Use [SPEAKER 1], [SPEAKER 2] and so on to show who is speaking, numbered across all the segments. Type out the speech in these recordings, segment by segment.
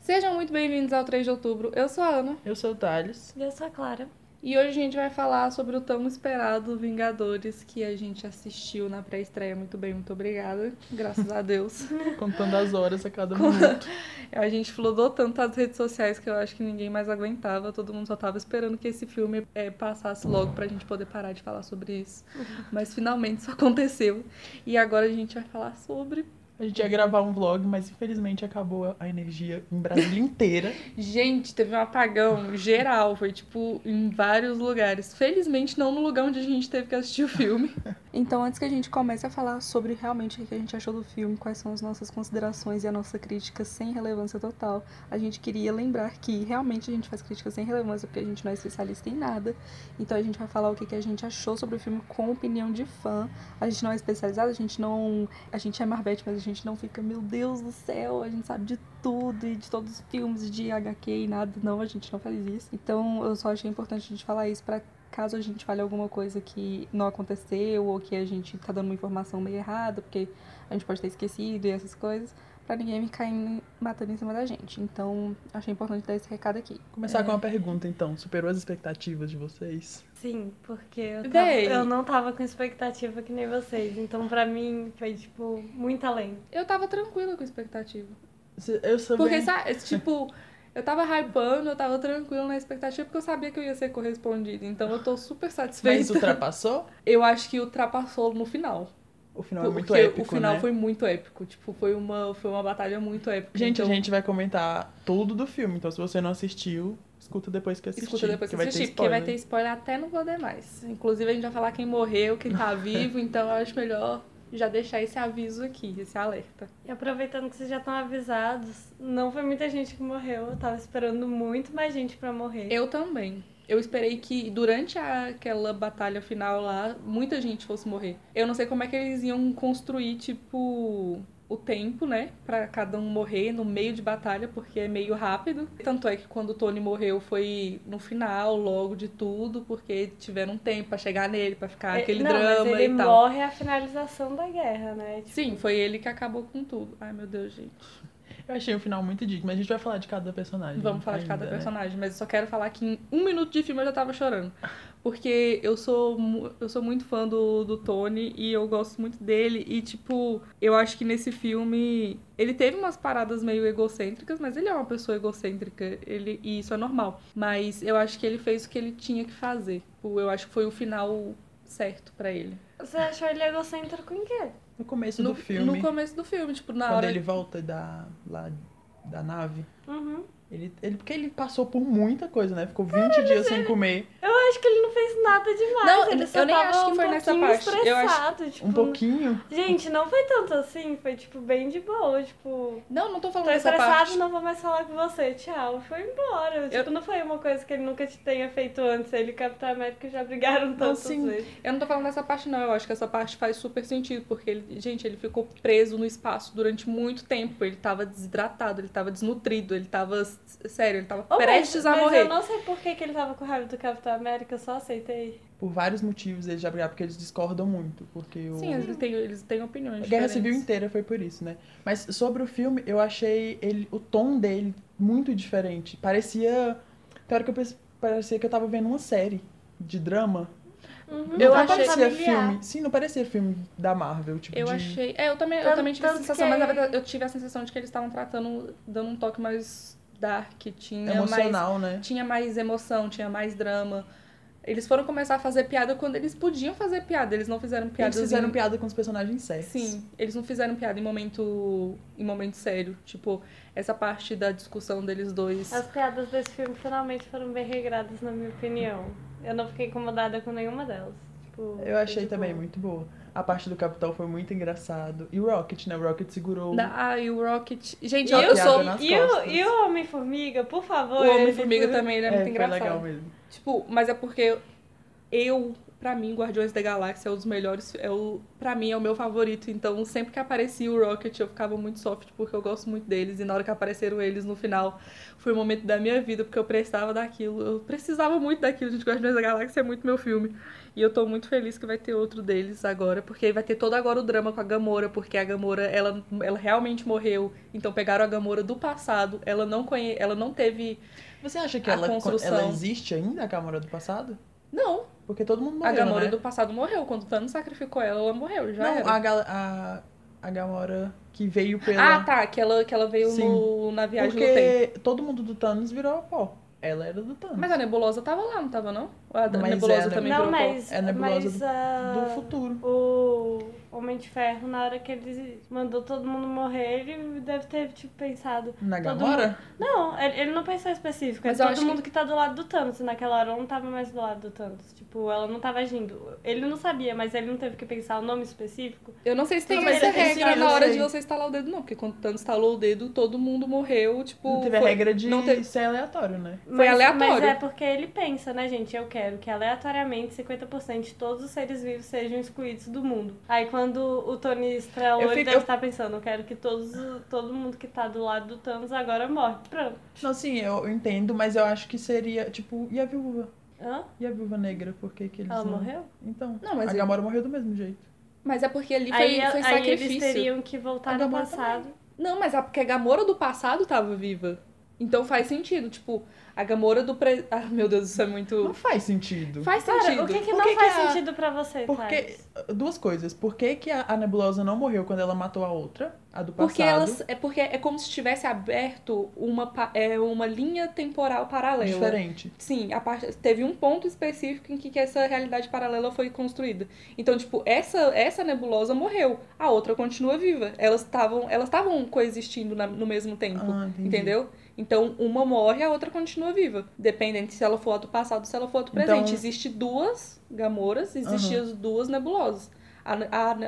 [SPEAKER 1] Sejam muito bem-vindos ao 3 de outubro. Eu sou a Ana
[SPEAKER 2] Eu sou o Thales.
[SPEAKER 3] E eu sou a Clara.
[SPEAKER 1] e hoje a gente vai falar sobre o tão esperado Vingadores que a gente assistiu na pré-estreia. Muito bem, muito obrigada. Graças a Deus.
[SPEAKER 2] Contando as horas a cada minuto.
[SPEAKER 1] A gente flodou tanto as redes sociais que eu acho que ninguém mais aguentava. Todo mundo só tava esperando que esse filme eh, passasse logo pra gente poder parar de falar sobre isso. Mas finalmente isso aconteceu. E agora a gente vai falar sobre.
[SPEAKER 2] A gente ia gravar um vlog, mas infelizmente acabou a- a energia em Brasília inteira.
[SPEAKER 1] Gente, teve um apagão geral. Foi tipo em vários lugares. Felizmente não no lugar onde a gente teve que assistir o filme. Então, antes que a gente comece a falar sobre realmente o que a gente achou do filme, quais são as nossas considerações e a nossa crítica sem relevância total, a gente queria lembrar que realmente a gente faz críticas sem relevância porque a gente não é especialista em nada. Então a gente vai falar o que, que a gente achou sobre o filme com opinião de fã. A gente não é especializado, a gente não. A gente é Marvete, mas a gente não fica, meu Deus do céu, a gente sabe de tudo e de todos os filmes de HQ e nada. Não, a gente não faz isso. Então eu só achei importante a gente falar isso pra caso a gente fale alguma coisa que não aconteceu ou que a gente tá dando uma informação meio errada, porque a gente pode ter esquecido e essas coisas. Pra ninguém me cair matando em cima da gente. Então, achei importante dar esse recado aqui.
[SPEAKER 2] Começar com uma pergunta, então. Superou as expectativas de vocês?
[SPEAKER 3] Sim, porque eu, tava-
[SPEAKER 1] Véi.
[SPEAKER 3] eu não tava com expectativa que nem vocês. Então, pra mim, foi, tipo, muito além.
[SPEAKER 1] Eu tava tranquila com a expectativa.
[SPEAKER 2] Se- Eu sou
[SPEAKER 1] Porque,
[SPEAKER 2] bem-
[SPEAKER 1] sabe, esse tipo, eu tava hypando, eu tava tranquila na expectativa, porque eu sabia que eu ia ser correspondida. Então eu tô super
[SPEAKER 2] Mas
[SPEAKER 1] satisfeita.
[SPEAKER 2] ultrapassou?
[SPEAKER 1] Eu acho que ultrapassou no final.
[SPEAKER 2] O final é muito
[SPEAKER 1] porque
[SPEAKER 2] épico,
[SPEAKER 1] o final
[SPEAKER 2] né?
[SPEAKER 1] foi muito épico. Tipo, foi uma, foi uma batalha muito épica.
[SPEAKER 2] Gente,
[SPEAKER 1] então,
[SPEAKER 2] a gente vai comentar tudo do filme. Então, se você não assistiu, escuta depois que assistir.
[SPEAKER 1] Escuta depois que
[SPEAKER 2] vai ter
[SPEAKER 1] assistir, porque vai ter
[SPEAKER 2] spoiler. né?
[SPEAKER 1] spoiler até não poder mais. Inclusive, a gente vai falar quem morreu, quem tá vivo, então eu acho melhor já deixar esse aviso aqui, esse alerta.
[SPEAKER 3] E aproveitando que vocês já estão avisados, não foi muita gente que morreu. Eu tava esperando muito mais gente pra morrer.
[SPEAKER 1] Eu também. Eu esperei que durante a- aquela batalha final lá, muita gente fosse morrer. Eu não sei como é que eles iam construir, tipo, o tempo, né? Pra cada um morrer no meio de batalha, porque é meio rápido. Tanto é que quando o Tony morreu foi no final, logo de tudo, porque tiveram um tempo pra chegar nele, pra ficar
[SPEAKER 3] É,
[SPEAKER 1] aquele
[SPEAKER 3] não,
[SPEAKER 1] drama
[SPEAKER 3] mas ele
[SPEAKER 1] e tal.
[SPEAKER 3] morre a finalização da guerra, né? Tipo,
[SPEAKER 1] Sim, foi ele que acabou com tudo. Ai, meu Deus, gente.
[SPEAKER 2] Eu achei o final muito digno, mas a gente vai falar de cada personagem.
[SPEAKER 1] Vamos falar de
[SPEAKER 2] ainda,
[SPEAKER 1] cada
[SPEAKER 2] né?
[SPEAKER 1] personagem, mas eu só quero falar que em um minuto de filme eu já tava chorando. Porque eu sou, mu- eu sou muito fã do, do Tony e eu gosto muito dele. E, tipo, eu acho que nesse filme ele teve umas paradas meio egocêntricas, mas ele é uma pessoa egocêntrica ele, e isso é normal. Mas eu acho que ele fez o que ele tinha que fazer. Tipo, Eu acho que foi o final certo pra ele.
[SPEAKER 3] Você achou ele egocêntrico em quê?
[SPEAKER 2] No começo
[SPEAKER 1] no,
[SPEAKER 2] do filme,
[SPEAKER 1] no começo do filme, tipo, na
[SPEAKER 2] quando
[SPEAKER 1] hora.
[SPEAKER 2] ele volta da, lá da nave,
[SPEAKER 3] Uhum.
[SPEAKER 2] ele, ele, porque ele passou por muita coisa, né? Ficou 20 dias sem comer,
[SPEAKER 3] Eu acho que ele não fez nada demais.
[SPEAKER 1] Não,
[SPEAKER 3] ele só
[SPEAKER 1] eu nem
[SPEAKER 3] tava
[SPEAKER 1] acho que
[SPEAKER 3] um
[SPEAKER 1] foi nessa
[SPEAKER 3] pouquinho
[SPEAKER 1] parte. Eu acho-
[SPEAKER 3] estressado, tipo,
[SPEAKER 2] um pouquinho.
[SPEAKER 3] Gente, não foi tanto assim, foi tipo bem de boa, tipo,
[SPEAKER 1] Não, não tô falando
[SPEAKER 3] tô
[SPEAKER 1] dessa parte.
[SPEAKER 3] estressado, não vou mais falar com você, tchau. Foi embora. Tipo, não foi uma coisa que ele nunca te tenha feito antes. Ele e o Capitão América já brigaram tantas
[SPEAKER 2] sim.
[SPEAKER 3] vezes.
[SPEAKER 1] Eu não tô falando dessa parte, não. Eu acho que essa parte faz super sentido, porque ele, gente, ele ficou preso no espaço durante muito tempo. Ele tava desidratado, ele tava desnutrido, ele tava. s- Sério, ele tava
[SPEAKER 3] Ô, Oh, mas-
[SPEAKER 1] prestes a
[SPEAKER 3] mas
[SPEAKER 1] morrer.
[SPEAKER 3] Eu não sei por que, que ele tava com raiva do Capitão América, eu só aceitei.
[SPEAKER 2] Por vários motivos eles já brigaram, porque eles discordam muito. Porque o...
[SPEAKER 1] Sim, eles têm, eles têm opiniões.
[SPEAKER 2] A guerra
[SPEAKER 1] diferentes.
[SPEAKER 2] civil inteira foi por isso, né? Mas sobre o filme, eu achei ele, o tom dele muito diferente. Parecia. Tem hora que eu pense- parecia que eu tava vendo uma série de drama.
[SPEAKER 3] Uhum.
[SPEAKER 1] Hum, Eu
[SPEAKER 2] não
[SPEAKER 1] achei-
[SPEAKER 2] parecia
[SPEAKER 3] familiar.
[SPEAKER 2] filme. Sim, não parecia filme da Marvel, tipo.
[SPEAKER 1] Eu
[SPEAKER 2] de...
[SPEAKER 1] achei. É, eu também, eu
[SPEAKER 3] Tanto-
[SPEAKER 1] também tive essa
[SPEAKER 3] tanto
[SPEAKER 1] sensação,
[SPEAKER 3] que-
[SPEAKER 1] mas na verdade eu tive a sensação de que eles estavam tratando, dando um toque mais dark, tinha mais
[SPEAKER 2] Emocional, né?
[SPEAKER 1] tinha mais emoção, tinha mais drama. Eles foram começar a fazer piada quando eles podiam fazer piada. Eles não fizeram piada.
[SPEAKER 2] Eles fizeram piada com os personagens certos.
[SPEAKER 1] Sim, eles não fizeram piada em momento, em momento sério. Tipo, essa parte da discussão deles dois.
[SPEAKER 3] As piadas desse filme finalmente foram bem regradas, na minha opinião. Eu não fiquei incomodada com nenhuma delas. Tipo,
[SPEAKER 2] Eu achei
[SPEAKER 3] tipo,
[SPEAKER 2] também muito boa. A parte do Capitão foi muito engraçado. E o Rocket, né? O Rocket segurou.
[SPEAKER 1] Da, ah, e o Rocket. Gente,
[SPEAKER 3] E
[SPEAKER 1] eu,
[SPEAKER 3] eu
[SPEAKER 1] sou.
[SPEAKER 2] piada nas
[SPEAKER 3] E o,
[SPEAKER 2] costas.
[SPEAKER 3] e o Homem-Formiga, por favor.
[SPEAKER 1] O
[SPEAKER 3] ele
[SPEAKER 1] Homem-Formiga
[SPEAKER 3] foi-
[SPEAKER 1] também, ele é,
[SPEAKER 2] É,
[SPEAKER 1] muito
[SPEAKER 2] foi
[SPEAKER 1] engraçado.
[SPEAKER 2] legal mesmo.
[SPEAKER 1] Tipo, mas é porque eu Pra mim, Guardiões da Galáxia é um dos melhores. É o, pra mim, é o meu favorito. Então, sempre que aparecia o Rocket, eu ficava muito soft, porque eu gosto muito deles. E na hora que apareceram eles no final, foi o momento da minha vida, porque eu prestava daquilo. Eu precisava muito daquilo, gente. Guardiões da Galáxia é muito meu filme. E eu tô muito feliz que vai ter outro deles agora, porque vai ter todo agora o drama com a Gamora, porque a Gamora, ela, ela realmente morreu. Então, pegaram a Gamora do passado. Ela não, conhe, ela não teve.
[SPEAKER 2] Você acha que
[SPEAKER 1] A
[SPEAKER 2] ela,
[SPEAKER 1] construção.
[SPEAKER 2] ela existe ainda, a Gamora do passado?
[SPEAKER 1] Não,
[SPEAKER 2] Porque todo mundo morreu,
[SPEAKER 1] a Gamora
[SPEAKER 2] né?
[SPEAKER 1] do passado morreu. Quando o Thanos sacrificou ela, ela morreu. Já
[SPEAKER 2] Não,
[SPEAKER 1] era.
[SPEAKER 2] a, Gal- a, a Gamora que veio pela...
[SPEAKER 1] Ah, tá. Que ela, que ela veio
[SPEAKER 2] Sim.
[SPEAKER 1] no, na viagem do tempo.
[SPEAKER 2] Porque todo mundo do Thanos virou pó. Ela era do Thanos.
[SPEAKER 1] Mas a nebulosa tava lá, não tava, não? Ou A da-
[SPEAKER 2] Mas
[SPEAKER 1] nebulosa
[SPEAKER 2] é a
[SPEAKER 1] também
[SPEAKER 3] Não,
[SPEAKER 1] virou pó?
[SPEAKER 3] mas,
[SPEAKER 2] É a nebulosa
[SPEAKER 3] mas ah, a-
[SPEAKER 2] Do futuro.
[SPEAKER 3] o Homem de Ferro, na hora que ele mandou todo mundo morrer, ele deve ter, tipo, pensado...
[SPEAKER 2] Na
[SPEAKER 3] Todo
[SPEAKER 2] Gamora?
[SPEAKER 3] Não, ele, ele não pensou específico.
[SPEAKER 1] Mas
[SPEAKER 3] é
[SPEAKER 1] eu
[SPEAKER 3] todo
[SPEAKER 1] acho
[SPEAKER 3] mundo que... tá do lado do Thanos. E Naquela hora ela não tava mais do lado do Thanos. Tipo, ela não tava agindo. Ele não sabia, mas ele não teve que pensar o nome específico.
[SPEAKER 1] Eu não sei se tem
[SPEAKER 2] Não, mas
[SPEAKER 1] essa
[SPEAKER 2] eu pensei,
[SPEAKER 1] regra
[SPEAKER 2] eu
[SPEAKER 1] na hora
[SPEAKER 2] sei.
[SPEAKER 1] de você estalar o dedo, não. Porque quando o Thanos estalou o dedo, todo mundo morreu, tipo...
[SPEAKER 2] Não teve a
[SPEAKER 1] foi-
[SPEAKER 2] regra de
[SPEAKER 1] não teve-
[SPEAKER 2] ser aleatório, né?
[SPEAKER 1] Foi
[SPEAKER 3] mas,
[SPEAKER 1] aleatório.
[SPEAKER 3] Mas é porque ele pensa, né, gente? Eu quero que aleatoriamente 50% de todos os seres vivos sejam excluídos do mundo. Aí quando o Tony estralou,
[SPEAKER 2] Eu
[SPEAKER 3] ele
[SPEAKER 2] fico-
[SPEAKER 3] deve
[SPEAKER 2] eu-
[SPEAKER 3] estar pensando, eu quero que todos, todo mundo que tá do lado do Thanos agora morre. Pronto.
[SPEAKER 2] Não, sim, eu entendo, mas eu acho que seria, tipo, e a viúva?
[SPEAKER 3] Hã?
[SPEAKER 2] E a viúva negra? Por que que eles
[SPEAKER 3] Ela
[SPEAKER 2] não...
[SPEAKER 3] morreu?
[SPEAKER 2] Então,
[SPEAKER 1] Não, mas
[SPEAKER 2] a
[SPEAKER 1] ele-
[SPEAKER 2] Gamora morreu do mesmo jeito.
[SPEAKER 1] Mas é porque ali foi,
[SPEAKER 3] Aí,
[SPEAKER 1] foi
[SPEAKER 3] aí
[SPEAKER 1] sacrifício.
[SPEAKER 3] eles teriam que voltar
[SPEAKER 2] A
[SPEAKER 3] no
[SPEAKER 2] Gamora
[SPEAKER 3] passado.
[SPEAKER 1] Não, mas é porque a Gamora do passado tava viva. Então faz sentido, tipo... A Gamora do... Pre... Ah, meu Deus, isso é muito...
[SPEAKER 2] Não faz sentido.
[SPEAKER 1] Faz
[SPEAKER 3] Cara,
[SPEAKER 1] sentido.
[SPEAKER 3] o que, que
[SPEAKER 2] Por
[SPEAKER 3] não
[SPEAKER 2] que que
[SPEAKER 3] faz
[SPEAKER 2] a-
[SPEAKER 3] sentido pra você,
[SPEAKER 2] Por que-
[SPEAKER 3] Thales?
[SPEAKER 2] Duas coisas. Por que que a, a Nebulosa não morreu quando ela matou a outra? A do passado.
[SPEAKER 1] Porque elas é porque é como se tivesse aberto uma pa- é uma linha temporal paralela.
[SPEAKER 2] é Diferente.
[SPEAKER 1] Sim, a parte, teve um ponto específico em que, que essa realidade paralela foi construída. Então, tipo, essa essa nebulosa morreu, a outra continua viva. Elas estavam elas estavam coexistindo na- no mesmo tempo,
[SPEAKER 2] Ah, entendi.
[SPEAKER 1] entendeu? Então, uma morre, a outra continua viva, dependendo se ela for a do passado, se ela for a do
[SPEAKER 2] Então-
[SPEAKER 1] presente. Existe duas gamoras, existem as duas nebulosas. A,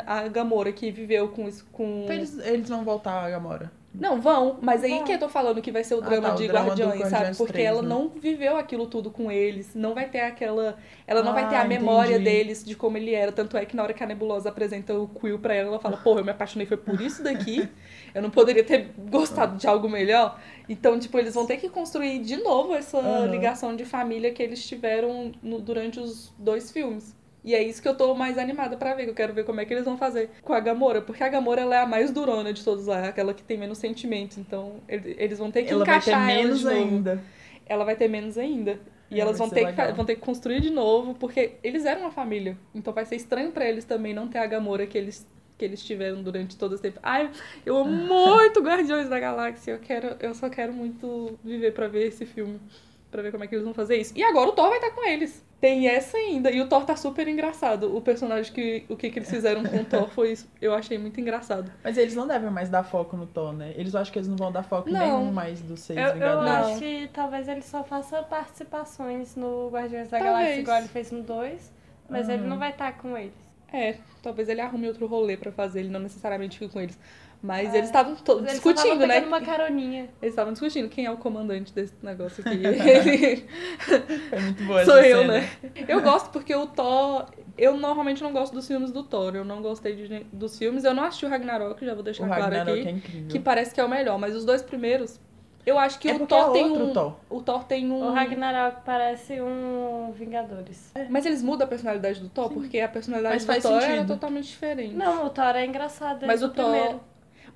[SPEAKER 1] a, a Gamora que viveu com, es- com
[SPEAKER 2] Então eles, eles vão voltar a Gamora.
[SPEAKER 1] não, vão, mas aí
[SPEAKER 3] Vão.
[SPEAKER 1] que eu tô falando que vai ser o
[SPEAKER 2] Ah,
[SPEAKER 1] drama
[SPEAKER 2] tá, o
[SPEAKER 1] de
[SPEAKER 2] drama do
[SPEAKER 1] Guardiões, sabe?
[SPEAKER 2] Guardiões
[SPEAKER 1] Porque
[SPEAKER 2] 3,
[SPEAKER 1] ela
[SPEAKER 2] né?
[SPEAKER 1] não viveu aquilo tudo com eles, não vai ter aquela. Ela não vai
[SPEAKER 2] Ah,
[SPEAKER 1] ter a memória
[SPEAKER 2] entendi.
[SPEAKER 1] deles de como ele era. Tanto é que na hora que a Nebulosa apresenta o Quill pra ela, ela fala: Porra, eu me apaixonei foi por isso daqui. Eu não poderia ter gostado de algo melhor. Então, tipo, eles vão ter que construir de novo essa
[SPEAKER 2] Aham.
[SPEAKER 1] ligação de família que eles tiveram no- durante os dois filmes. E é isso que eu tô mais animada pra ver, que eu quero ver como é que eles vão fazer com a Gamora, porque a Gamora ela é a mais durona de todos lá, aquela que tem menos sentimentos, então ele- eles vão ter que
[SPEAKER 2] Ela vai ter
[SPEAKER 1] encaixar ela de
[SPEAKER 2] menos
[SPEAKER 1] novo.
[SPEAKER 2] ainda.
[SPEAKER 1] Ela vai ter menos ainda. E
[SPEAKER 2] É,
[SPEAKER 1] elas
[SPEAKER 2] vai
[SPEAKER 1] vão
[SPEAKER 2] ser
[SPEAKER 1] ter, que, fa-
[SPEAKER 2] legal.
[SPEAKER 1] vão ter que construir de novo, porque eles eram uma família. Então vai ser estranho pra eles também não ter a Gamora que eles, que eles tiveram durante todo esse tempo. Ai, eu amo muito Guardiões da Galáxia. Eu, quero, eu só quero muito viver pra ver esse filme. Pra ver como é que eles vão fazer isso. E agora o Thor vai estar com eles. Tem essa ainda. E o Thor tá super engraçado. O personagem que. O que, que eles fizeram com o Thor foi isso. Eu achei muito engraçado.
[SPEAKER 2] Mas eles não devem mais dar foco no Thor, né? Eles eu acho que eles não vão dar foco em
[SPEAKER 1] Não.
[SPEAKER 2] nenhum mais dos seis
[SPEAKER 3] Eu, eu
[SPEAKER 2] Vingadores.
[SPEAKER 3] acho que talvez ele só faça participações no Guardiões da
[SPEAKER 1] Talvez.
[SPEAKER 3] Galáxia, igual ele fez no 2, mas ele
[SPEAKER 1] Hum.
[SPEAKER 3] não vai estar com eles.
[SPEAKER 1] É, talvez ele arrume outro rolê pra fazer, ele não necessariamente fica com eles. Mas
[SPEAKER 3] É.
[SPEAKER 1] eles estavam to-
[SPEAKER 3] Ele só
[SPEAKER 1] discutindo,
[SPEAKER 3] tava
[SPEAKER 1] né?
[SPEAKER 3] pegando uma caroninha.
[SPEAKER 1] Eles estavam discutindo quem é o comandante desse negócio aqui. Ele-
[SPEAKER 2] É muito boa
[SPEAKER 1] Sou
[SPEAKER 2] essa
[SPEAKER 1] eu,
[SPEAKER 2] cena.
[SPEAKER 1] né? Eu gosto porque o Thor. Eu normalmente não gosto dos filmes do Thor. Eu não gostei de- dos filmes. Eu não assisti o Ragnarok, já vou
[SPEAKER 2] O
[SPEAKER 1] deixar claro
[SPEAKER 2] Ragnarok
[SPEAKER 1] aqui.
[SPEAKER 2] é incrível.
[SPEAKER 1] Que parece que é o melhor, mas os dois primeiros. Eu acho que
[SPEAKER 2] é
[SPEAKER 1] o
[SPEAKER 2] porque
[SPEAKER 1] Thor
[SPEAKER 2] é
[SPEAKER 1] tem
[SPEAKER 2] outro
[SPEAKER 1] um.
[SPEAKER 2] Thor.
[SPEAKER 1] O Thor tem um.
[SPEAKER 3] O Ragnarok parece um Vingadores.
[SPEAKER 1] Mas eles mudam a personalidade do Thor, porque a personalidade
[SPEAKER 2] Mas
[SPEAKER 1] do
[SPEAKER 2] faz
[SPEAKER 1] Thor era
[SPEAKER 2] sentido.
[SPEAKER 1] totalmente diferente.
[SPEAKER 3] Não, o Thor é engraçado.
[SPEAKER 1] Mas
[SPEAKER 3] desde
[SPEAKER 1] o Thor. tipo,
[SPEAKER 3] primeiro.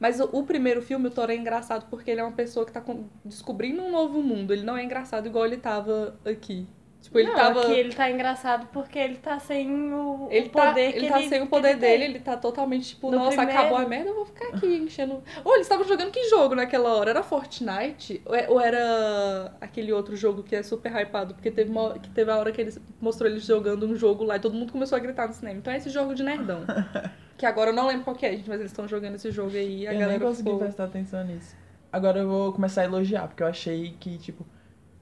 [SPEAKER 1] Mas o, o primeiro filme, o Thor é engraçado porque ele é uma pessoa que tá com- descobrindo um novo mundo. Ele não é engraçado igual ele tava aqui. Tipo, ele
[SPEAKER 3] não,
[SPEAKER 1] tava.
[SPEAKER 3] aqui ele tá engraçado porque ele tá sem o,
[SPEAKER 1] Ele,
[SPEAKER 3] o
[SPEAKER 1] tá,
[SPEAKER 3] poder que
[SPEAKER 1] ele tá sem o poder
[SPEAKER 3] que ele tem.
[SPEAKER 1] dele, ele tá totalmente tipo,
[SPEAKER 3] No
[SPEAKER 1] nossa,
[SPEAKER 3] primeiro-
[SPEAKER 1] acabou a merda, eu vou ficar aqui enchendo. Ou eles estavam jogando que jogo naquela hora? Era Fortnite? Ou é- Ou era aquele outro jogo que é super hypado? Porque teve, uma, que teve a hora que eles mostrou eles jogando um jogo lá e todo mundo começou a gritar no cinema. Então é esse jogo de nerdão. que agora eu não lembro qual que é, gente, mas eles estão jogando esse jogo aí e a
[SPEAKER 2] eu
[SPEAKER 1] galera
[SPEAKER 2] nem consegui
[SPEAKER 1] ficou-
[SPEAKER 2] prestar atenção nisso. Agora eu vou começar a elogiar, porque eu achei que, tipo,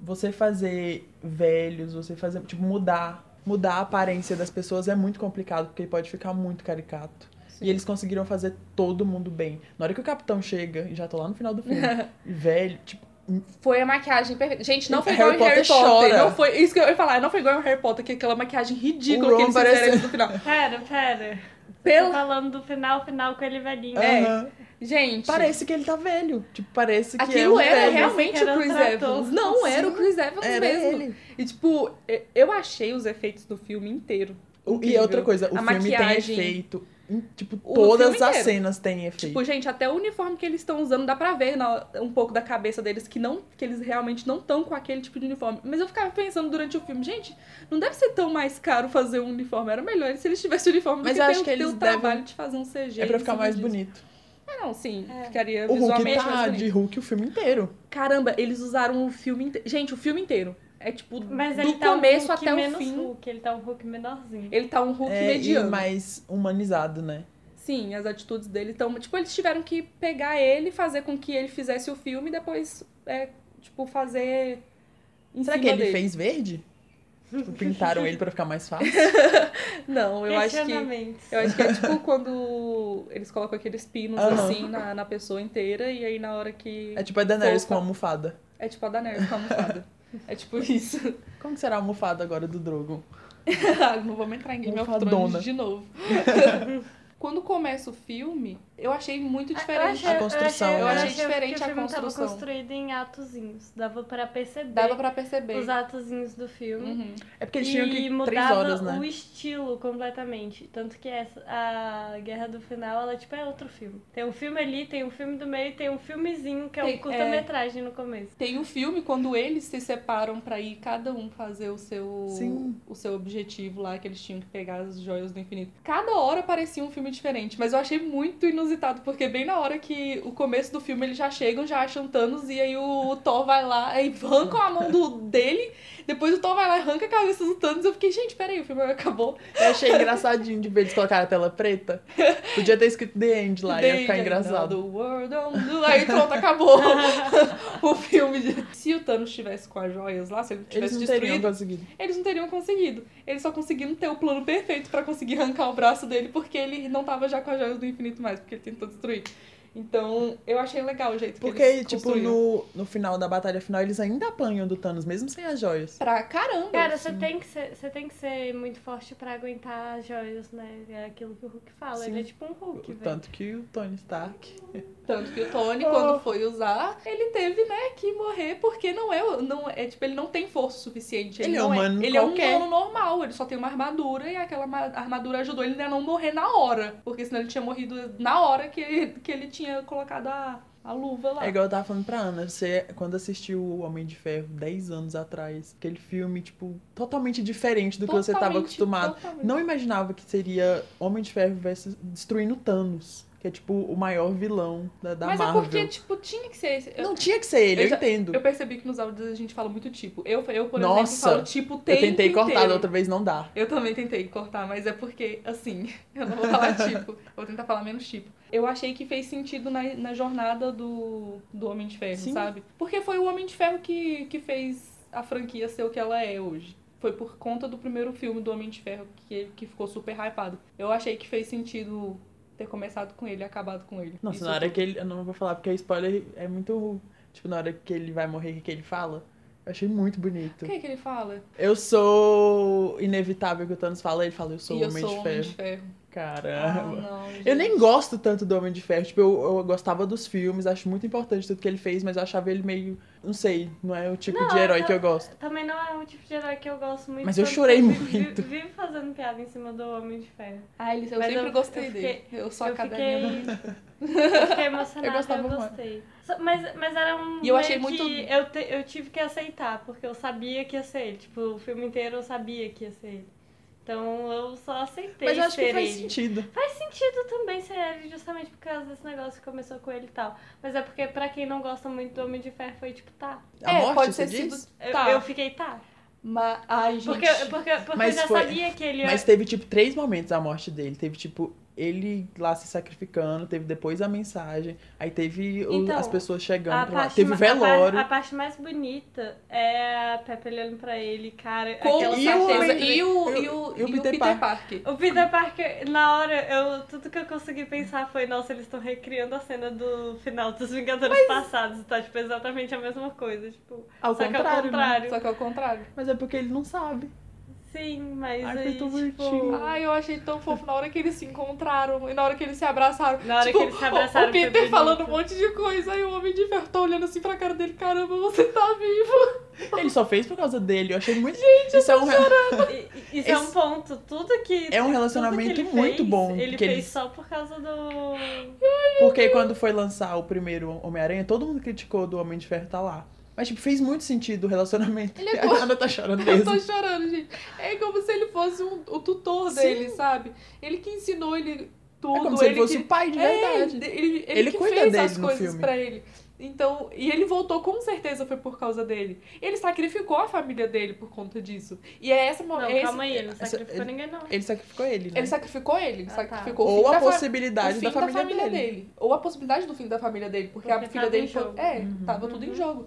[SPEAKER 2] você fazer velhos, você fazer, tipo, mudar, mudar a aparência das pessoas é muito complicado, porque pode ficar muito caricato.
[SPEAKER 1] Sim.
[SPEAKER 2] E eles conseguiram fazer todo mundo bem. Na hora que o capitão chega, e já tô lá no final do filme, velho, tipo,
[SPEAKER 1] Foi a maquiagem perfeita. Gente, não foi
[SPEAKER 2] Harry
[SPEAKER 1] igual em Harry
[SPEAKER 2] Potter
[SPEAKER 1] Potter.
[SPEAKER 2] chora.
[SPEAKER 1] Não foi, isso que eu ia falar, não foi igual em Harry Potter, que é aquela maquiagem ridícula
[SPEAKER 2] O
[SPEAKER 1] que eles
[SPEAKER 2] Ron
[SPEAKER 1] fizeram
[SPEAKER 2] parece-
[SPEAKER 1] ali no final.
[SPEAKER 3] Pera, pera. Tô
[SPEAKER 1] Pelo...
[SPEAKER 3] falando do final, final com ele velhinho.
[SPEAKER 1] É,
[SPEAKER 2] Aham.
[SPEAKER 1] Gente,
[SPEAKER 2] Parece que ele tá velho. Tipo, parece que
[SPEAKER 1] aquilo
[SPEAKER 2] é um
[SPEAKER 1] era
[SPEAKER 2] velho.
[SPEAKER 1] realmente
[SPEAKER 3] Era
[SPEAKER 1] o Chris
[SPEAKER 3] um trator.
[SPEAKER 1] Evans. Não era o Chris Evans
[SPEAKER 2] Era
[SPEAKER 1] mesmo.
[SPEAKER 2] ele.
[SPEAKER 1] E tipo, e- eu achei os efeitos do filme inteiro.
[SPEAKER 2] O- E
[SPEAKER 1] Incrível.
[SPEAKER 2] outra coisa, o
[SPEAKER 1] A
[SPEAKER 2] filme
[SPEAKER 1] maquiagem.
[SPEAKER 2] tem efeito. em, Tipo,
[SPEAKER 1] O
[SPEAKER 2] todas
[SPEAKER 1] filme
[SPEAKER 2] as
[SPEAKER 1] inteiro.
[SPEAKER 2] cenas têm efeito.
[SPEAKER 1] Tipo, gente, até o uniforme que eles estão usando dá pra ver na- um pouco da cabeça deles que não, que eles realmente não estão com aquele tipo de uniforme. Mas eu ficava pensando durante o filme, gente, não deve ser tão mais caro fazer um uniforme. Era melhor se eles tivessem uniforme.
[SPEAKER 2] Mas
[SPEAKER 1] do
[SPEAKER 2] eu
[SPEAKER 1] ter
[SPEAKER 2] acho
[SPEAKER 1] o-
[SPEAKER 2] que
[SPEAKER 1] ter o
[SPEAKER 2] eles devem-
[SPEAKER 1] trabalho de fazer um CG.
[SPEAKER 2] é pra
[SPEAKER 1] em
[SPEAKER 2] ficar
[SPEAKER 1] cima
[SPEAKER 2] mais
[SPEAKER 1] disso.
[SPEAKER 2] bonito.
[SPEAKER 1] Ah, não, sim.
[SPEAKER 3] É.
[SPEAKER 1] Ficaria
[SPEAKER 2] O Hulk
[SPEAKER 1] visualmente mais
[SPEAKER 2] tá
[SPEAKER 1] bonito.
[SPEAKER 2] de Hulk o filme inteiro.
[SPEAKER 1] Caramba, eles usaram o filme inteiro. Gente, o filme inteiro. É tipo,
[SPEAKER 3] Mas ele
[SPEAKER 1] do
[SPEAKER 3] tá
[SPEAKER 1] começo
[SPEAKER 3] um Hulk
[SPEAKER 1] até o
[SPEAKER 3] menos
[SPEAKER 1] fim.
[SPEAKER 3] Hulk, ele tá um Hulk menorzinho.
[SPEAKER 1] Ele tá um Hulk
[SPEAKER 2] É, e
[SPEAKER 1] mediano.
[SPEAKER 2] mais humanizado, né?
[SPEAKER 1] Sim, as atitudes dele estão. Tipo, eles tiveram que pegar ele, fazer com que ele fizesse o filme e depois, é, tipo, fazer. Em
[SPEAKER 2] Será
[SPEAKER 1] cima
[SPEAKER 2] que ele
[SPEAKER 1] dele.
[SPEAKER 2] fez verde? Tipo, pintaram ele pra ficar mais fácil?
[SPEAKER 1] Não, eu acho que.
[SPEAKER 3] Questionamentos.
[SPEAKER 1] Eu acho que é tipo quando eles colocam aqueles pinos
[SPEAKER 2] Aham.
[SPEAKER 1] assim na, na pessoa inteira e aí na hora que.
[SPEAKER 2] É tipo a Daenerys
[SPEAKER 1] Fofa.
[SPEAKER 2] com a almofada.
[SPEAKER 1] É, tipo a da Nerd com a almofada. É tipo isso.
[SPEAKER 2] Como que será a almofada agora do Drogon?
[SPEAKER 1] Ah, Não vamos entrar em Game of
[SPEAKER 2] Almofadona.
[SPEAKER 1] Thrones de novo. Quando começa o filme, Ah, eu achei muito diferente.
[SPEAKER 2] A construção,
[SPEAKER 1] eu
[SPEAKER 3] eu
[SPEAKER 1] achei
[SPEAKER 3] achei que
[SPEAKER 1] diferente a
[SPEAKER 3] o filme tava
[SPEAKER 1] construção.
[SPEAKER 3] construído em atozinhos. Dava pra perceber
[SPEAKER 1] Dava pra perceber.
[SPEAKER 3] os atozinhos do filme.
[SPEAKER 1] Uhum.
[SPEAKER 2] É porque eles tinham
[SPEAKER 3] E
[SPEAKER 2] que
[SPEAKER 3] mudava
[SPEAKER 2] três horas, né?
[SPEAKER 3] o estilo completamente. Tanto que essa, a Guerra do Final, ela tipo é outro filme. Tem um filme ali, tem um filme do meio, tem um filmezinho que é
[SPEAKER 1] Tem-
[SPEAKER 3] um curta-metragem no começo.
[SPEAKER 1] Tem o filme quando eles se separam pra ir cada um fazer o seu
[SPEAKER 2] Sim.
[SPEAKER 1] o seu objetivo lá que eles tinham que pegar as joias do infinito. Cada hora parecia um filme diferente, mas eu achei muito inusitado porque bem na hora que o começo do filme eles já chegam, já acham Thanos e aí o, o Thor vai lá e arranca a mão do, dele, depois o Thor vai lá e arranca a cabeça do Thanos. Eu fiquei, gente, peraí, o filme acabou.
[SPEAKER 2] Eu achei engraçadinho de ver eles colocar a tela preta. Podia ter escrito The End lá, ia ficar
[SPEAKER 1] Danger,
[SPEAKER 2] engraçado.
[SPEAKER 1] another world on- Aí pronto, acabou o filme. de- Se o Thanos tivesse com as joias lá, se ele
[SPEAKER 2] Eles
[SPEAKER 1] tivesse
[SPEAKER 2] não
[SPEAKER 1] destruído,
[SPEAKER 2] teriam conseguido.
[SPEAKER 1] eles não teriam conseguido. Eles só conseguiram ter o plano perfeito pra conseguir arrancar o braço dele, porque ele não tava já com as joias do infinito mais, porque ele tentou destruir. Então, eu achei legal o jeito que
[SPEAKER 2] Porque,
[SPEAKER 1] eles
[SPEAKER 2] tipo,
[SPEAKER 1] construíram.
[SPEAKER 2] no, no final da batalha final, eles ainda apanham do Thanos, mesmo sem as joias.
[SPEAKER 1] Pra caramba!
[SPEAKER 3] Cara, você tem, que ser, você tem que ser muito forte pra aguentar as joias, né? É aquilo que o Hulk fala.
[SPEAKER 2] Sim.
[SPEAKER 3] Ele é tipo um Hulk,
[SPEAKER 2] O
[SPEAKER 3] velho.
[SPEAKER 2] tanto que o Tony Stark.
[SPEAKER 1] Tanto que o Tony,
[SPEAKER 2] Oh.
[SPEAKER 1] quando foi usar, ele teve, né, que morrer, porque não é, não é tipo, ele não tem força suficiente.
[SPEAKER 2] Ele é
[SPEAKER 1] não
[SPEAKER 2] humano
[SPEAKER 1] Ele
[SPEAKER 2] qualquer.
[SPEAKER 1] é um humano normal, ele só tem uma armadura e aquela ma- armadura ajudou ele a não morrer na hora. Porque senão ele tinha morrido na hora que ele, que ele tinha colocado a, a luva lá.
[SPEAKER 2] É igual eu tava falando pra Ana, você, quando assistiu O Homem de Ferro 10 anos atrás, aquele filme, tipo, totalmente diferente do que você tava
[SPEAKER 1] Totalmente,
[SPEAKER 2] acostumado.
[SPEAKER 1] totalmente.
[SPEAKER 2] Não imaginava que seria Homem de Ferro versus destruindo Thanos, que é, tipo, o maior vilão da, da
[SPEAKER 1] Mas
[SPEAKER 2] Marvel.
[SPEAKER 1] é porque, tipo, tinha que ser esse. Eu,
[SPEAKER 2] Não tinha que ser ele,
[SPEAKER 1] Eu
[SPEAKER 2] eu,
[SPEAKER 1] já-
[SPEAKER 2] entendo.
[SPEAKER 1] eu percebi que nos áudios a gente fala muito tipo. Eu, eu por exemplo,
[SPEAKER 2] Nossa,
[SPEAKER 1] falo tipo o tempo
[SPEAKER 2] eu tentei cortar,
[SPEAKER 1] inteiro.
[SPEAKER 2] da outra vez não dá.
[SPEAKER 1] Eu também tentei cortar, mas é porque, assim, eu não vou falar tipo, eu vou tentar falar menos tipo. Eu achei que fez sentido na, na jornada do, do Homem de Ferro,
[SPEAKER 2] Sim.
[SPEAKER 1] sabe? Porque foi o Homem de Ferro que, que fez a franquia ser o que ela é hoje. Foi por conta do primeiro filme do Homem de Ferro que, que ficou super hypado. Eu achei que fez sentido ter começado com ele e acabado com ele.
[SPEAKER 2] Nossa,
[SPEAKER 1] Isso
[SPEAKER 2] na hora
[SPEAKER 1] tudo.
[SPEAKER 2] que ele. Eu não vou falar porque spoiler é muito. Tipo, na hora que ele vai morrer, que ele fala. Eu achei muito bonito.
[SPEAKER 1] O que é que ele fala?
[SPEAKER 2] Eu sou inevitável que o Thanos fala, ele fala, eu sou
[SPEAKER 1] e
[SPEAKER 2] o
[SPEAKER 1] eu
[SPEAKER 2] Homem
[SPEAKER 1] sou o
[SPEAKER 2] de
[SPEAKER 1] Homem
[SPEAKER 2] Ferro.
[SPEAKER 1] de Ferro. Ah,
[SPEAKER 2] Caramba.
[SPEAKER 1] não,
[SPEAKER 2] eu
[SPEAKER 1] gente.
[SPEAKER 2] nem gosto tanto do Homem de Ferro. Tipo, eu, eu gostava dos filmes, acho muito importante tudo que ele fez, mas eu achava ele meio. Não sei, não é o tipo
[SPEAKER 3] Não,
[SPEAKER 2] de herói
[SPEAKER 3] eu-
[SPEAKER 2] que eu gosto.
[SPEAKER 3] Também não é um tipo de herói que eu gosto muito.
[SPEAKER 2] Mas eu
[SPEAKER 3] tanto
[SPEAKER 2] chorei
[SPEAKER 3] que vi-
[SPEAKER 2] muito.
[SPEAKER 3] vi- Vive fazendo piada em cima do Homem de Ferro.
[SPEAKER 1] Ah, ele, eu
[SPEAKER 3] Mas
[SPEAKER 1] sempre
[SPEAKER 3] eu-
[SPEAKER 1] gostei
[SPEAKER 3] eu
[SPEAKER 1] dele. Eu sou a
[SPEAKER 3] eu
[SPEAKER 1] cadelinha.
[SPEAKER 3] fiquei... Eu fiquei emocionada,
[SPEAKER 2] Eu
[SPEAKER 3] eu,
[SPEAKER 2] gostava muito.
[SPEAKER 3] gostei. Só- Mas, mas era um.
[SPEAKER 1] E eu achei
[SPEAKER 3] meio que
[SPEAKER 1] muito-
[SPEAKER 3] Eu, te- eu tive que aceitar, porque eu sabia que ia ser ele. Tipo, o filme inteiro eu sabia que ia ser ele. Então eu só aceitei.
[SPEAKER 2] Mas eu acho que
[SPEAKER 3] ser
[SPEAKER 2] faz
[SPEAKER 3] ele.
[SPEAKER 2] sentido.
[SPEAKER 3] Faz sentido também ser ele, justamente por causa desse negócio que começou com ele e tal. Mas é porque, pra quem não gosta muito do Homem de Ferro, foi tipo, tá.
[SPEAKER 2] A
[SPEAKER 1] é,
[SPEAKER 2] morte,
[SPEAKER 1] pode
[SPEAKER 2] você
[SPEAKER 1] ter
[SPEAKER 2] diz?
[SPEAKER 1] sido.
[SPEAKER 3] Eu,
[SPEAKER 1] Tá.
[SPEAKER 3] eu fiquei, tá.
[SPEAKER 1] Mas, ai, gente.
[SPEAKER 3] Porque, porque, porque
[SPEAKER 2] Mas
[SPEAKER 3] eu já
[SPEAKER 2] foi-
[SPEAKER 3] sabia que ele ia.
[SPEAKER 2] Mas teve, tipo, três momentos a morte dele. Teve, tipo, ele lá se sacrificando, teve depois a mensagem, aí teve o-
[SPEAKER 3] Então,
[SPEAKER 2] as pessoas
[SPEAKER 3] A
[SPEAKER 2] chegando pra lá,
[SPEAKER 3] parte
[SPEAKER 2] teve
[SPEAKER 3] ma-
[SPEAKER 2] velório.
[SPEAKER 3] A, par- a parte mais bonita é a Pepe olhando pra ele, cara.
[SPEAKER 1] Com
[SPEAKER 3] aquela
[SPEAKER 2] e o
[SPEAKER 3] parte-
[SPEAKER 1] certeza.
[SPEAKER 2] Homem-
[SPEAKER 1] E o, e
[SPEAKER 2] e
[SPEAKER 1] o,
[SPEAKER 2] o Peter
[SPEAKER 1] Parker.
[SPEAKER 3] O Peter Parker, na hora, eu, tudo que eu consegui pensar foi, nossa, eles estão recriando a cena do final dos Vingadores passados, tá? Tipo, exatamente a mesma coisa, tipo...
[SPEAKER 2] Ao
[SPEAKER 3] só que ao
[SPEAKER 2] contrário, né?
[SPEAKER 3] contrário.
[SPEAKER 1] Só que é o contrário.
[SPEAKER 2] Mas é porque ele não sabe.
[SPEAKER 3] Sim, mas
[SPEAKER 2] Ai, foi
[SPEAKER 3] aí,
[SPEAKER 2] tão
[SPEAKER 3] tipo...
[SPEAKER 2] bonitinho.
[SPEAKER 1] Ai, eu achei tão fofo na hora que eles se encontraram e na hora que eles se abraçaram.
[SPEAKER 3] Na hora
[SPEAKER 1] Tipo,
[SPEAKER 3] que eles se abraçaram,
[SPEAKER 1] O
[SPEAKER 3] foi
[SPEAKER 1] Peter
[SPEAKER 3] bonito.
[SPEAKER 1] falando um monte de coisa, aí o homem de ferro tá olhando assim pra cara dele, caramba, você tá vivo.
[SPEAKER 2] Ele só fez por causa dele. Eu achei muito. Gente, isso é um
[SPEAKER 3] E- e- Isso é um
[SPEAKER 2] Esse-
[SPEAKER 3] ponto, tudo que...
[SPEAKER 2] É um
[SPEAKER 3] tudo
[SPEAKER 2] relacionamento
[SPEAKER 3] que ele
[SPEAKER 2] muito
[SPEAKER 3] fez,
[SPEAKER 2] bom,
[SPEAKER 3] Ele
[SPEAKER 2] que
[SPEAKER 3] fez
[SPEAKER 2] eles-
[SPEAKER 3] só por causa do...
[SPEAKER 2] Porque quando foi lançar o primeiro Homem-Aranha, todo mundo criticou do Homem de Ferro tá lá. Mas, tipo, fez muito sentido o relacionamento.
[SPEAKER 1] Ele é
[SPEAKER 2] a Nana tá chorando
[SPEAKER 1] Eu
[SPEAKER 2] mesmo.
[SPEAKER 1] tô chorando, gente. É como se ele fosse um- o tutor
[SPEAKER 2] Sim.
[SPEAKER 1] dele, sabe? Ele que ensinou ele tudo.
[SPEAKER 2] É como se ele fosse
[SPEAKER 1] que...
[SPEAKER 2] o pai de
[SPEAKER 1] É,
[SPEAKER 2] verdade.
[SPEAKER 1] ele, ele,
[SPEAKER 2] Ele
[SPEAKER 1] que
[SPEAKER 2] cuida
[SPEAKER 1] fez
[SPEAKER 2] dele
[SPEAKER 1] as
[SPEAKER 2] no
[SPEAKER 1] coisas
[SPEAKER 2] filme.
[SPEAKER 1] pra ele. Então, e ele voltou com certeza foi por causa dele. Ele sacrificou a família dele por conta disso. E é essa
[SPEAKER 3] Não,
[SPEAKER 1] é esse-
[SPEAKER 3] calma aí, ele não
[SPEAKER 2] essa- é-
[SPEAKER 3] sacrificou
[SPEAKER 2] ele-
[SPEAKER 3] ninguém, não.
[SPEAKER 2] Ele sacrificou ele, né?
[SPEAKER 1] Ele sacrificou ele, ele
[SPEAKER 3] Ah, tá.
[SPEAKER 1] sacrificou o
[SPEAKER 2] Ou
[SPEAKER 1] fim
[SPEAKER 2] a
[SPEAKER 1] da fa-
[SPEAKER 2] possibilidade
[SPEAKER 1] o fim
[SPEAKER 2] da família, dele.
[SPEAKER 1] Ou a possibilidade do fim da família dele, porque,
[SPEAKER 3] Porque
[SPEAKER 1] a filha
[SPEAKER 3] tava
[SPEAKER 1] dele
[SPEAKER 3] em
[SPEAKER 1] foi.
[SPEAKER 3] jogo.
[SPEAKER 1] É,
[SPEAKER 2] Uhum.
[SPEAKER 1] tava tudo em
[SPEAKER 3] Uhum.
[SPEAKER 1] jogo.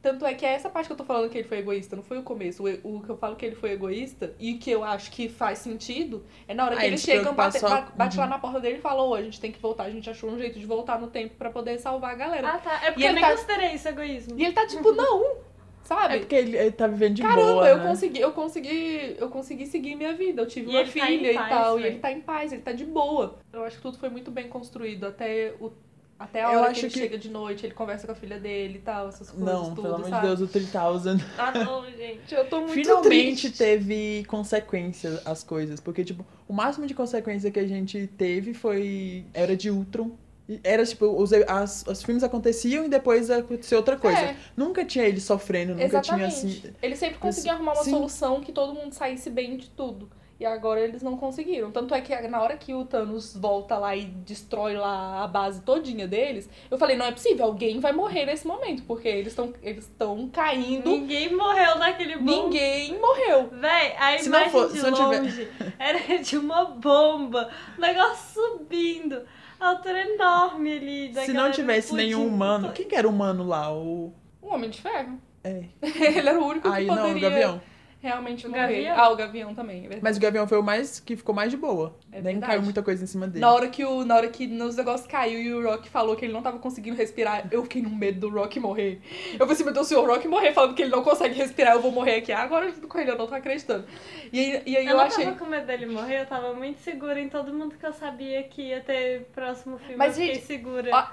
[SPEAKER 1] Tanto é que é essa parte que eu tô falando que ele foi egoísta, não foi o começo. O, e- o que eu falo que ele foi egoísta e que eu acho que faz sentido é na hora
[SPEAKER 2] Ah,
[SPEAKER 1] que
[SPEAKER 2] ele
[SPEAKER 1] eles
[SPEAKER 2] se
[SPEAKER 1] chegam,
[SPEAKER 2] preocupar
[SPEAKER 1] bate,
[SPEAKER 2] só- Uhum.
[SPEAKER 1] ba- bate lá na porta dele e falam: Ô, a gente tem que voltar, a gente achou um jeito de voltar no tempo pra poder salvar a galera.
[SPEAKER 3] Ah, tá. É porque
[SPEAKER 1] E
[SPEAKER 3] eu
[SPEAKER 1] ele
[SPEAKER 3] nem
[SPEAKER 1] tá-
[SPEAKER 3] considerei isso egoísmo.
[SPEAKER 1] E ele tá tipo, não, sabe?
[SPEAKER 2] É porque ele, ele tá vivendo de
[SPEAKER 1] Caramba,
[SPEAKER 2] boa,
[SPEAKER 1] eu
[SPEAKER 2] né?
[SPEAKER 1] consegui, eu consegui, eu consegui seguir minha vida. Eu tive
[SPEAKER 3] E
[SPEAKER 1] uma
[SPEAKER 3] ele tá em
[SPEAKER 1] filha e
[SPEAKER 3] paz,
[SPEAKER 1] tal, e
[SPEAKER 3] né?
[SPEAKER 1] ele tá em paz, ele tá de boa. Eu acho que tudo foi muito bem construído até o até a
[SPEAKER 2] Eu
[SPEAKER 1] hora que
[SPEAKER 2] acho
[SPEAKER 1] ele
[SPEAKER 2] que-
[SPEAKER 1] chega de noite, ele conversa com a filha dele e tal, essas coisas
[SPEAKER 2] Não,
[SPEAKER 1] tudo,
[SPEAKER 2] pelo amor de
[SPEAKER 1] sabe?
[SPEAKER 2] Deus, o 3000.
[SPEAKER 3] Ah, não, gente.
[SPEAKER 1] Eu tô muito
[SPEAKER 2] Finalmente
[SPEAKER 1] triste.
[SPEAKER 2] teve consequências as coisas. Porque, tipo, o máximo de consequência que a gente teve foi. Era de Ultron. E Era, tipo, os, as, os filmes aconteciam e depois aconteceu outra coisa.
[SPEAKER 1] É.
[SPEAKER 2] Nunca tinha ele sofrendo, nunca tinha
[SPEAKER 1] Exatamente.
[SPEAKER 2] assim.
[SPEAKER 1] Ele sempre conseguia arrumar uma
[SPEAKER 2] Sim.
[SPEAKER 1] solução que todo mundo saísse bem de tudo. E agora eles não conseguiram. Tanto é que na hora que o Thanos volta lá e destrói lá a base todinha deles, eu falei, não é possível, alguém vai morrer nesse momento, porque eles estão eles estão caindo.
[SPEAKER 3] Ninguém morreu naquele bom
[SPEAKER 1] Ninguém morreu.
[SPEAKER 3] Véi, a
[SPEAKER 2] Se não
[SPEAKER 3] imagem
[SPEAKER 2] for-
[SPEAKER 3] de
[SPEAKER 2] se não tiver-
[SPEAKER 3] longe era de uma bomba, o negócio subindo, a altura enorme ali. da
[SPEAKER 2] Se não
[SPEAKER 3] galera
[SPEAKER 2] tivesse nenhum
[SPEAKER 3] explodindo.
[SPEAKER 2] humano. Quem que era humano lá? O.
[SPEAKER 1] Um homem de ferro.
[SPEAKER 2] É.
[SPEAKER 1] Ele era o único que
[SPEAKER 2] Aí
[SPEAKER 1] poderia
[SPEAKER 2] não, o Gavião.
[SPEAKER 1] realmente
[SPEAKER 3] O
[SPEAKER 1] morrer.
[SPEAKER 3] Gavião?
[SPEAKER 1] Ah, o Gavião também, é verdade.
[SPEAKER 2] Mas o Gavião foi o mais que ficou mais de boa.
[SPEAKER 1] É
[SPEAKER 2] Nem
[SPEAKER 1] verdade.
[SPEAKER 2] caiu muita coisa em cima dele.
[SPEAKER 1] Na hora que o na hora que nos negócios caiu e o Rock falou que ele não tava conseguindo respirar, eu fiquei no medo do Rock morrer. Eu falei assim, meu Deus, se o Rock morrer falando que ele não consegue respirar, eu vou morrer aqui. Ah, Agora eu tô com ele, eu não tô acreditando. E aí, e aí
[SPEAKER 3] Eu,
[SPEAKER 1] eu
[SPEAKER 3] não
[SPEAKER 1] achei.
[SPEAKER 3] tava com medo dele morrer, eu tava muito segura em todo mundo que eu sabia que ia ter próximo filme.
[SPEAKER 1] Mas,
[SPEAKER 3] eu fiquei
[SPEAKER 1] gente,
[SPEAKER 3] segura.
[SPEAKER 1] ó,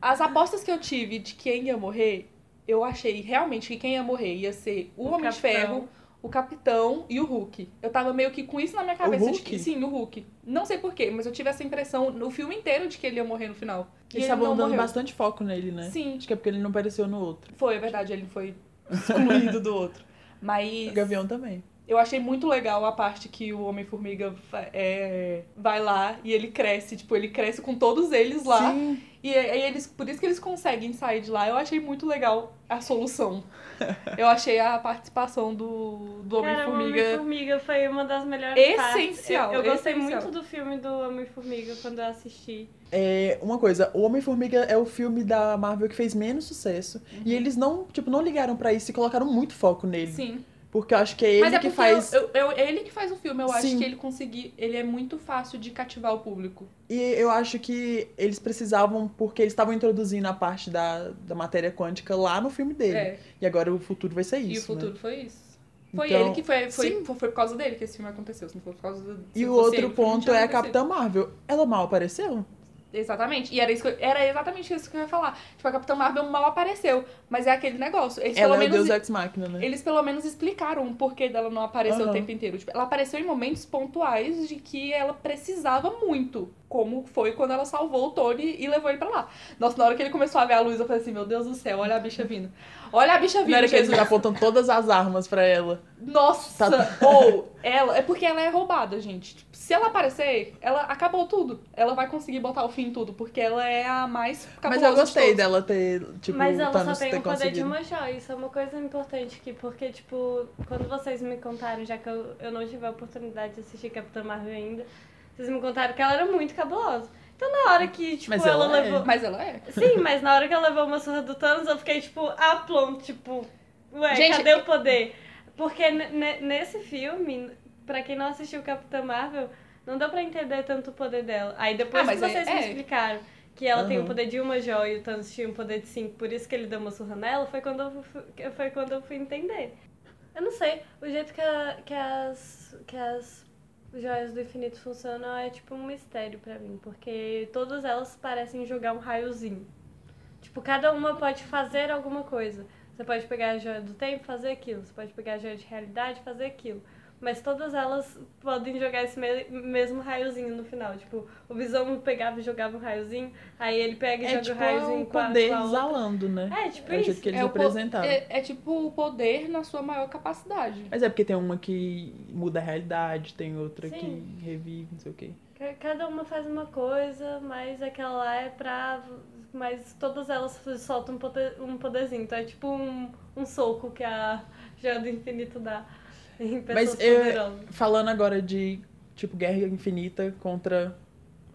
[SPEAKER 1] As apostas que eu tive de quem ia morrer, eu achei realmente que quem ia morrer ia ser o,
[SPEAKER 3] O
[SPEAKER 1] Homem
[SPEAKER 3] Capitão.
[SPEAKER 1] de Ferro, o Capitão e o Hulk. Eu tava meio que com isso na minha cabeça. de que-
[SPEAKER 2] Hulk?
[SPEAKER 1] sim, o Hulk. Não sei porquê, mas eu tive essa impressão no filme inteiro de que ele ia morrer no final. E
[SPEAKER 2] Eles
[SPEAKER 1] ele não
[SPEAKER 2] estavam dando
[SPEAKER 1] morreu.
[SPEAKER 2] bastante foco nele, né?
[SPEAKER 1] Sim,
[SPEAKER 2] Acho que é porque ele não apareceu no outro.
[SPEAKER 1] foi, é verdade, ele foi excluído do outro. Mas
[SPEAKER 2] O Gavião também.
[SPEAKER 1] eu achei muito legal a parte que o Homem-Formiga fa- é, vai lá e ele cresce, tipo, ele cresce com todos eles lá.
[SPEAKER 2] Sim.
[SPEAKER 1] E aí eles, por isso que eles conseguem sair de lá. Eu achei muito legal a solução. Eu achei a participação do, do
[SPEAKER 3] Cara, o
[SPEAKER 1] Homem-Formiga.
[SPEAKER 3] Homem-Formiga foi uma das melhores
[SPEAKER 1] Essencial,
[SPEAKER 3] partes. Eu, eu gostei
[SPEAKER 1] essencial.
[SPEAKER 3] muito do filme do Homem-Formiga quando eu assisti.
[SPEAKER 2] É, uma coisa, o Homem-Formiga é o filme da Marvel que fez menos sucesso. E eles não, tipo, não ligaram pra isso e colocaram muito foco nele.
[SPEAKER 1] Uhum. Sim.
[SPEAKER 2] Porque eu acho que é ele
[SPEAKER 1] Mas é
[SPEAKER 2] que
[SPEAKER 1] porque
[SPEAKER 2] faz.
[SPEAKER 1] eu- eu- é ele que faz o filme. Eu acho
[SPEAKER 2] Sim.
[SPEAKER 1] que ele conseguir. Ele é muito fácil de cativar o público.
[SPEAKER 2] E eu acho que eles precisavam, porque eles estavam introduzindo a parte da, da matéria quântica lá no filme dele.
[SPEAKER 1] É.
[SPEAKER 2] E agora o futuro vai ser isso.
[SPEAKER 1] e o
[SPEAKER 2] né?
[SPEAKER 1] futuro foi isso. Foi
[SPEAKER 2] Então,
[SPEAKER 1] ele que foi, foi,
[SPEAKER 2] sim.
[SPEAKER 1] foi. Foi por causa dele que esse filme aconteceu. Se não for por causa do, se
[SPEAKER 2] E o
[SPEAKER 1] fosse
[SPEAKER 2] outro
[SPEAKER 1] ele, o filme não
[SPEAKER 2] ponto
[SPEAKER 1] tinha
[SPEAKER 2] é a
[SPEAKER 1] acontecido.
[SPEAKER 2] Capitã Marvel. Ela mal apareceu?
[SPEAKER 1] Exatamente. E era, isso que eu- era exatamente isso que eu ia falar. Tipo, a Capitã Marvel mal apareceu. Mas é aquele negócio. Eles
[SPEAKER 2] Ela
[SPEAKER 1] pelo
[SPEAKER 2] é o
[SPEAKER 1] menos
[SPEAKER 2] Deus Ex Machina, né?
[SPEAKER 1] Eles pelo menos explicaram o porquê dela não aparecer o
[SPEAKER 2] Aham.
[SPEAKER 1] tempo inteiro. Tipo, ela apareceu em momentos pontuais de que ela precisava muito. Como foi quando ela salvou o Tony e levou ele pra lá. Nossa, na hora que ele começou a ver a luz, eu falei assim, meu Deus do céu, olha a bicha vindo. Olha a bicha vindo,
[SPEAKER 2] Não era que eles
[SPEAKER 1] Jesus.
[SPEAKER 2] apontam todas as armas pra ela.
[SPEAKER 1] Nossa!
[SPEAKER 2] Tá-
[SPEAKER 1] Ou ela. É porque ela é roubada, gente. Tipo, se ela aparecer, ela acabou tudo. Ela vai conseguir botar o fim em tudo, porque ela é a mais
[SPEAKER 2] Mas
[SPEAKER 1] cabulosa
[SPEAKER 2] eu
[SPEAKER 1] de
[SPEAKER 2] gostei
[SPEAKER 1] todas.
[SPEAKER 2] dela ter, tipo,
[SPEAKER 3] Mas ela
[SPEAKER 2] Thanos
[SPEAKER 3] só tem
[SPEAKER 2] ter
[SPEAKER 3] o poder de
[SPEAKER 2] conseguido.
[SPEAKER 3] uma joia. Isso é uma coisa importante aqui, porque, tipo, quando vocês me contaram, já que eu, eu não tive a oportunidade de assistir Capitã Marvel ainda, Vocês me contaram que ela era muito cabulosa. Então na hora que, tipo,
[SPEAKER 2] Mas
[SPEAKER 3] ela,
[SPEAKER 2] ela é.
[SPEAKER 3] levou.
[SPEAKER 1] Mas ela é.
[SPEAKER 3] Sim, mas na hora que ela levou uma surra do Thanos, eu fiquei, tipo, aplom, tipo, ué,
[SPEAKER 1] Gente,
[SPEAKER 3] cadê o poder? Porque ne- ne- nesse filme, pra quem não assistiu Capitã Marvel, não deu pra entender tanto o poder dela. Aí depois
[SPEAKER 1] Ah,
[SPEAKER 3] que
[SPEAKER 1] mas é-
[SPEAKER 3] vocês me
[SPEAKER 1] é.
[SPEAKER 3] explicaram que ela tem o
[SPEAKER 2] Aham.
[SPEAKER 3] poder de uma joia e o Thanos tinha o poder de cinco, por isso que ele deu uma surra nela, foi quando eu fui, que- foi quando eu fui entender. Eu não sei, o jeito que, a- que as. que as joias do infinito funcionam é tipo um mistério pra mim, porque todas elas parecem jogar um raiozinho. Tipo, cada uma pode fazer alguma coisa. Você pode pegar a joia do tempo, fazer aquilo. Você pode pegar a joia de realidade, fazer aquilo. Mas todas elas podem jogar esse me- mesmo raiozinho no final. Tipo, o Visão pegava e jogava um raiozinho, aí ele pega e
[SPEAKER 2] É
[SPEAKER 3] joga
[SPEAKER 2] tipo
[SPEAKER 3] o raiozinho
[SPEAKER 2] o
[SPEAKER 3] com a-
[SPEAKER 2] poder
[SPEAKER 3] com a outra.
[SPEAKER 2] exalando, né?
[SPEAKER 3] É, tipo
[SPEAKER 2] É o
[SPEAKER 3] isso.
[SPEAKER 2] jeito que eles
[SPEAKER 1] é, o po-
[SPEAKER 2] apresentaram.
[SPEAKER 1] é- é tipo o poder na sua maior capacidade.
[SPEAKER 2] Mas é porque tem uma que muda a realidade, tem outra
[SPEAKER 3] Sim.
[SPEAKER 2] que revive, não sei o quê.
[SPEAKER 3] Ca- Cada uma faz uma coisa, mas aquela lá é pra. Mas todas elas soltam um, poder, um poderzinho. Então é tipo um, um soco que a joia do infinito dá em pessoas
[SPEAKER 2] Mas eu-
[SPEAKER 3] poderosas.
[SPEAKER 2] Falando agora de, tipo, Guerra Infinita contra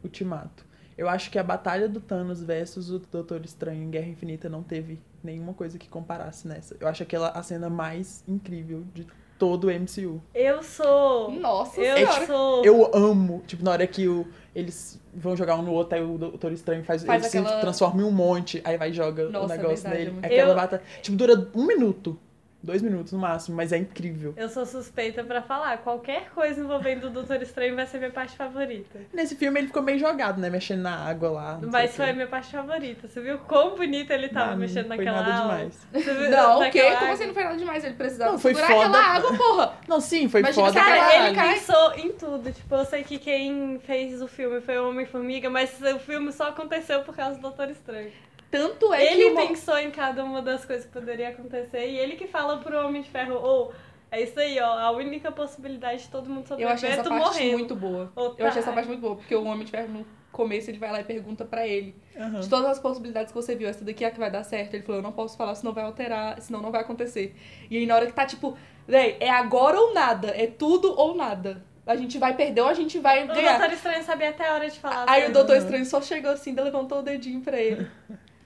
[SPEAKER 2] Ultimato. Eu acho que a batalha do Thanos versus o Doutor Estranho em Guerra Infinita não teve nenhuma coisa que comparasse nessa. Eu acho aquela a cena mais incrível de todo o MCU.
[SPEAKER 3] Eu sou.
[SPEAKER 1] Nossa
[SPEAKER 3] Eu
[SPEAKER 1] senhora.
[SPEAKER 3] sou.
[SPEAKER 2] É Eu amo, tipo, na hora que o, eles vão jogar um no outro, aí o Doutor Estranho faz,
[SPEAKER 1] Faz
[SPEAKER 2] ele
[SPEAKER 1] aquela-
[SPEAKER 2] se transforma em um monte, aí vai e joga
[SPEAKER 1] Nossa,
[SPEAKER 2] o negócio
[SPEAKER 1] verdade, é
[SPEAKER 2] nele.
[SPEAKER 1] muito-
[SPEAKER 2] Aquela
[SPEAKER 3] Eu-
[SPEAKER 2] batalha. Tipo, dura um minuto. Dois minutos no máximo, mas é incrível.
[SPEAKER 3] Eu sou suspeita pra falar. Qualquer coisa envolvendo o Doutor Estranho vai ser minha parte favorita.
[SPEAKER 2] Nesse filme ele ficou meio jogado, né? Mexendo na água lá. não sei
[SPEAKER 3] Mas
[SPEAKER 2] o
[SPEAKER 3] foi
[SPEAKER 2] quê.
[SPEAKER 3] a minha parte favorita. Você viu quão bonito ele tava
[SPEAKER 2] Ah,
[SPEAKER 3] mexendo
[SPEAKER 2] não
[SPEAKER 3] naquela
[SPEAKER 2] Foi nada
[SPEAKER 3] aula?
[SPEAKER 2] demais.
[SPEAKER 3] Você viu
[SPEAKER 1] Não,
[SPEAKER 3] naquela
[SPEAKER 1] ok. Como
[SPEAKER 3] água?
[SPEAKER 1] assim não foi nada demais? Ele precisava
[SPEAKER 2] Não, foi
[SPEAKER 1] segurar
[SPEAKER 2] foda.
[SPEAKER 1] aquela água, porra.
[SPEAKER 2] Não, sim, foi
[SPEAKER 1] Imagina
[SPEAKER 2] foda.
[SPEAKER 1] se
[SPEAKER 2] pra
[SPEAKER 1] ela-
[SPEAKER 3] Cara,
[SPEAKER 2] caralho.
[SPEAKER 3] ele
[SPEAKER 1] cai.
[SPEAKER 3] pensou em tudo. Tipo, eu sei que quem fez o filme foi o Homem-Formiga, mas o filme só aconteceu por causa do Doutor Estranho.
[SPEAKER 1] Tanto é que
[SPEAKER 3] ele
[SPEAKER 1] uma...
[SPEAKER 3] pensou em cada uma das coisas que poderia acontecer e ele que fala pro Homem de Ferro, ou é isso aí, ó, a única possibilidade de todo mundo
[SPEAKER 1] Eu
[SPEAKER 3] sobreviver
[SPEAKER 1] achei
[SPEAKER 3] é
[SPEAKER 1] essa
[SPEAKER 3] tu tá,
[SPEAKER 1] parte
[SPEAKER 3] morrer.
[SPEAKER 1] muito boa. Eu
[SPEAKER 3] é
[SPEAKER 1] achei essa parte muito boa, porque o homem de ferro no começo ele vai lá e pergunta pra ele.
[SPEAKER 2] Aham.
[SPEAKER 3] Hum.
[SPEAKER 1] De todas as possibilidades que você viu, essa daqui é a que vai dar certo. Ele falou, eu não posso falar, senão vai alterar, senão não vai acontecer. E aí na hora que tá tipo, véi, é agora ou nada, é tudo ou nada. A gente vai perder ou a gente vai
[SPEAKER 3] O
[SPEAKER 1] ganhar.
[SPEAKER 3] Doutor Estranho sabia até a hora de falar. né?
[SPEAKER 1] Aí
[SPEAKER 3] sabe?
[SPEAKER 1] o Doutor Estranho só chegou assim, ainda levantou o dedinho pra ele.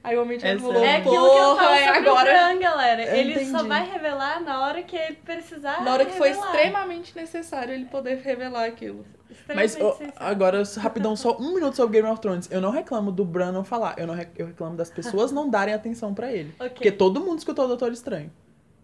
[SPEAKER 1] Aí o homem de ferro
[SPEAKER 2] Essa
[SPEAKER 1] falou,
[SPEAKER 3] É aquilo que eu
[SPEAKER 1] porra,
[SPEAKER 3] falo
[SPEAKER 1] é
[SPEAKER 3] sobre o né?
[SPEAKER 1] agora.
[SPEAKER 3] Bran, galera.
[SPEAKER 2] Eu
[SPEAKER 3] ele só
[SPEAKER 2] entendi.
[SPEAKER 3] vai revelar na hora que ele precisar
[SPEAKER 1] Na hora que foi
[SPEAKER 3] revelar.
[SPEAKER 1] extremamente necessário ele poder revelar aquilo.
[SPEAKER 2] Mas ó,
[SPEAKER 3] Extremamente sensível.
[SPEAKER 2] agora, rapidão, só um minuto sobre Game of Thrones. Eu não reclamo do Bran não falar. Eu, não re- eu reclamo das pessoas não darem atenção pra ele.
[SPEAKER 3] Ok.
[SPEAKER 2] Porque todo mundo escutou o Doutor Estranho.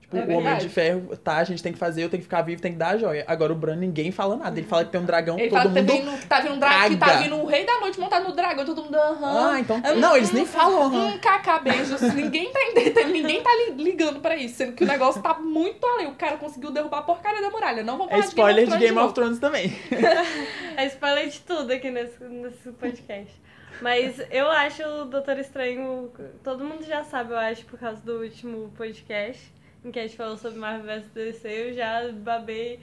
[SPEAKER 2] Tipo,
[SPEAKER 1] É
[SPEAKER 2] o Homem
[SPEAKER 1] verdade.
[SPEAKER 2] de Ferro, tá, a gente tem que fazer, eu tenho que ficar vivo, tem que dar a joia. Agora o Bran, ninguém fala nada. Ele fala que tem um dragão,
[SPEAKER 1] Ele
[SPEAKER 2] todo
[SPEAKER 1] fala que
[SPEAKER 2] mundo...
[SPEAKER 1] tá vindo, tá vindo um dragão, que tá
[SPEAKER 2] caga.
[SPEAKER 1] vindo o rei da noite montado no dragão, todo mundo, aham.
[SPEAKER 2] Ah, então...
[SPEAKER 1] Eu não-
[SPEAKER 2] Não, eles nem falam, aham.
[SPEAKER 1] Um kk beijos, ninguém tá entendendo, ninguém tá li- ligando pra isso, sendo que o negócio tá muito além. O cara conseguiu derrubar a porcaria da muralha. Não vamos
[SPEAKER 2] É
[SPEAKER 1] falar
[SPEAKER 2] spoiler de Game of
[SPEAKER 1] Thrones.
[SPEAKER 2] Thrones também.
[SPEAKER 3] É spoiler de tudo aqui nesse, nesse podcast. Mas eu acho o Doutor Estranho. Todo mundo já sabe, eu acho, por causa do último podcast em que a gente falou sobre Marvel vs DC. Eu já babei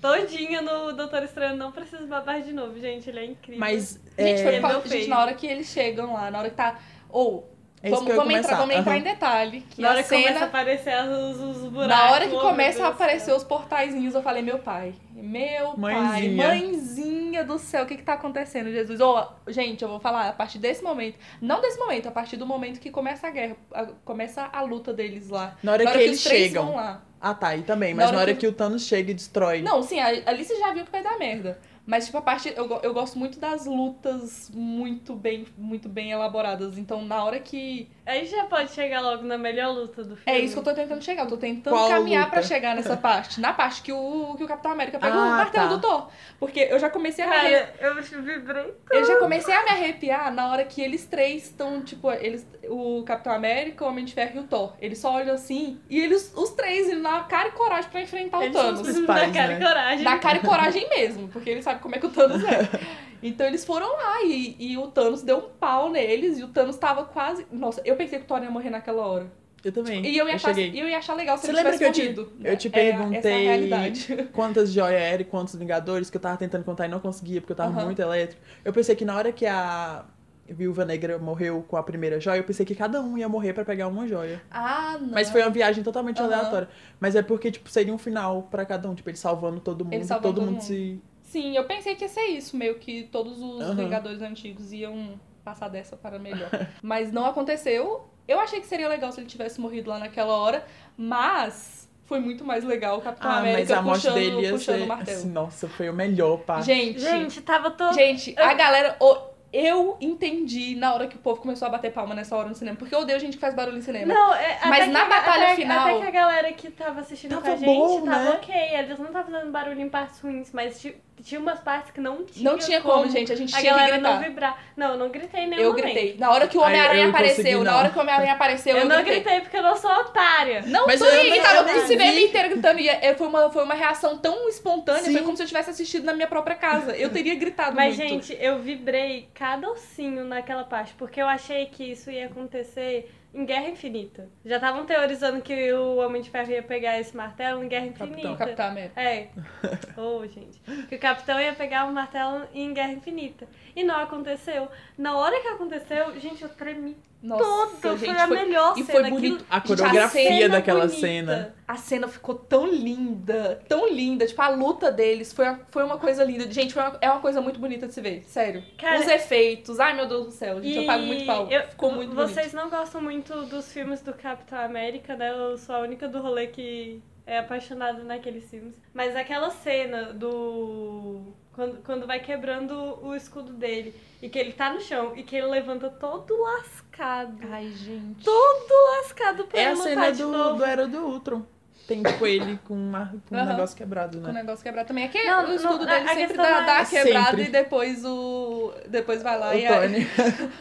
[SPEAKER 3] todinha no Doutor Estranho. Não preciso babar de novo, gente. Ele é incrível.
[SPEAKER 2] Mas...
[SPEAKER 1] de novo. Gente, foi
[SPEAKER 2] é,
[SPEAKER 1] por causa-
[SPEAKER 3] meu
[SPEAKER 1] gente,
[SPEAKER 3] feio.
[SPEAKER 1] na hora que eles chegam lá, na hora que tá. Ou,
[SPEAKER 2] é isso
[SPEAKER 1] vamos,
[SPEAKER 2] que eu ia
[SPEAKER 1] vamos entrar,
[SPEAKER 2] começar.
[SPEAKER 1] vamos entrar
[SPEAKER 2] Aham.
[SPEAKER 1] em detalhe. Que
[SPEAKER 3] na
[SPEAKER 1] a
[SPEAKER 3] hora que começa a
[SPEAKER 1] cena.
[SPEAKER 3] aparecer as- os, os buracos.
[SPEAKER 1] Na hora que
[SPEAKER 3] oh, meu
[SPEAKER 1] começa a
[SPEAKER 3] Deus do
[SPEAKER 1] aparecer
[SPEAKER 3] céu.
[SPEAKER 1] os portaizinhos, eu falei, meu pai, meu
[SPEAKER 2] Mãezinha.
[SPEAKER 1] pai, mãezinha do céu, o que que tá acontecendo, Jesus? Ô, gente, eu vou falar, a partir desse momento, não desse momento, a partir do momento que começa a guerra, a- começa a luta deles lá.
[SPEAKER 2] Na hora
[SPEAKER 1] Na
[SPEAKER 2] que eles
[SPEAKER 1] os três
[SPEAKER 2] chegam...
[SPEAKER 1] vão lá.
[SPEAKER 2] Ah, tá, e também.
[SPEAKER 1] Na
[SPEAKER 2] Mas
[SPEAKER 1] hora
[SPEAKER 2] na hora
[SPEAKER 1] que-
[SPEAKER 2] que o Thanos chega e destrói...
[SPEAKER 1] Não, sim, a- ali você já viu que vai dar merda. Mas, tipo, a parte. Eu, go- eu gosto muito das lutas muito bem, muito bem elaboradas. Então, na hora que.
[SPEAKER 3] A gente já pode chegar logo na melhor luta do filme.
[SPEAKER 1] É isso que eu tô tentando chegar. Eu tô tentando
[SPEAKER 2] Qual
[SPEAKER 1] caminhar
[SPEAKER 2] luta?
[SPEAKER 1] pra chegar nessa parte. Na parte que o, que o Capitão América pega o
[SPEAKER 2] Ah,
[SPEAKER 1] martelo
[SPEAKER 2] tá.
[SPEAKER 1] do Thor. Porque eu já comecei a me arrepiar.
[SPEAKER 3] Cara, eu vibrei.
[SPEAKER 1] Eu já comecei a me arrepiar na hora que eles três estão, tipo, eles. O Capitão América, o Homem de Ferro e o Thor. Eles só olham assim e eles, os três, indo na cara e coragem pra enfrentar o
[SPEAKER 2] Eles
[SPEAKER 1] Thanos.
[SPEAKER 2] são Os pais,
[SPEAKER 3] na cara e
[SPEAKER 2] né?
[SPEAKER 3] coragem.
[SPEAKER 1] Na cara e coragem mesmo, porque ele sabe como é que o Thanos é. Então eles foram lá e, e o Thanos deu um pau neles e o Thanos tava quase. Nossa, eu pensei que o Thor ia morrer naquela hora.
[SPEAKER 2] Eu também.
[SPEAKER 1] E eu ia, achar,
[SPEAKER 2] cheguei.
[SPEAKER 1] e eu ia achar legal se
[SPEAKER 2] Você
[SPEAKER 1] ele
[SPEAKER 2] lembra
[SPEAKER 1] tivesse
[SPEAKER 2] que eu te-
[SPEAKER 1] morrido.
[SPEAKER 2] eu te
[SPEAKER 1] É, Essa é a
[SPEAKER 2] perguntei-
[SPEAKER 1] realidade.
[SPEAKER 2] quantas joias era e quantos Vingadores, que eu tava tentando contar e não conseguia, porque eu tava
[SPEAKER 1] Aham.
[SPEAKER 2] muito elétrico. Eu pensei que na hora que a Viúva Negra morreu com a primeira joia, eu pensei que cada um ia morrer pra pegar uma joia.
[SPEAKER 1] Ah, não.
[SPEAKER 2] Mas foi uma viagem totalmente
[SPEAKER 1] Aham.
[SPEAKER 2] aleatória. Mas é porque, tipo, seria um final pra cada um, tipo, ele salvando todo mundo,
[SPEAKER 1] salvando
[SPEAKER 2] todo
[SPEAKER 1] todo
[SPEAKER 2] mundo
[SPEAKER 1] mundo.
[SPEAKER 2] se,
[SPEAKER 1] Sim, eu pensei que ia ser isso, meio que todos os
[SPEAKER 2] Aham.
[SPEAKER 1] Vingadores antigos iam passar dessa para melhor. mas não aconteceu. Eu achei que seria legal se ele tivesse morrido lá naquela hora, mas foi muito mais legal o Capitão
[SPEAKER 2] Ah, mas
[SPEAKER 1] América
[SPEAKER 2] a morte
[SPEAKER 1] puxando,
[SPEAKER 2] dele ia
[SPEAKER 1] puxando o
[SPEAKER 2] ser.
[SPEAKER 1] martelo.
[SPEAKER 2] assim, nossa, foi o melhor, pá.
[SPEAKER 1] Gente, gente,
[SPEAKER 3] Gente, tava todo.
[SPEAKER 1] a galera. o- eu entendi na hora que o povo começou a bater palma nessa hora no cinema, porque eu odeio gente que faz barulho no cinema.
[SPEAKER 3] Não, é, até
[SPEAKER 1] né? Mas
[SPEAKER 3] que
[SPEAKER 1] na
[SPEAKER 3] a-
[SPEAKER 1] batalha
[SPEAKER 3] até-
[SPEAKER 1] final-
[SPEAKER 3] Até que a galera que tava assistindo
[SPEAKER 2] Tava
[SPEAKER 3] com a gente
[SPEAKER 2] bom,
[SPEAKER 3] tava
[SPEAKER 2] né?
[SPEAKER 3] ok. Eles não estavam fazendo barulho em partes ruins, mas ti- tinha umas partes que não tinha.
[SPEAKER 1] Não, tinha como, gente, a gente
[SPEAKER 3] A
[SPEAKER 1] tinha que
[SPEAKER 3] galera não
[SPEAKER 1] gritar.
[SPEAKER 3] vibrar. Não, eu não gritei em nenhum
[SPEAKER 1] eu
[SPEAKER 3] momento.
[SPEAKER 1] gritei. Na hora que o
[SPEAKER 2] Aí eu
[SPEAKER 1] Homem-Aranha
[SPEAKER 2] não consegui,
[SPEAKER 1] apareceu, na
[SPEAKER 2] não.
[SPEAKER 1] hora que o Homem-Aranha apareceu,
[SPEAKER 3] Eu,
[SPEAKER 1] eu,
[SPEAKER 3] não gritei. porque eu não sou otária.
[SPEAKER 1] Não,
[SPEAKER 2] Mas
[SPEAKER 1] Mas
[SPEAKER 2] eu
[SPEAKER 1] Twig,
[SPEAKER 2] nem-
[SPEAKER 1] tava
[SPEAKER 2] eu nem
[SPEAKER 1] o cinema
[SPEAKER 2] vi.
[SPEAKER 1] inteiro gritando. E é- foi, uma, foi uma reação tão espontânea,
[SPEAKER 2] Sim.
[SPEAKER 1] foi como se eu tivesse assistido na minha própria casa. Eu teria gritado
[SPEAKER 3] Mas,
[SPEAKER 1] muito.
[SPEAKER 3] gente, eu vibrei cada ossinho naquela parte, porque eu achei que isso ia acontecer em Guerra Infinita. Já estavam teorizando que o Homem de Ferro ia pegar esse martelo em Guerra
[SPEAKER 2] Capitão.
[SPEAKER 3] Infinita.
[SPEAKER 1] Capitão América.
[SPEAKER 3] É. Oh, gente. Que o capitão ia pegar o martelo em Guerra Infinita. E não aconteceu. Na hora que aconteceu, gente, eu tremi
[SPEAKER 1] Nossa,
[SPEAKER 3] toda.
[SPEAKER 1] gente,
[SPEAKER 3] foi a melhor
[SPEAKER 1] e
[SPEAKER 3] cena.
[SPEAKER 1] foi bonito. Gente,
[SPEAKER 2] A
[SPEAKER 1] a
[SPEAKER 2] coreografia
[SPEAKER 1] cena é
[SPEAKER 2] daquela
[SPEAKER 3] bonita.
[SPEAKER 2] cena.
[SPEAKER 1] A cena ficou tão linda, tão linda. Tipo, a luta deles foi, uma- foi uma coisa linda. Gente, foi uma- é uma coisa muito bonita de se ver, sério.
[SPEAKER 3] Cara,
[SPEAKER 1] Os efeitos, ai meu Deus do céu, gente, eu pago muito pau.
[SPEAKER 3] eu-
[SPEAKER 1] Ficou muito
[SPEAKER 3] Vocês não gostam muito dos filmes do Capitão América, né? Eu sou a única do rolê que é apaixonada naqueles filmes. Mas aquela cena do. Quando, quando vai quebrando o escudo dele e que ele tá no chão e que ele levanta todo lascado.
[SPEAKER 1] bonito. Ai, gente.
[SPEAKER 3] Todo lascado pra
[SPEAKER 2] É a
[SPEAKER 3] ele
[SPEAKER 1] tá
[SPEAKER 3] lutar
[SPEAKER 2] cena
[SPEAKER 3] de
[SPEAKER 2] do,
[SPEAKER 3] novo.
[SPEAKER 2] do Era do Ultron. Tem, tipo, ele com, uma- com um
[SPEAKER 1] Aham.
[SPEAKER 2] negócio quebrado,
[SPEAKER 1] Com o
[SPEAKER 2] né?
[SPEAKER 1] negócio quebrado também. É que
[SPEAKER 3] Não,
[SPEAKER 1] o escudo
[SPEAKER 3] não,
[SPEAKER 1] dele
[SPEAKER 3] a- a
[SPEAKER 1] sempre
[SPEAKER 3] questão
[SPEAKER 1] dá,
[SPEAKER 3] não é-
[SPEAKER 1] dá a quebrada
[SPEAKER 2] Sempre.
[SPEAKER 1] e depois o. Depois vai lá
[SPEAKER 2] O
[SPEAKER 1] e a-
[SPEAKER 2] Tony.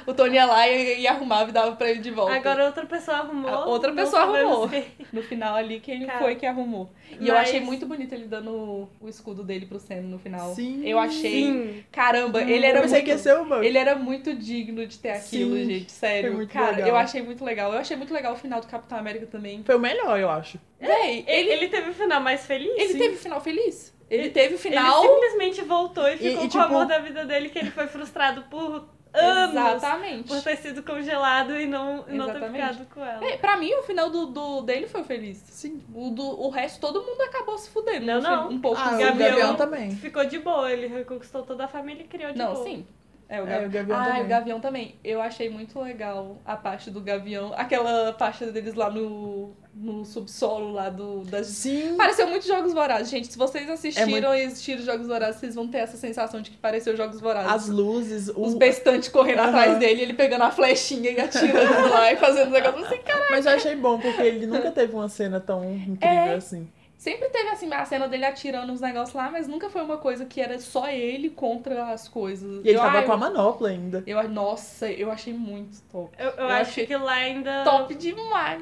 [SPEAKER 1] O Tony ia lá e, e arrumava e dava pra ele de volta.
[SPEAKER 3] Agora outra pessoa arrumou.
[SPEAKER 1] A outra
[SPEAKER 3] não
[SPEAKER 1] pessoa
[SPEAKER 3] sabemos
[SPEAKER 1] arrumou.
[SPEAKER 3] quem.
[SPEAKER 1] No final ali, quem
[SPEAKER 3] Cara,
[SPEAKER 1] foi que arrumou. E eu
[SPEAKER 3] mas-
[SPEAKER 1] achei muito bonito ele dando o- o escudo dele pro Senna no final.
[SPEAKER 2] Sim.
[SPEAKER 1] Eu achei.
[SPEAKER 3] Sim.
[SPEAKER 1] Caramba, ele
[SPEAKER 2] Eu
[SPEAKER 1] era
[SPEAKER 2] pensei que ia
[SPEAKER 1] muito...
[SPEAKER 2] ser o Buck.
[SPEAKER 1] Ele era muito digno de ter aquilo,
[SPEAKER 2] Sim,
[SPEAKER 1] gente. Sério.
[SPEAKER 2] foi muito
[SPEAKER 1] Cara,
[SPEAKER 2] legal.
[SPEAKER 1] eu achei muito legal. Eu achei muito legal o final do Capitão América também.
[SPEAKER 2] Foi o melhor, eu acho.
[SPEAKER 1] Véi,
[SPEAKER 3] Ele,
[SPEAKER 1] ele,
[SPEAKER 3] ele teve o final mais feliz.
[SPEAKER 1] ele
[SPEAKER 3] sim.
[SPEAKER 1] teve o final feliz. Ele teve o final.
[SPEAKER 3] Ele simplesmente voltou e ficou
[SPEAKER 2] e,
[SPEAKER 3] com
[SPEAKER 2] tipo,
[SPEAKER 3] o amor da vida dele, que ele foi frustrado por anos
[SPEAKER 1] Exatamente.
[SPEAKER 3] por ter sido congelado e não, e não ter
[SPEAKER 1] Exatamente.
[SPEAKER 3] ficado com ela.
[SPEAKER 1] É, pra mim, o final do, do- dele foi feliz. Sim. O, do, o resto, todo mundo acabou se fudendo.
[SPEAKER 3] Não,
[SPEAKER 1] no fim-
[SPEAKER 3] não.
[SPEAKER 1] Um pouco. no
[SPEAKER 2] Ah, o
[SPEAKER 1] fim.
[SPEAKER 2] Gavião,
[SPEAKER 3] Gavião
[SPEAKER 2] também.
[SPEAKER 3] Ficou de boa, ele reconquistou toda a família e criou de
[SPEAKER 1] É. Não,
[SPEAKER 3] boa.
[SPEAKER 1] sim. É, o Gavião.
[SPEAKER 2] É, o Gavião
[SPEAKER 1] Ah,
[SPEAKER 2] também.
[SPEAKER 1] o Gavião também. Eu achei muito legal a parte do Gavião. Aquela parte deles lá no, no subsolo lá do, das
[SPEAKER 2] Sim.
[SPEAKER 1] Pareceu muito Jogos Vorazes, gente. Se vocês assistiram
[SPEAKER 2] É muito-
[SPEAKER 1] e assistiram Jogos Vorazes, vocês vão ter essa sensação de que pareceu Jogos Vorazes.
[SPEAKER 2] As luzes, o...
[SPEAKER 1] Os bestantes correndo
[SPEAKER 2] Aham.
[SPEAKER 1] atrás dele, ele pegando a flechinha e atirando lá e fazendo um negócio assim. cara.
[SPEAKER 2] mas eu achei bom, porque ele nunca teve uma cena tão incrível
[SPEAKER 1] É.
[SPEAKER 2] assim.
[SPEAKER 1] Sempre teve assim a cena dele atirando os negócios lá, mas nunca foi uma coisa que era só ele contra as coisas.
[SPEAKER 2] E ele
[SPEAKER 1] eu,
[SPEAKER 2] tava
[SPEAKER 1] ai,
[SPEAKER 2] com a manopla ainda.
[SPEAKER 1] eu, nossa, eu achei muito top.
[SPEAKER 3] Eu, eu
[SPEAKER 1] Eu
[SPEAKER 3] acho
[SPEAKER 1] achei
[SPEAKER 3] que lá ainda
[SPEAKER 1] Top demais.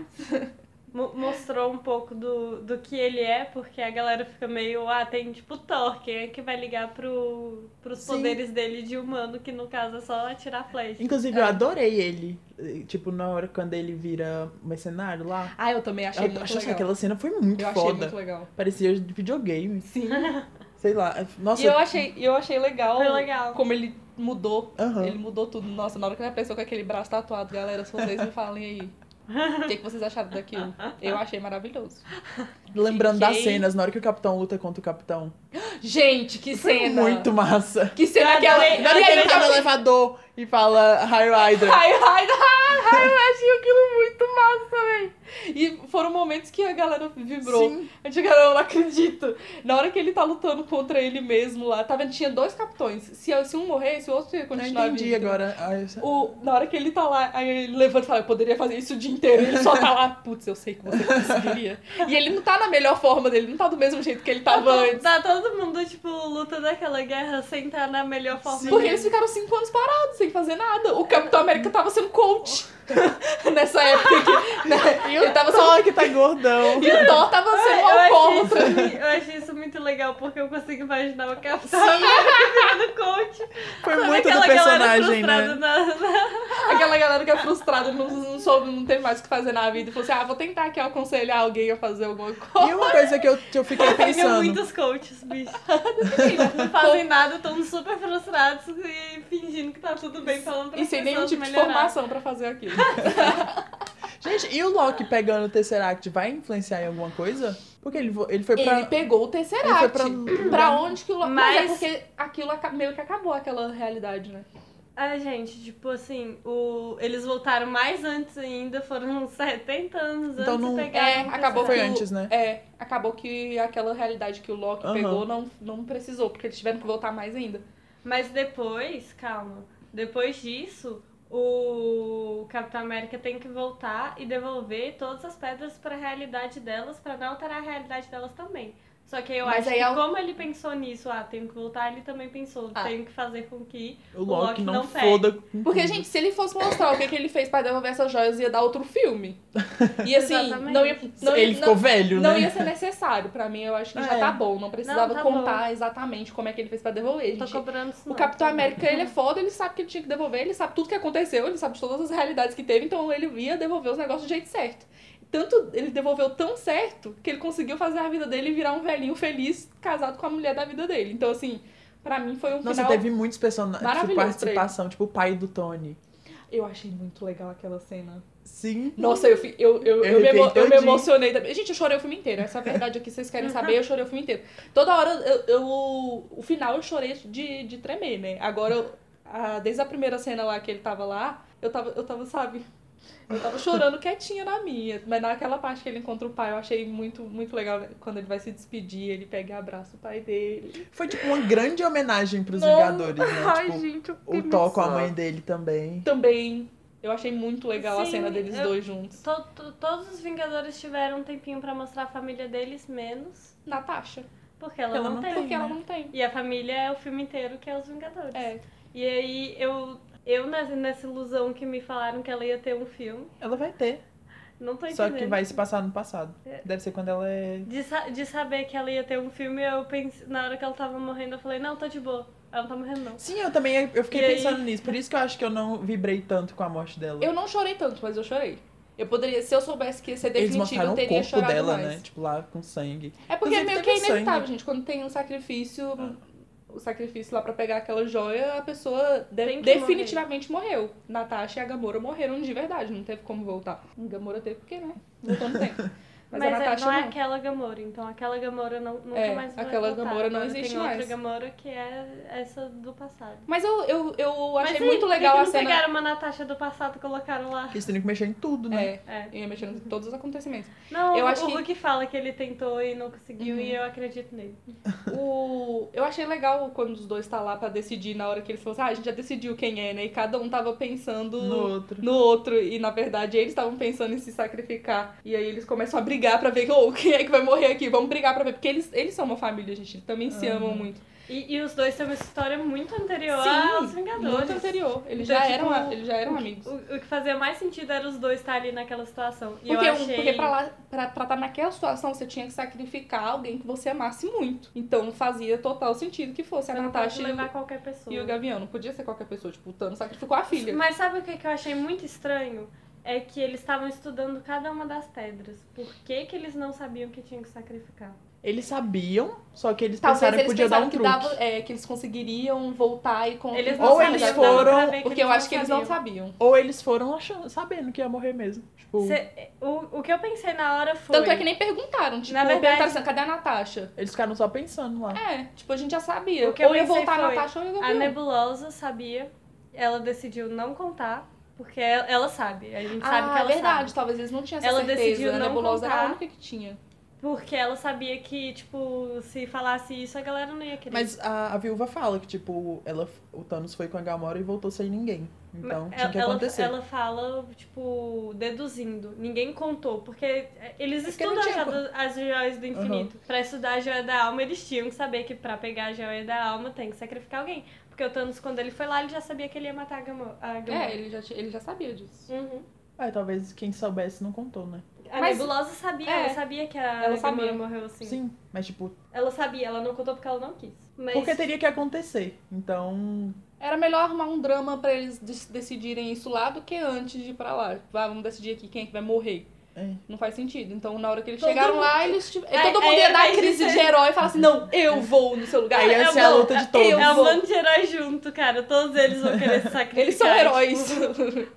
[SPEAKER 3] mo- mostrou um pouco do, do que ele é, porque a galera fica meio, ah, tem tipo Thor, quem é que vai ligar pro, pros
[SPEAKER 2] Sim.
[SPEAKER 3] poderes dele de humano, que no caso é só atirar flecha.
[SPEAKER 2] Inclusive, eu
[SPEAKER 1] É.
[SPEAKER 2] adorei ele. eh, Tipo, na hora quando ele vira mercenário lá.
[SPEAKER 1] Ah, eu também achei
[SPEAKER 2] eu
[SPEAKER 1] muito
[SPEAKER 2] acho que
[SPEAKER 1] legal.
[SPEAKER 2] aquela cena foi muito
[SPEAKER 1] Eu achei
[SPEAKER 2] foda.
[SPEAKER 1] muito legal.
[SPEAKER 2] Parecia de videogame.
[SPEAKER 1] Sim.
[SPEAKER 2] Sei lá. Nossa.
[SPEAKER 1] E eu achei, eu achei legal,
[SPEAKER 3] Foi legal.
[SPEAKER 1] como ele mudou
[SPEAKER 2] Aham.
[SPEAKER 1] Ele mudou tudo. Nossa, na hora que ele apareceu com aquele braço tatuado, galera, se vocês me falem aí. O que, que vocês acharam daquilo? Eu achei maravilhoso.
[SPEAKER 2] Lembrando das
[SPEAKER 1] Fiquei-
[SPEAKER 2] cenas, na hora que o capitão luta contra o capitão.
[SPEAKER 1] Gente, que
[SPEAKER 2] Foi
[SPEAKER 1] cena! É,
[SPEAKER 2] muito massa.
[SPEAKER 1] Que cena
[SPEAKER 3] Eu
[SPEAKER 1] aquela.
[SPEAKER 3] adorei,
[SPEAKER 1] E
[SPEAKER 2] Na hora que
[SPEAKER 1] aí,
[SPEAKER 2] ele tá no
[SPEAKER 1] aquela...
[SPEAKER 2] elevador e fala High Rider.
[SPEAKER 1] Ai, ai, ai, ai, eu achei aquilo muito massa, velho. E foram momentos que a galera vibrou.
[SPEAKER 2] Sim.
[SPEAKER 1] Eu digo, cara, eu não acredito. Na hora que ele tá lutando contra ele mesmo lá, tava, tinha dois capitões. Se, se um morresse, o outro ia
[SPEAKER 2] Eu
[SPEAKER 1] continuar
[SPEAKER 2] entendi
[SPEAKER 1] vivo.
[SPEAKER 2] agora. Ah, eu-
[SPEAKER 1] O- na hora que ele tá lá, aí ele levanta e fala, eu poderia fazer isso o dia inteiro. Ele só tá lá, putz, eu sei que você conseguiria. E ele não tá na melhor forma dele, não tá do mesmo jeito que ele tava antes.
[SPEAKER 3] Tá todo mundo, tipo, luta daquela guerra sem estar na melhor forma.
[SPEAKER 2] Sim.
[SPEAKER 1] Porque eles ficaram cinco anos parados, sem fazer nada. O Capitão América tava sendo coach nessa época. Que, né? Ele tava sendo...
[SPEAKER 2] Só que tá gordão.
[SPEAKER 1] E o Thor tava sendo um
[SPEAKER 3] É, eu, achei
[SPEAKER 1] alcoólatra.
[SPEAKER 3] isso, mui- eu achei isso muito legal, porque eu consigo imaginar o Capitão
[SPEAKER 2] Sim.
[SPEAKER 3] América do coach.
[SPEAKER 2] Foi
[SPEAKER 1] é
[SPEAKER 2] É
[SPEAKER 3] Sabe
[SPEAKER 2] muito do
[SPEAKER 3] aquela galera
[SPEAKER 2] personagem, né?
[SPEAKER 3] frustrada na- na-
[SPEAKER 1] Aquela galera que é frustrada, não, não soube, não tem mais o que fazer na vida. E falou assim, ah, vou tentar aqui aconselhar alguém a fazer alguma coisa.
[SPEAKER 2] E uma coisa que eu, que eu fiquei
[SPEAKER 1] é
[SPEAKER 3] Tem
[SPEAKER 2] pensando.
[SPEAKER 3] muitos coaches, bicho. Eles não fazem nada, estão super frustrados e fingindo que tá tudo bem, falando pra
[SPEAKER 1] E sem nenhum
[SPEAKER 3] pessoas
[SPEAKER 1] tipo de
[SPEAKER 3] melhorar.
[SPEAKER 1] formação pra fazer aquilo.
[SPEAKER 2] Gente, e o Loki pegando o Tesseract vai influenciar em alguma coisa? Porque ele, vo- ele foi pra.
[SPEAKER 1] Ele pegou o Tesseract.
[SPEAKER 2] Ele foi
[SPEAKER 1] pra... onde que o Loki...
[SPEAKER 3] Mas-
[SPEAKER 1] Mas... é porque aquilo aca- meio que acabou aquela realidade, né?
[SPEAKER 3] Ai, gente, tipo assim, o... eles voltaram mais antes ainda, foram uns 70 anos
[SPEAKER 2] Então
[SPEAKER 3] antes
[SPEAKER 2] não-
[SPEAKER 3] de pegar.
[SPEAKER 1] É, acabou
[SPEAKER 2] Foi
[SPEAKER 1] que o-
[SPEAKER 2] antes, né?
[SPEAKER 1] É, acabou que aquela realidade que o Loki
[SPEAKER 2] Aham.
[SPEAKER 1] pegou não, não precisou, porque eles tiveram que voltar mais ainda.
[SPEAKER 3] Mas depois, calma, depois disso, o Capitão América tem que voltar e devolver todas as pedras pra realidade delas, pra não alterar a realidade delas também. Só que eu
[SPEAKER 1] Mas
[SPEAKER 3] acho
[SPEAKER 1] aí
[SPEAKER 3] que
[SPEAKER 1] é o-
[SPEAKER 3] como ele pensou nisso, ah, tenho que voltar, ele também pensou,
[SPEAKER 1] Ah.
[SPEAKER 3] tenho que fazer com que...
[SPEAKER 2] O Loki
[SPEAKER 3] Loki
[SPEAKER 2] não,
[SPEAKER 3] não pega.
[SPEAKER 2] foda. com
[SPEAKER 1] Porque,
[SPEAKER 2] tudo.
[SPEAKER 1] gente, se ele fosse mostrar o que, que ele fez pra devolver essas joias, ia dar outro filme. E assim,
[SPEAKER 3] Exatamente.
[SPEAKER 1] não ia, não, ia-
[SPEAKER 2] ele ficou
[SPEAKER 1] não,
[SPEAKER 2] velho,
[SPEAKER 1] não
[SPEAKER 2] né?
[SPEAKER 1] ia ser necessário. Pra mim, eu acho que
[SPEAKER 2] Ah,
[SPEAKER 1] já
[SPEAKER 2] é.
[SPEAKER 1] tá bom. Não precisava
[SPEAKER 3] Não, tá
[SPEAKER 1] contar exatamente como é que ele fez pra devolver.
[SPEAKER 3] Tô
[SPEAKER 1] gente.
[SPEAKER 3] cobrando isso
[SPEAKER 1] O
[SPEAKER 3] não.
[SPEAKER 1] Capitão América, ele é foda, ele sabe que ele tinha que devolver, ele sabe tudo que aconteceu, ele sabe de todas as realidades que teve, então ele ia devolver os negócios do jeito certo. Tanto ele devolveu tão certo que ele conseguiu fazer a vida dele virar um velhinho feliz casado com a mulher da vida dele. Então, assim, pra mim foi um
[SPEAKER 2] Nossa,
[SPEAKER 1] final.
[SPEAKER 2] teve muitos personagens. Tipo,
[SPEAKER 1] maravilhoso pra ele.
[SPEAKER 2] participação, tipo o pai do Tony.
[SPEAKER 1] Eu achei muito legal aquela cena.
[SPEAKER 2] Sim.
[SPEAKER 1] Nossa, eu, fi- eu, eu, eu,
[SPEAKER 2] Eu
[SPEAKER 1] me, emo-
[SPEAKER 2] arrepiei
[SPEAKER 1] eu me
[SPEAKER 2] todinho.
[SPEAKER 1] emocionei também. Gente, eu chorei o filme inteiro. Essa é a verdade aqui, vocês querem saber, eu chorei o filme inteiro. Toda hora, eu, eu- o final eu chorei de, de tremer, né? Agora, eu- a- desde a primeira cena lá que ele tava lá, eu tava, eu tava, sabe? Eu tava chorando quietinha na minha. Mas naquela parte que ele encontra o pai, eu achei muito, muito legal. né? Quando ele vai se despedir, ele pega e abraça o pai dele.
[SPEAKER 2] Foi tipo uma grande homenagem pros
[SPEAKER 1] Nossa.
[SPEAKER 2] Vingadores, né?
[SPEAKER 1] Ai,
[SPEAKER 2] Tipo,
[SPEAKER 1] gente, eu fiquei assim.
[SPEAKER 2] o Thor com a
[SPEAKER 1] emocionada.
[SPEAKER 2] mãe dele também.
[SPEAKER 1] Também, eu achei muito legal a
[SPEAKER 3] Sim,
[SPEAKER 1] cena deles
[SPEAKER 3] eu-
[SPEAKER 1] dois juntos.
[SPEAKER 3] To- to- todos os Vingadores tiveram um tempinho pra mostrar a família deles, menos,
[SPEAKER 1] Natasha, É
[SPEAKER 3] porque ela,
[SPEAKER 2] Ela
[SPEAKER 3] não,
[SPEAKER 2] não
[SPEAKER 3] tem.
[SPEAKER 1] porque ela
[SPEAKER 2] né?
[SPEAKER 1] não tem.
[SPEAKER 3] E a família é o filme inteiro que é os Vingadores.
[SPEAKER 1] É,
[SPEAKER 3] E aí eu, eu nessa, nessa ilusão que me falaram que ela ia ter um filme,
[SPEAKER 2] Ela vai ter.
[SPEAKER 3] não tô
[SPEAKER 2] Só
[SPEAKER 3] entendendo.
[SPEAKER 2] que vai se passar no passado.
[SPEAKER 3] É.
[SPEAKER 2] Deve ser quando ela é.
[SPEAKER 3] De, sa- de saber que ela ia ter um filme, eu pensei, na hora que ela tava morrendo, eu falei, não, tô de boa. Ela não tá morrendo, não.
[SPEAKER 2] Sim, eu também eu fiquei
[SPEAKER 3] E aí?
[SPEAKER 2] pensando nisso. Por isso que eu acho que eu não vibrei tanto com a morte dela.
[SPEAKER 1] Eu não chorei tanto, mas eu chorei. Eu poderia, se eu soubesse que ia ser
[SPEAKER 2] Eles
[SPEAKER 1] definitivo,
[SPEAKER 2] mostraram
[SPEAKER 1] eu
[SPEAKER 2] o
[SPEAKER 1] teria
[SPEAKER 2] corpo
[SPEAKER 1] chorado
[SPEAKER 2] dela,
[SPEAKER 1] mais.
[SPEAKER 2] né? Tipo, lá com sangue.
[SPEAKER 1] É porque é
[SPEAKER 2] Inclusive,
[SPEAKER 1] meio que
[SPEAKER 2] teve um
[SPEAKER 1] é inevitável,
[SPEAKER 2] sangue. Ah.
[SPEAKER 1] gente. Quando tem um sacrifício, o sacrifício lá pra pegar aquela joia, a pessoa de-
[SPEAKER 3] Tem que
[SPEAKER 1] definitivamente morreu. Natasha e a Gamora morreram de verdade, não teve como voltar. Gamora teve porque, né? Voltou no tempo. Mas,
[SPEAKER 3] Mas,
[SPEAKER 1] a
[SPEAKER 3] é-
[SPEAKER 1] Natasha
[SPEAKER 3] não é
[SPEAKER 1] não.
[SPEAKER 3] aquela Gamora, então aquela Gamora não, nunca
[SPEAKER 1] É,
[SPEAKER 3] mais vai
[SPEAKER 1] aquela
[SPEAKER 3] voltar.
[SPEAKER 1] Gamora não
[SPEAKER 3] Agora
[SPEAKER 1] existe
[SPEAKER 3] tem
[SPEAKER 1] mais.
[SPEAKER 3] outra Gamora que é essa do passado.
[SPEAKER 1] Mas eu, eu, eu
[SPEAKER 3] Mas
[SPEAKER 1] achei
[SPEAKER 3] e aí,
[SPEAKER 1] muito
[SPEAKER 3] por que
[SPEAKER 1] legal
[SPEAKER 3] que
[SPEAKER 1] a
[SPEAKER 3] não
[SPEAKER 1] cena.
[SPEAKER 3] pegaram uma Natasha do passado e colocaram lá.
[SPEAKER 2] Porque eles teriam que mexer em tudo, né?
[SPEAKER 1] É,
[SPEAKER 3] É.
[SPEAKER 1] ia mexendo em todos os acontecimentos.
[SPEAKER 3] Não,
[SPEAKER 1] Eu
[SPEAKER 3] o,
[SPEAKER 1] acho
[SPEAKER 3] o
[SPEAKER 1] que-
[SPEAKER 3] Luke fala que ele tentou e não conseguiu
[SPEAKER 1] Uhum.
[SPEAKER 3] e eu acredito nele.
[SPEAKER 1] O... Eu achei legal quando os dois tá lá pra decidir na hora que eles falaram assim, ah, a gente já decidiu quem é, né? E cada um tava pensando
[SPEAKER 2] No outro.
[SPEAKER 1] no outro. E na verdade eles estavam pensando em se sacrificar. E aí eles começam a brigar pra ver "Oh, quem é que vai morrer aqui. Vamos brigar pra ver. Porque eles, eles são uma família, gente. Eles também se amam muito.
[SPEAKER 3] E, e os dois têm uma história muito anterior
[SPEAKER 1] Sim,
[SPEAKER 3] aos ah, Vingadores.
[SPEAKER 1] Muito anterior. Eles,
[SPEAKER 3] Então,
[SPEAKER 1] já,
[SPEAKER 3] tipo,
[SPEAKER 1] eram, a- eles já eram amigos.
[SPEAKER 3] O, o que fazia mais sentido era os dois estar ali naquela situação. E
[SPEAKER 1] Porque,
[SPEAKER 3] eu
[SPEAKER 1] um-
[SPEAKER 3] achei...
[SPEAKER 1] porque pra, lá, pra, pra estar naquela situação, você tinha que sacrificar alguém que você amasse muito. Então fazia total sentido que fosse
[SPEAKER 3] você
[SPEAKER 1] a
[SPEAKER 3] não
[SPEAKER 1] tá Natasha
[SPEAKER 3] pode
[SPEAKER 1] e
[SPEAKER 3] levar
[SPEAKER 1] o,
[SPEAKER 3] qualquer pessoa.
[SPEAKER 1] e o Gavião. Não podia ser qualquer pessoa. Tipo, o Thanos sacrificou a filha.
[SPEAKER 3] Mas sabe o que, que eu achei muito estranho? É que eles estavam estudando cada uma das pedras. Por que, que eles não sabiam que tinham que sacrificar?
[SPEAKER 2] Eles sabiam, só que eles
[SPEAKER 1] Talvez
[SPEAKER 2] pensaram que
[SPEAKER 1] eles
[SPEAKER 2] podia dar
[SPEAKER 1] pensaram
[SPEAKER 2] um
[SPEAKER 1] que,
[SPEAKER 2] truque.
[SPEAKER 1] dava, é, que eles conseguiriam voltar e com
[SPEAKER 3] Eles não
[SPEAKER 2] Ou
[SPEAKER 3] sabiam,
[SPEAKER 2] eles
[SPEAKER 3] dava pra
[SPEAKER 2] foram-
[SPEAKER 3] ver
[SPEAKER 1] porque eu acho que eles não
[SPEAKER 3] sabiam.
[SPEAKER 1] sabiam.
[SPEAKER 2] Ou eles foram achando, sabendo que ia morrer mesmo. Tipo,
[SPEAKER 3] Cê- o, o que eu pensei na hora foi...
[SPEAKER 1] Tanto é que nem perguntaram, tipo,
[SPEAKER 3] Na verdade-
[SPEAKER 1] perguntaram assim, cadê a Natasha?
[SPEAKER 2] eles ficaram só pensando lá.
[SPEAKER 1] É, tipo, a gente já sabia.
[SPEAKER 3] O que eu
[SPEAKER 1] ou ia
[SPEAKER 3] pensei
[SPEAKER 1] voltar a
[SPEAKER 3] foi,
[SPEAKER 1] Natasha ou ia
[SPEAKER 3] A
[SPEAKER 1] Gabriel.
[SPEAKER 3] Nebulosa sabia, ela decidiu não contar, porque ela, ela sabe, a gente sabe
[SPEAKER 1] ah,
[SPEAKER 3] que ela
[SPEAKER 1] é verdade,
[SPEAKER 3] sabe.
[SPEAKER 1] talvez eles não tinham essa
[SPEAKER 3] Ela
[SPEAKER 1] certeza.
[SPEAKER 3] decidiu
[SPEAKER 1] a
[SPEAKER 3] não
[SPEAKER 1] Nebulosa era a
[SPEAKER 3] contar.
[SPEAKER 1] única que tinha.
[SPEAKER 3] Porque ela sabia que, tipo, se falasse isso, a galera não ia
[SPEAKER 1] É,
[SPEAKER 3] querer.
[SPEAKER 2] Mas a, a viúva fala que, tipo, ela, o Thanos foi com a Gamora e voltou sem ninguém. Então, tinha
[SPEAKER 3] ela,
[SPEAKER 2] que acontecer.
[SPEAKER 3] Ela, ela fala, tipo, deduzindo. Ninguém contou, porque eles
[SPEAKER 2] Porque não
[SPEAKER 3] estudam
[SPEAKER 2] tinha
[SPEAKER 3] já do- as joias do infinito. Pra estudar a joia da alma, eles tinham que saber que pra pegar a joia da alma tem que sacrificar alguém. Porque o Thanos, quando ele foi lá, ele já sabia que ele ia matar a Gamora. A Gamora.
[SPEAKER 1] É, ele já, ti- ele já sabia disso.
[SPEAKER 3] Uhum.
[SPEAKER 2] É, talvez quem soubesse não contou, né?
[SPEAKER 3] A
[SPEAKER 1] Mas-
[SPEAKER 3] Nebulosa sabia,
[SPEAKER 1] é.
[SPEAKER 3] ela sabia que a
[SPEAKER 1] Ela
[SPEAKER 3] Gamora
[SPEAKER 1] sabia.
[SPEAKER 3] morreu assim.
[SPEAKER 2] Sim, mas, tipo,
[SPEAKER 3] Ela sabia, ela não contou porque ela não quis. Mas
[SPEAKER 2] porque teria que acontecer. Então,
[SPEAKER 1] Era melhor arrumar um drama pra eles des- decidirem isso lá do que antes de ir pra lá. Vá, vamos decidir aqui quem é que vai morrer.
[SPEAKER 2] é.
[SPEAKER 1] Não faz sentido. Então, na hora que eles
[SPEAKER 3] Todo
[SPEAKER 1] chegaram
[SPEAKER 3] mundo-
[SPEAKER 1] lá, eles tipo,
[SPEAKER 3] É,
[SPEAKER 1] todo mundo
[SPEAKER 3] é,
[SPEAKER 1] ia dar
[SPEAKER 3] mas
[SPEAKER 1] crise
[SPEAKER 3] isso
[SPEAKER 1] de herói e falar assim: não, eu vou no seu lugar. assim,
[SPEAKER 2] Aí
[SPEAKER 1] eu
[SPEAKER 2] ia ser a
[SPEAKER 1] vou,
[SPEAKER 2] luta de todos.
[SPEAKER 1] Eu
[SPEAKER 3] é um
[SPEAKER 1] vou.
[SPEAKER 3] bando de heróis junto, cara. Todos eles vão querer se sacrificar.
[SPEAKER 1] Eles são heróis.
[SPEAKER 3] tipo,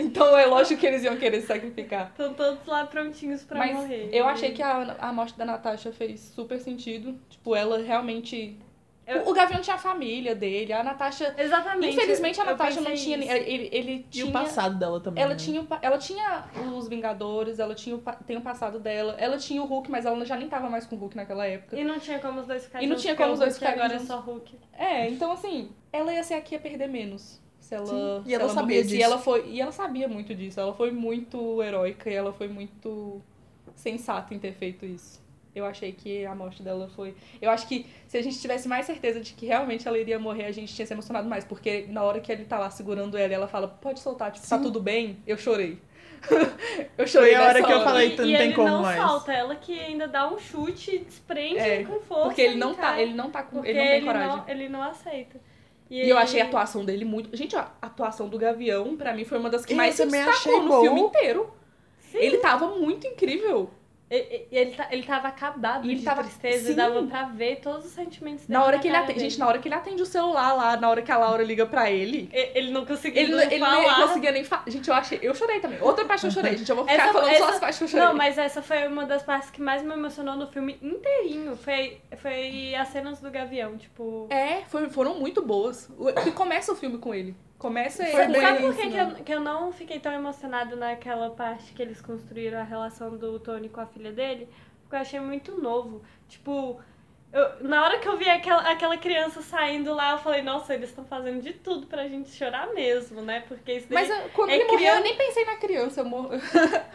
[SPEAKER 1] Então é lógico que eles iam querer se sacrificar.
[SPEAKER 3] Estão todos lá prontinhos pra
[SPEAKER 1] Mas
[SPEAKER 3] morrer.
[SPEAKER 1] eu achei que a, a morte da Natasha fez super sentido. Tipo, ela realmente.
[SPEAKER 3] Eu-
[SPEAKER 1] O, o Gavião tinha a família dele, a Natasha.
[SPEAKER 3] Exatamente.
[SPEAKER 1] Infelizmente a
[SPEAKER 3] eu
[SPEAKER 1] Natasha não
[SPEAKER 3] pensei
[SPEAKER 1] tinha.
[SPEAKER 3] isso.
[SPEAKER 1] Ele, ele
[SPEAKER 2] E
[SPEAKER 1] tinha.
[SPEAKER 2] o passado dela também.
[SPEAKER 1] Ela
[SPEAKER 2] né?
[SPEAKER 1] tinha, o pa- ela tinha os Vingadores, ela tinha o pa- tem o passado dela, ela tinha o Hulk, mas ela já nem tava mais com o Hulk naquela época.
[SPEAKER 3] E não tinha como os dois ficarem
[SPEAKER 1] E não
[SPEAKER 3] juntos,
[SPEAKER 1] tinha
[SPEAKER 3] porque
[SPEAKER 1] como os
[SPEAKER 3] o
[SPEAKER 1] dois
[SPEAKER 3] Hulk
[SPEAKER 1] ficarem
[SPEAKER 3] agora
[SPEAKER 1] juntos.
[SPEAKER 3] é só Hulk.
[SPEAKER 1] É, então assim, ela ia ser aqui a perder menos. Se ela,
[SPEAKER 2] Sim, e
[SPEAKER 1] se
[SPEAKER 2] ela sabia
[SPEAKER 1] morresse. E
[SPEAKER 2] disso.
[SPEAKER 1] ela, foi, e ela sabia muito disso. Ela foi muito heróica e ela foi muito sensata em ter feito isso. Eu achei que a morte dela foi. Eu acho que se a gente tivesse mais certeza de que realmente ela iria morrer, a gente tinha se emocionado mais. Porque na hora que ele tá lá segurando ela e ela fala, pode soltar, tipo, tá
[SPEAKER 2] Sim.
[SPEAKER 1] tudo bem, eu chorei. eu chorei.
[SPEAKER 2] a hora
[SPEAKER 1] nessa
[SPEAKER 2] que eu
[SPEAKER 1] hora.
[SPEAKER 2] falei,
[SPEAKER 3] E-
[SPEAKER 2] então
[SPEAKER 3] e
[SPEAKER 2] não tem
[SPEAKER 3] ele
[SPEAKER 2] como
[SPEAKER 3] não
[SPEAKER 2] mais.
[SPEAKER 3] solta, ela que ainda dá um chute, desprende
[SPEAKER 1] É,
[SPEAKER 3] com força.
[SPEAKER 1] Porque ele
[SPEAKER 3] e
[SPEAKER 1] não tá,
[SPEAKER 3] cai.
[SPEAKER 1] ele não tá com.
[SPEAKER 3] Porque
[SPEAKER 1] ele não tem coragem.
[SPEAKER 3] Não, ele não aceita.
[SPEAKER 1] E eu achei a atuação dele muito. Gente, a atuação do Gavião, pra mim, foi uma das que
[SPEAKER 2] Eu
[SPEAKER 1] mais se
[SPEAKER 2] também
[SPEAKER 1] destacou
[SPEAKER 2] achei
[SPEAKER 1] no
[SPEAKER 2] boa.
[SPEAKER 1] filme inteiro.
[SPEAKER 3] Sim.
[SPEAKER 1] Ele tava muito incrível.
[SPEAKER 3] E- e- Ele, tá- ele tava acabado
[SPEAKER 1] E ele
[SPEAKER 3] de
[SPEAKER 1] tava-
[SPEAKER 3] tristeza,
[SPEAKER 1] sim.
[SPEAKER 3] dava pra ver todos os sentimentos dele.
[SPEAKER 1] na hora que ele
[SPEAKER 3] cara
[SPEAKER 1] atende.
[SPEAKER 3] dele.
[SPEAKER 1] Gente, na hora que ele atende o celular lá, na hora que a Laura liga pra ele.
[SPEAKER 3] E- Ele não conseguia
[SPEAKER 1] Ele, ele não
[SPEAKER 3] falar.
[SPEAKER 1] conseguia nem falar. Gente, eu achei. Eu chorei também. Outra parte que eu chorei, gente. Eu vou ficar
[SPEAKER 3] Essa-
[SPEAKER 1] falando só
[SPEAKER 3] essa-
[SPEAKER 1] as partes que eu chorei.
[SPEAKER 3] Não, mas essa foi uma das partes que mais me emocionou no filme inteirinho. Foi, foi as cenas do Gavião, tipo.
[SPEAKER 1] É, foi- foram muito boas. O- E começa o filme com ele. Começa ele.
[SPEAKER 2] Foi
[SPEAKER 1] com
[SPEAKER 3] Sabe,
[SPEAKER 1] ele
[SPEAKER 2] bem
[SPEAKER 3] sabe por que,
[SPEAKER 1] ensinando.
[SPEAKER 3] que, eu, que eu não fiquei tão emocionada naquela parte que eles construíram a relação do Tony com a filha dele? Porque eu achei muito novo. Tipo, eu- na hora que eu vi aquela, aquela criança saindo lá, eu falei, nossa, eles estão fazendo de tudo pra gente chorar mesmo, né? Porque isso daí.
[SPEAKER 1] Mas eu- quando
[SPEAKER 3] É
[SPEAKER 1] ele morreu,
[SPEAKER 3] criança-
[SPEAKER 1] eu nem pensei na criança. Eu mor...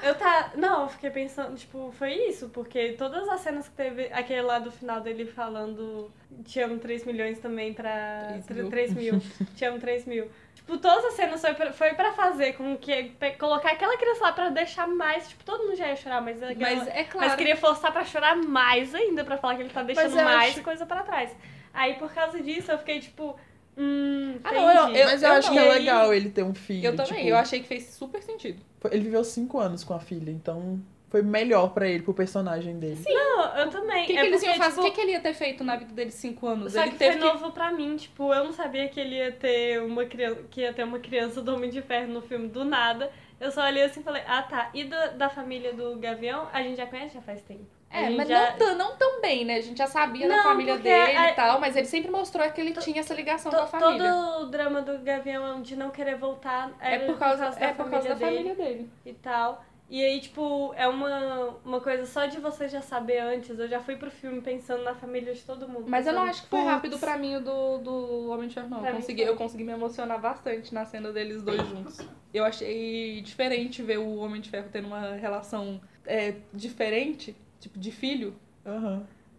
[SPEAKER 3] Eu tá. Não, eu fiquei pensando, tipo, foi isso, porque todas as cenas que teve. Aquele lá do final dele falando. Te amo 3 milhões também pra.
[SPEAKER 1] Três mil.
[SPEAKER 3] 3 mil. Te amo 3 mil. Tipo, todas as cenas foi pra, foi pra fazer com que. pra colocar aquela criança lá pra deixar mais. Tipo, todo mundo já ia chorar, mas. Aquela,
[SPEAKER 1] Mas é claro. é,
[SPEAKER 3] mas queria forçar pra chorar mais ainda, pra falar que ele tá deixando
[SPEAKER 2] eu
[SPEAKER 3] mais
[SPEAKER 2] acho-
[SPEAKER 3] coisa pra trás. Aí por causa disso eu fiquei tipo. Hum.
[SPEAKER 1] Ah, não, eu-
[SPEAKER 3] entendi.
[SPEAKER 2] Mas eu,
[SPEAKER 1] eu
[SPEAKER 2] acho
[SPEAKER 1] não.
[SPEAKER 2] que é
[SPEAKER 3] E aí-
[SPEAKER 2] legal ele ter um filho.
[SPEAKER 1] Eu também.
[SPEAKER 2] tipo,
[SPEAKER 1] Eu achei que fez super sentido.
[SPEAKER 2] foi- Ele viveu cinco anos com a filha, então foi melhor pra ele, pro personagem dele. Sim.
[SPEAKER 3] Não, eu também.
[SPEAKER 1] O que,
[SPEAKER 3] É
[SPEAKER 1] que eles iam
[SPEAKER 3] porque,
[SPEAKER 1] fazer? O
[SPEAKER 3] tipo,
[SPEAKER 1] que, que ele ia ter feito na vida dele cinco anos?
[SPEAKER 3] Só
[SPEAKER 1] ele
[SPEAKER 3] que foi
[SPEAKER 1] teve que...
[SPEAKER 3] novo pra mim, tipo, eu não sabia que ele ia ter uma criança, que ia ter uma criança do Homem de Ferro no filme do nada. Eu só olhei assim e falei, ah tá, e da, da família do Gavião, a gente já conhece já faz tempo. A
[SPEAKER 1] É,
[SPEAKER 3] gente
[SPEAKER 1] mas
[SPEAKER 3] já-
[SPEAKER 1] não, tão, não tão bem, né? A gente já sabia da
[SPEAKER 3] Não,
[SPEAKER 1] família
[SPEAKER 3] porque
[SPEAKER 1] dele
[SPEAKER 3] a-
[SPEAKER 1] e tal, mas ele sempre mostrou que ele tinha essa ligação
[SPEAKER 3] to-
[SPEAKER 1] com a família.
[SPEAKER 3] Todo o drama do Gavião de não querer voltar
[SPEAKER 1] É
[SPEAKER 3] era
[SPEAKER 1] por causa,
[SPEAKER 3] da
[SPEAKER 1] é por causa da
[SPEAKER 3] dele.
[SPEAKER 1] família dele.
[SPEAKER 3] e tal. E aí, tipo, é uma, uma coisa só de você já saber antes. Eu já fui pro filme pensando na família de todo mundo.
[SPEAKER 1] Mas eu não
[SPEAKER 3] pensando-
[SPEAKER 1] acho que foi
[SPEAKER 2] Putz.
[SPEAKER 1] rápido pra mim o do, do Homem de Ferro, não.
[SPEAKER 3] Pra
[SPEAKER 1] Eu
[SPEAKER 3] mim
[SPEAKER 1] consegui,
[SPEAKER 3] foi.
[SPEAKER 1] eu consegui me emocionar bastante na cena deles dois juntos. Eu achei diferente ver o Homem de Ferro tendo uma relação é, diferente, tipo, de filho,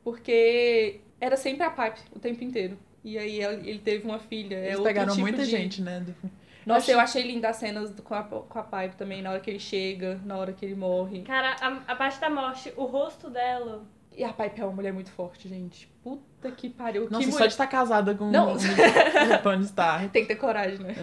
[SPEAKER 1] porque era sempre a Pipe o tempo inteiro. E aí ela- ele teve uma filha. é
[SPEAKER 2] Eles
[SPEAKER 1] outro
[SPEAKER 2] pegaram
[SPEAKER 1] tipo
[SPEAKER 2] muita
[SPEAKER 1] de-
[SPEAKER 2] gente, né? do-
[SPEAKER 1] Nossa, eu achei linda as cenas do- com a, com a Pipe também, na hora que ele chega, na hora que ele morre.
[SPEAKER 3] Cara, a, a parte da morte, o rosto dela.
[SPEAKER 1] E a Pipe é uma mulher muito forte, gente. Puta que pariu.
[SPEAKER 2] Nossa,
[SPEAKER 1] que
[SPEAKER 2] só
[SPEAKER 1] mulher...
[SPEAKER 2] de estar casada com
[SPEAKER 1] Não.
[SPEAKER 2] o o Tony Stark.
[SPEAKER 1] Tem que ter coragem, né?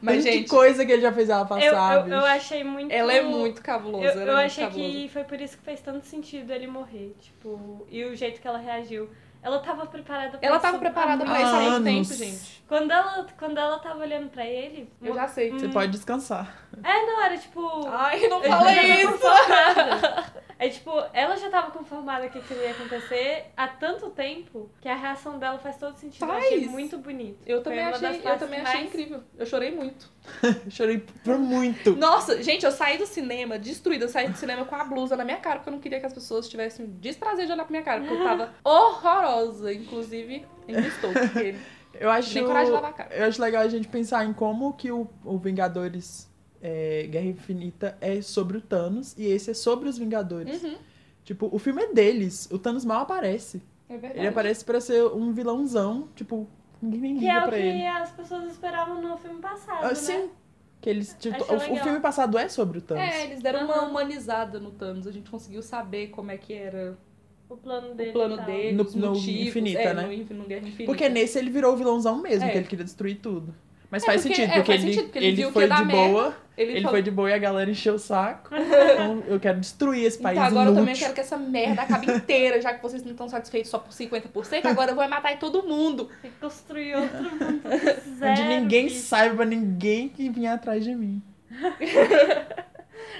[SPEAKER 1] Mas,
[SPEAKER 2] Tanta
[SPEAKER 1] gente,
[SPEAKER 2] coisa que ele já fez ela
[SPEAKER 3] Eu,
[SPEAKER 2] passar.
[SPEAKER 3] eu, eu
[SPEAKER 2] bicho.
[SPEAKER 3] achei muito.
[SPEAKER 1] ela é muito cabulosa.
[SPEAKER 3] Eu,
[SPEAKER 1] ela é
[SPEAKER 3] eu
[SPEAKER 1] muito
[SPEAKER 3] achei
[SPEAKER 1] cabulosa.
[SPEAKER 3] que foi por isso que fez tanto sentido ele morrer, tipo, e o jeito que ela reagiu. Ela tava preparada pra
[SPEAKER 1] Ela
[SPEAKER 3] isso
[SPEAKER 1] tava preparada
[SPEAKER 3] há
[SPEAKER 1] pra
[SPEAKER 3] muito
[SPEAKER 1] isso há muito
[SPEAKER 2] anos.
[SPEAKER 1] tempo, gente.
[SPEAKER 3] tempo. Quando ela, quando ela tava olhando pra ele,
[SPEAKER 1] Eu já sei.
[SPEAKER 2] Você pode descansar.
[SPEAKER 3] é, não, era tipo.
[SPEAKER 1] Ai, não
[SPEAKER 3] ele
[SPEAKER 1] fala
[SPEAKER 3] já tava
[SPEAKER 1] isso!
[SPEAKER 3] conformada. É tipo, ela já tava conformada que aquilo ia acontecer há tanto tempo que a reação dela faz todo sentido. Eu achei
[SPEAKER 1] Faz.
[SPEAKER 3] muito bonito.
[SPEAKER 1] Eu
[SPEAKER 3] Foi
[SPEAKER 1] também
[SPEAKER 3] uma das
[SPEAKER 1] achei, eu
[SPEAKER 3] partes
[SPEAKER 1] também
[SPEAKER 3] que
[SPEAKER 1] achei
[SPEAKER 3] mais-
[SPEAKER 1] incrível. Eu chorei muito.
[SPEAKER 2] Eu Chorei por muito.
[SPEAKER 1] Nossa, gente, eu saí do cinema destruída. Eu saí do cinema com a blusa na minha cara, porque eu não queria que as pessoas tivessem desprazer de olhar pra minha cara, porque eu tava horrorosa. Inclusive, ainda estou, porque
[SPEAKER 2] Eu acho.
[SPEAKER 1] nem coragem de lavar a cara.
[SPEAKER 2] Eu acho legal a gente pensar em como que o, o Vingadores é, Guerra Infinita é sobre o Thanos e esse é sobre os Vingadores.
[SPEAKER 1] Uhum,
[SPEAKER 2] Tipo, o filme é deles. O Thanos mal aparece.
[SPEAKER 1] é verdade.
[SPEAKER 2] Ele aparece pra ser um vilãozão, tipo, ninguém nem
[SPEAKER 3] Que é
[SPEAKER 2] liga
[SPEAKER 3] o
[SPEAKER 2] pra
[SPEAKER 3] que
[SPEAKER 2] ele.
[SPEAKER 3] as pessoas esperavam no filme passado,
[SPEAKER 2] Ah,
[SPEAKER 3] né?
[SPEAKER 2] Sim. Que eles, tipo,
[SPEAKER 3] Achei
[SPEAKER 2] o, o
[SPEAKER 3] legal.
[SPEAKER 2] filme passado é sobre o Thanos.
[SPEAKER 1] É, eles deram uma
[SPEAKER 3] Aham.
[SPEAKER 1] humanizada no Thanos. A gente conseguiu saber como é que era
[SPEAKER 3] O plano dele.
[SPEAKER 1] o
[SPEAKER 3] e
[SPEAKER 1] plano
[SPEAKER 3] tal.
[SPEAKER 1] dele,
[SPEAKER 2] tá No-
[SPEAKER 1] os
[SPEAKER 2] no
[SPEAKER 1] motivos.
[SPEAKER 2] Infinita,
[SPEAKER 1] é,
[SPEAKER 2] né?
[SPEAKER 1] No, Infi- no Guerra Infinita.
[SPEAKER 2] Porque nesse ele virou o vilãozão mesmo,
[SPEAKER 1] É.
[SPEAKER 2] que ele queria destruir tudo. Mas
[SPEAKER 1] É,
[SPEAKER 2] faz
[SPEAKER 1] porque-
[SPEAKER 2] sentido,
[SPEAKER 1] é,
[SPEAKER 2] porque,
[SPEAKER 1] faz
[SPEAKER 2] ele,
[SPEAKER 1] sentido, porque ele
[SPEAKER 2] ele,
[SPEAKER 1] viu que
[SPEAKER 2] foi
[SPEAKER 1] ia dar
[SPEAKER 2] de boa,
[SPEAKER 1] ele,
[SPEAKER 2] ele
[SPEAKER 1] falou,
[SPEAKER 2] foi de boa e a galera encheu o saco. então eu quero destruir esse país
[SPEAKER 1] então agora eu também
[SPEAKER 2] inútil.
[SPEAKER 1] quero que essa merda acabe inteira, já que vocês não estão satisfeitos só por 50%, agora eu vou matar todo mundo.
[SPEAKER 3] Tem que construir outro mundo do
[SPEAKER 2] Onde
[SPEAKER 3] zero,
[SPEAKER 2] ninguém
[SPEAKER 3] bicho.
[SPEAKER 2] saiba, ninguém que vinha atrás de mim.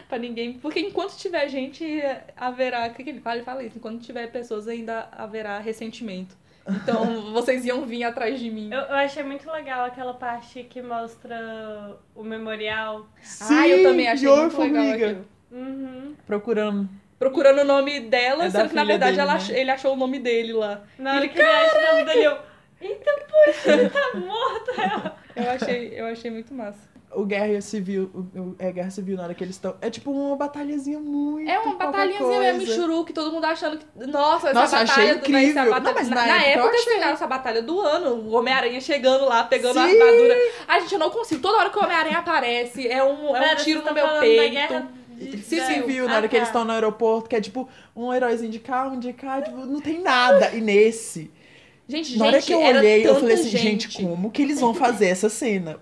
[SPEAKER 1] pra ninguém. Porque enquanto tiver gente, haverá. O que, que ele fala? Ele fala isso. Enquanto tiver pessoas, ainda haverá ressentimento. Então vocês iam vir atrás de mim.
[SPEAKER 3] Eu, eu achei muito legal aquela parte que mostra o memorial.
[SPEAKER 2] Sim,
[SPEAKER 1] ah, eu também achei
[SPEAKER 2] Yo
[SPEAKER 1] muito legal
[SPEAKER 2] Formiga.
[SPEAKER 1] aquilo.
[SPEAKER 3] Uhum.
[SPEAKER 2] Procurando.
[SPEAKER 1] Procurando o nome dela,
[SPEAKER 2] É da
[SPEAKER 1] sendo que na
[SPEAKER 2] filha
[SPEAKER 1] verdade
[SPEAKER 2] dele,
[SPEAKER 1] ela
[SPEAKER 2] né?
[SPEAKER 1] ach- ele achou o nome dele lá.
[SPEAKER 3] Na hora que ele acha o nome dele, eu... Eita, poxa, ele tá morto.
[SPEAKER 1] Eu achei, eu achei muito massa.
[SPEAKER 2] O Guerra Civil. o- o- é Guerra Civil na hora que eles estão. É tipo uma batalhazinha muito.
[SPEAKER 1] É uma
[SPEAKER 2] qualquer
[SPEAKER 1] batalhazinha
[SPEAKER 2] coisa.
[SPEAKER 1] mesmo, churu, que todo mundo achando que. Nossa, essa
[SPEAKER 2] Nossa, eu achei
[SPEAKER 1] batalha vai ser a
[SPEAKER 2] incrível.
[SPEAKER 1] batalha.
[SPEAKER 2] Não, mas
[SPEAKER 1] na,
[SPEAKER 2] na
[SPEAKER 1] na
[SPEAKER 2] época eu
[SPEAKER 1] época,
[SPEAKER 2] achei.
[SPEAKER 1] chegaram essa batalha do ano, o Homem-Aranha chegando lá, pegando a
[SPEAKER 2] Sim.
[SPEAKER 1] armadura. Ai, gente, eu não consigo. Toda hora que o Homem-Aranha aparece, é um, é um
[SPEAKER 3] Pera,
[SPEAKER 1] tiro
[SPEAKER 3] você tá
[SPEAKER 1] no meu
[SPEAKER 3] falando Da guerra
[SPEAKER 1] peito.
[SPEAKER 3] de...
[SPEAKER 2] Tipo, Se
[SPEAKER 3] da-
[SPEAKER 2] civil, na
[SPEAKER 3] Ah,
[SPEAKER 2] hora que eles
[SPEAKER 3] tá.
[SPEAKER 2] estão no aeroporto, que é tipo um heróizinho de cá, um de cá, tipo, não tem nada. E nesse,
[SPEAKER 1] Gente,
[SPEAKER 2] na hora
[SPEAKER 1] gente,
[SPEAKER 2] que eu
[SPEAKER 1] era
[SPEAKER 2] olhei, eu
[SPEAKER 1] tanta
[SPEAKER 2] falei assim, gente. como que eles vão fazer essa cena?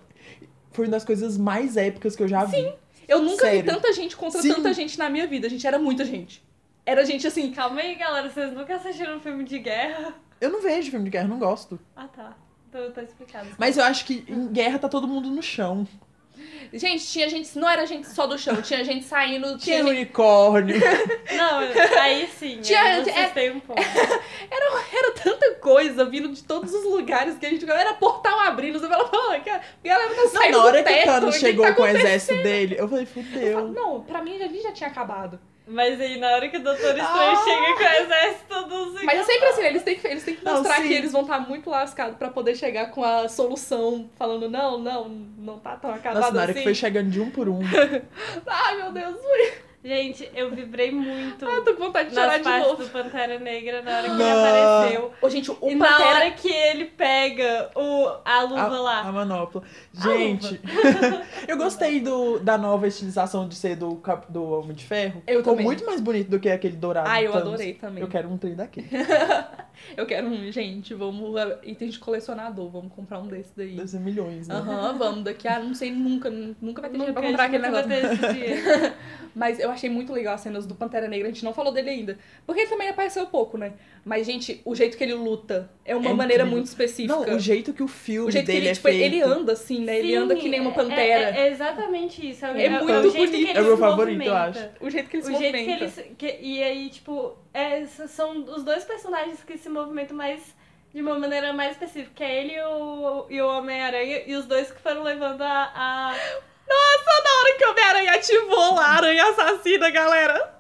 [SPEAKER 2] Foi uma das coisas mais épicas que eu já vi.
[SPEAKER 1] Eu nunca vi
[SPEAKER 2] Sério.
[SPEAKER 1] tanta gente contra
[SPEAKER 2] Sim.
[SPEAKER 1] tanta gente na minha vida, gente. Era muita gente. Era gente assim.
[SPEAKER 3] Calma aí, galera. Vocês nunca assistiram um filme de guerra?
[SPEAKER 2] Eu não vejo filme de guerra, eu não gosto.
[SPEAKER 3] Ah, tá. Então tá explicado.
[SPEAKER 2] Mas eu acho que em guerra tá todo mundo no chão.
[SPEAKER 1] Gente, tinha gente. Não era gente só do chão, tinha gente saindo. Tinha
[SPEAKER 2] Tinha
[SPEAKER 1] gente,
[SPEAKER 2] unicórnio.
[SPEAKER 3] Não, aí sim.
[SPEAKER 1] Tia,
[SPEAKER 3] aí
[SPEAKER 1] é-
[SPEAKER 3] vocês têm um ponto.
[SPEAKER 1] era tanta coisa vindo de todos os lugares que a gente. Era portal abrindo. Você fala, pô, cara, a galera tá saindo.
[SPEAKER 2] Na hora
[SPEAKER 1] do
[SPEAKER 2] que o
[SPEAKER 1] teto, o
[SPEAKER 2] Thanos
[SPEAKER 1] que
[SPEAKER 2] chegou
[SPEAKER 1] que tá
[SPEAKER 2] com o
[SPEAKER 1] acontecendo?
[SPEAKER 2] exército dele, eu falei,
[SPEAKER 1] Eu falo,
[SPEAKER 2] fudeu.
[SPEAKER 1] Não, pra mim ali já tinha acabado.
[SPEAKER 3] Mas aí, na hora que o Doutor Estranho
[SPEAKER 2] Ah!
[SPEAKER 3] chega com o exército dos
[SPEAKER 1] Mas é sempre assim, né? eles têm que, eles têm que
[SPEAKER 2] Não,
[SPEAKER 1] mostrar
[SPEAKER 2] sim.
[SPEAKER 1] que eles vão estar muito lascados pra poder chegar com a solução, falando, não, não, não tá tão acabado
[SPEAKER 2] Nossa, na hora
[SPEAKER 1] assim.
[SPEAKER 2] que foi chegando de um por um.
[SPEAKER 1] Ai, meu Deus,
[SPEAKER 3] Gente, eu vibrei muito
[SPEAKER 1] eu tô com vontade de chorar Ah,
[SPEAKER 3] nas
[SPEAKER 1] de
[SPEAKER 3] partes
[SPEAKER 1] novo.
[SPEAKER 3] do Pantera Negra na hora que ele
[SPEAKER 2] Não.
[SPEAKER 3] apareceu.
[SPEAKER 1] Ô, gente, o
[SPEAKER 3] e na
[SPEAKER 1] Pantera
[SPEAKER 3] hora que ele pega o, a luva
[SPEAKER 2] A,
[SPEAKER 3] lá.
[SPEAKER 2] a manopla.
[SPEAKER 3] A luva.
[SPEAKER 2] Gente, eu gostei do, da nova estilização de ser do, cap- do Homem de Ferro.
[SPEAKER 1] Eu
[SPEAKER 2] Ficou
[SPEAKER 1] também.
[SPEAKER 2] muito mais bonito do que aquele dourado.
[SPEAKER 1] Ah, eu
[SPEAKER 2] do Thanos.
[SPEAKER 1] adorei também.
[SPEAKER 2] Eu quero um trem daquele.
[SPEAKER 1] Eu quero um, gente, vamos. Item de colecionador, vamos comprar um desse daí.
[SPEAKER 2] Deve ser milhões, né?
[SPEAKER 1] Aham, vamos daqui a. Não sei, nunca, nunca vai ter dinheiro
[SPEAKER 3] Nunca,
[SPEAKER 1] pra comprar aquele
[SPEAKER 3] nunca
[SPEAKER 1] negócio.
[SPEAKER 3] vai ter esse dinheiro.
[SPEAKER 1] Mas eu achei muito legal as cenas do Pantera Negra, a gente não falou dele ainda. Porque ele também apareceu pouco, né? Mas, gente, o jeito que ele luta é uma
[SPEAKER 2] É
[SPEAKER 1] maneira
[SPEAKER 2] incrível.
[SPEAKER 1] muito específica.
[SPEAKER 2] Não, o jeito que o filme
[SPEAKER 1] O jeito que
[SPEAKER 2] dele
[SPEAKER 1] ele,
[SPEAKER 2] é
[SPEAKER 1] tipo, ele-
[SPEAKER 2] feito.
[SPEAKER 1] ele anda assim, né? ele
[SPEAKER 3] Sim,
[SPEAKER 1] anda que nem uma
[SPEAKER 3] é-
[SPEAKER 1] pantera.
[SPEAKER 3] É, é exatamente isso. É,
[SPEAKER 1] É muito
[SPEAKER 3] o jeito
[SPEAKER 1] bonito.
[SPEAKER 3] Que ele
[SPEAKER 2] É o meu
[SPEAKER 3] se
[SPEAKER 2] favorito, eu
[SPEAKER 3] movimenta.
[SPEAKER 2] acho.
[SPEAKER 1] O jeito que ele se
[SPEAKER 3] O jeito que
[SPEAKER 1] movimenta.
[SPEAKER 3] eles. que- e aí, tipo, é, s- são os dois personagens que se movimentam mais. De uma maneira mais específica, que é ele e o, e o Homem-Aranha, e os dois que foram levando a. a...
[SPEAKER 1] Nossa, na hora que o Homem-Aranha ativou lá, a aranha assassina, galera.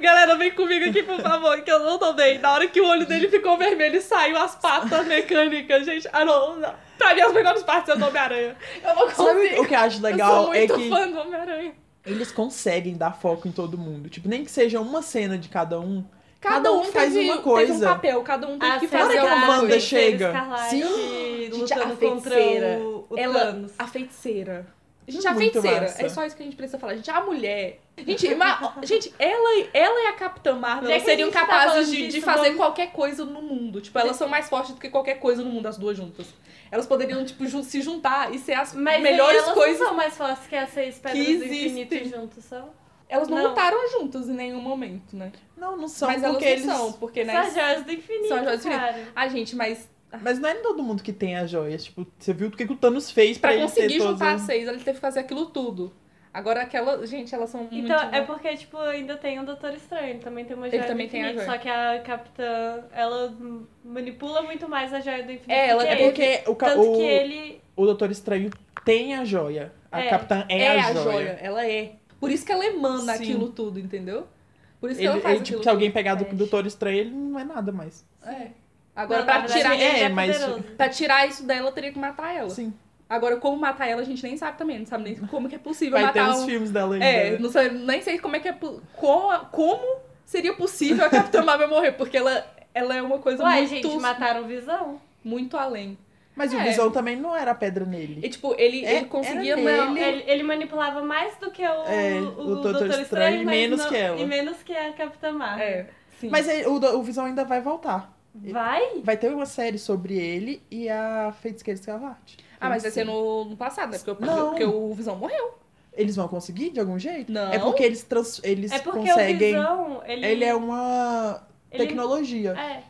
[SPEAKER 1] Galera, vem comigo aqui, por favor, que eu não tô bem. Na hora que o olho dele ficou vermelho e saiu as patas mecânicas, gente. Ah, não, não. Pra mim, as melhores partes é do Homem-Aranha. Eu não consigo.
[SPEAKER 2] Sabe o que eu acho
[SPEAKER 1] eu sou
[SPEAKER 2] legal é
[SPEAKER 1] muito
[SPEAKER 2] que
[SPEAKER 1] fã do Homem-Aranha.
[SPEAKER 2] eles conseguem dar foco em todo mundo. Tipo, nem que seja uma cena de cada um.
[SPEAKER 1] Cada, um faz uma coisa. Teve um papel, cada um teve
[SPEAKER 3] a é
[SPEAKER 1] que
[SPEAKER 3] cena
[SPEAKER 1] fazer
[SPEAKER 2] que a
[SPEAKER 1] uma
[SPEAKER 3] da
[SPEAKER 2] Wanda
[SPEAKER 1] coisa.
[SPEAKER 3] Feiticeira
[SPEAKER 2] chega.
[SPEAKER 3] Escarlate
[SPEAKER 1] Sim. Gente, a
[SPEAKER 3] lutando contra
[SPEAKER 1] feiticeira,
[SPEAKER 3] o, o
[SPEAKER 1] Ela,
[SPEAKER 3] Thanos.
[SPEAKER 1] a feiticeira. Gente, a
[SPEAKER 2] Muito
[SPEAKER 1] feiticeira.
[SPEAKER 2] massa.
[SPEAKER 1] É só isso que a gente precisa falar. Gente, a mulher. Gente, ma- gente ela, ela e a Capitã Marvel
[SPEAKER 3] Já que a
[SPEAKER 1] seriam
[SPEAKER 3] gente tá
[SPEAKER 1] capazes
[SPEAKER 3] falando
[SPEAKER 1] de, de
[SPEAKER 3] disso,
[SPEAKER 1] fazer
[SPEAKER 3] vamos-
[SPEAKER 1] qualquer coisa no mundo. Tipo, elas são mais fortes do que qualquer coisa no mundo, as duas juntas. Elas poderiam, tipo, ju- se juntar e ser as
[SPEAKER 3] Mas
[SPEAKER 1] melhores
[SPEAKER 3] elas
[SPEAKER 1] coisas.
[SPEAKER 3] não são mais fáceis que as seis pedras
[SPEAKER 1] que
[SPEAKER 3] do infinito
[SPEAKER 1] existem.
[SPEAKER 3] juntos, são?
[SPEAKER 1] Elas não,
[SPEAKER 3] Não.
[SPEAKER 1] lutaram juntas em nenhum momento, né?
[SPEAKER 2] Não, não são
[SPEAKER 1] mas elas
[SPEAKER 2] porque
[SPEAKER 1] não
[SPEAKER 2] eles.
[SPEAKER 1] são, porque,
[SPEAKER 3] São as
[SPEAKER 1] né?
[SPEAKER 3] joias do infinito,
[SPEAKER 1] São as joias do infinito.
[SPEAKER 3] cara.
[SPEAKER 1] Ah, gente, mas
[SPEAKER 2] Mas não é todo mundo que tem as joias. Tipo, você viu o que, que o Thanos fez pra,
[SPEAKER 1] pra
[SPEAKER 2] ele ter
[SPEAKER 1] conseguir
[SPEAKER 2] todas
[SPEAKER 1] juntar as
[SPEAKER 2] as-
[SPEAKER 1] seis, ele teve que fazer aquilo tudo. Agora aquela. Gente, elas são muito.
[SPEAKER 3] Então, é porque, tipo, ainda tem o Doutor Estranho, ele também tem uma
[SPEAKER 1] Ele
[SPEAKER 3] joia
[SPEAKER 1] também
[SPEAKER 3] do
[SPEAKER 1] tem a
[SPEAKER 3] infinito,
[SPEAKER 1] joia.
[SPEAKER 3] só que a Capitã, ela m- manipula muito mais a joia do infinito
[SPEAKER 1] É, ela-
[SPEAKER 3] que
[SPEAKER 1] é
[SPEAKER 2] É
[SPEAKER 3] ele.
[SPEAKER 2] porque o, ca-
[SPEAKER 3] Tanto
[SPEAKER 2] o,
[SPEAKER 3] que ele...
[SPEAKER 2] o Doutor Estranho tem a joia. A
[SPEAKER 3] É.
[SPEAKER 2] Capitã é,
[SPEAKER 1] É
[SPEAKER 2] a joia.
[SPEAKER 1] ela é. Por isso que ela emana
[SPEAKER 2] Sim.
[SPEAKER 1] aquilo tudo, entendeu? Por isso que
[SPEAKER 2] Ele,
[SPEAKER 1] ela faz
[SPEAKER 2] ele, tipo,
[SPEAKER 1] aquilo
[SPEAKER 2] se alguém pegar do
[SPEAKER 3] Fecha.
[SPEAKER 2] Doutor Estranho, ele não é nada mais.
[SPEAKER 1] tudo. É. Agora,
[SPEAKER 3] Não,
[SPEAKER 1] pra,
[SPEAKER 3] na verdade,
[SPEAKER 1] tirar,
[SPEAKER 2] ele
[SPEAKER 3] ele
[SPEAKER 2] é, mas-
[SPEAKER 3] poderoso.
[SPEAKER 1] pra tirar isso dela, eu teria que matar ela.
[SPEAKER 2] Sim.
[SPEAKER 1] Agora, como matar ela, a gente nem sabe também. Não sabe nem como que é possível
[SPEAKER 2] Vai ter
[SPEAKER 1] matar
[SPEAKER 2] uns
[SPEAKER 1] um...
[SPEAKER 2] filmes dela ainda.
[SPEAKER 1] É,
[SPEAKER 2] né?
[SPEAKER 1] não sei, nem sei como é que é... po- Como, como seria possível a Capitã Marvel morrer, porque ela, ela é uma coisa
[SPEAKER 3] Uai,
[SPEAKER 1] muito,
[SPEAKER 3] gente, mataram o Visão.
[SPEAKER 1] muito além.
[SPEAKER 2] Mas
[SPEAKER 1] É.
[SPEAKER 2] o Visão também não era a pedra nele.
[SPEAKER 1] E, tipo, ele,
[SPEAKER 2] É,
[SPEAKER 1] ele conseguia...
[SPEAKER 2] era
[SPEAKER 1] ma-
[SPEAKER 2] Ele-
[SPEAKER 3] Ele, ele manipulava mais do que o,
[SPEAKER 2] É,
[SPEAKER 3] o,
[SPEAKER 2] o Doutor
[SPEAKER 3] Doutor
[SPEAKER 2] Estranho
[SPEAKER 3] Estranho,
[SPEAKER 2] e
[SPEAKER 3] mas
[SPEAKER 2] menos
[SPEAKER 3] não-
[SPEAKER 2] que ela.
[SPEAKER 3] E menos que a Capitã Marvel.
[SPEAKER 1] É, sim.
[SPEAKER 2] Mas aí, o, do- o Visão ainda vai voltar.
[SPEAKER 3] Vai?
[SPEAKER 2] Vai ter uma série sobre ele e a Feiticeira Escarlate.
[SPEAKER 1] Ah, mas vai ser
[SPEAKER 2] Assim.
[SPEAKER 1] no, no passado, né? Porque, o-
[SPEAKER 2] Não.
[SPEAKER 1] porque o Visão morreu.
[SPEAKER 2] Eles vão conseguir de algum jeito?
[SPEAKER 1] Não.
[SPEAKER 2] É porque eles, trans... eles
[SPEAKER 3] É porque
[SPEAKER 2] conseguem.
[SPEAKER 3] o Visão, ele...
[SPEAKER 2] Ele é uma
[SPEAKER 3] ele-
[SPEAKER 2] tecnologia.
[SPEAKER 3] É.
[SPEAKER 2] Aí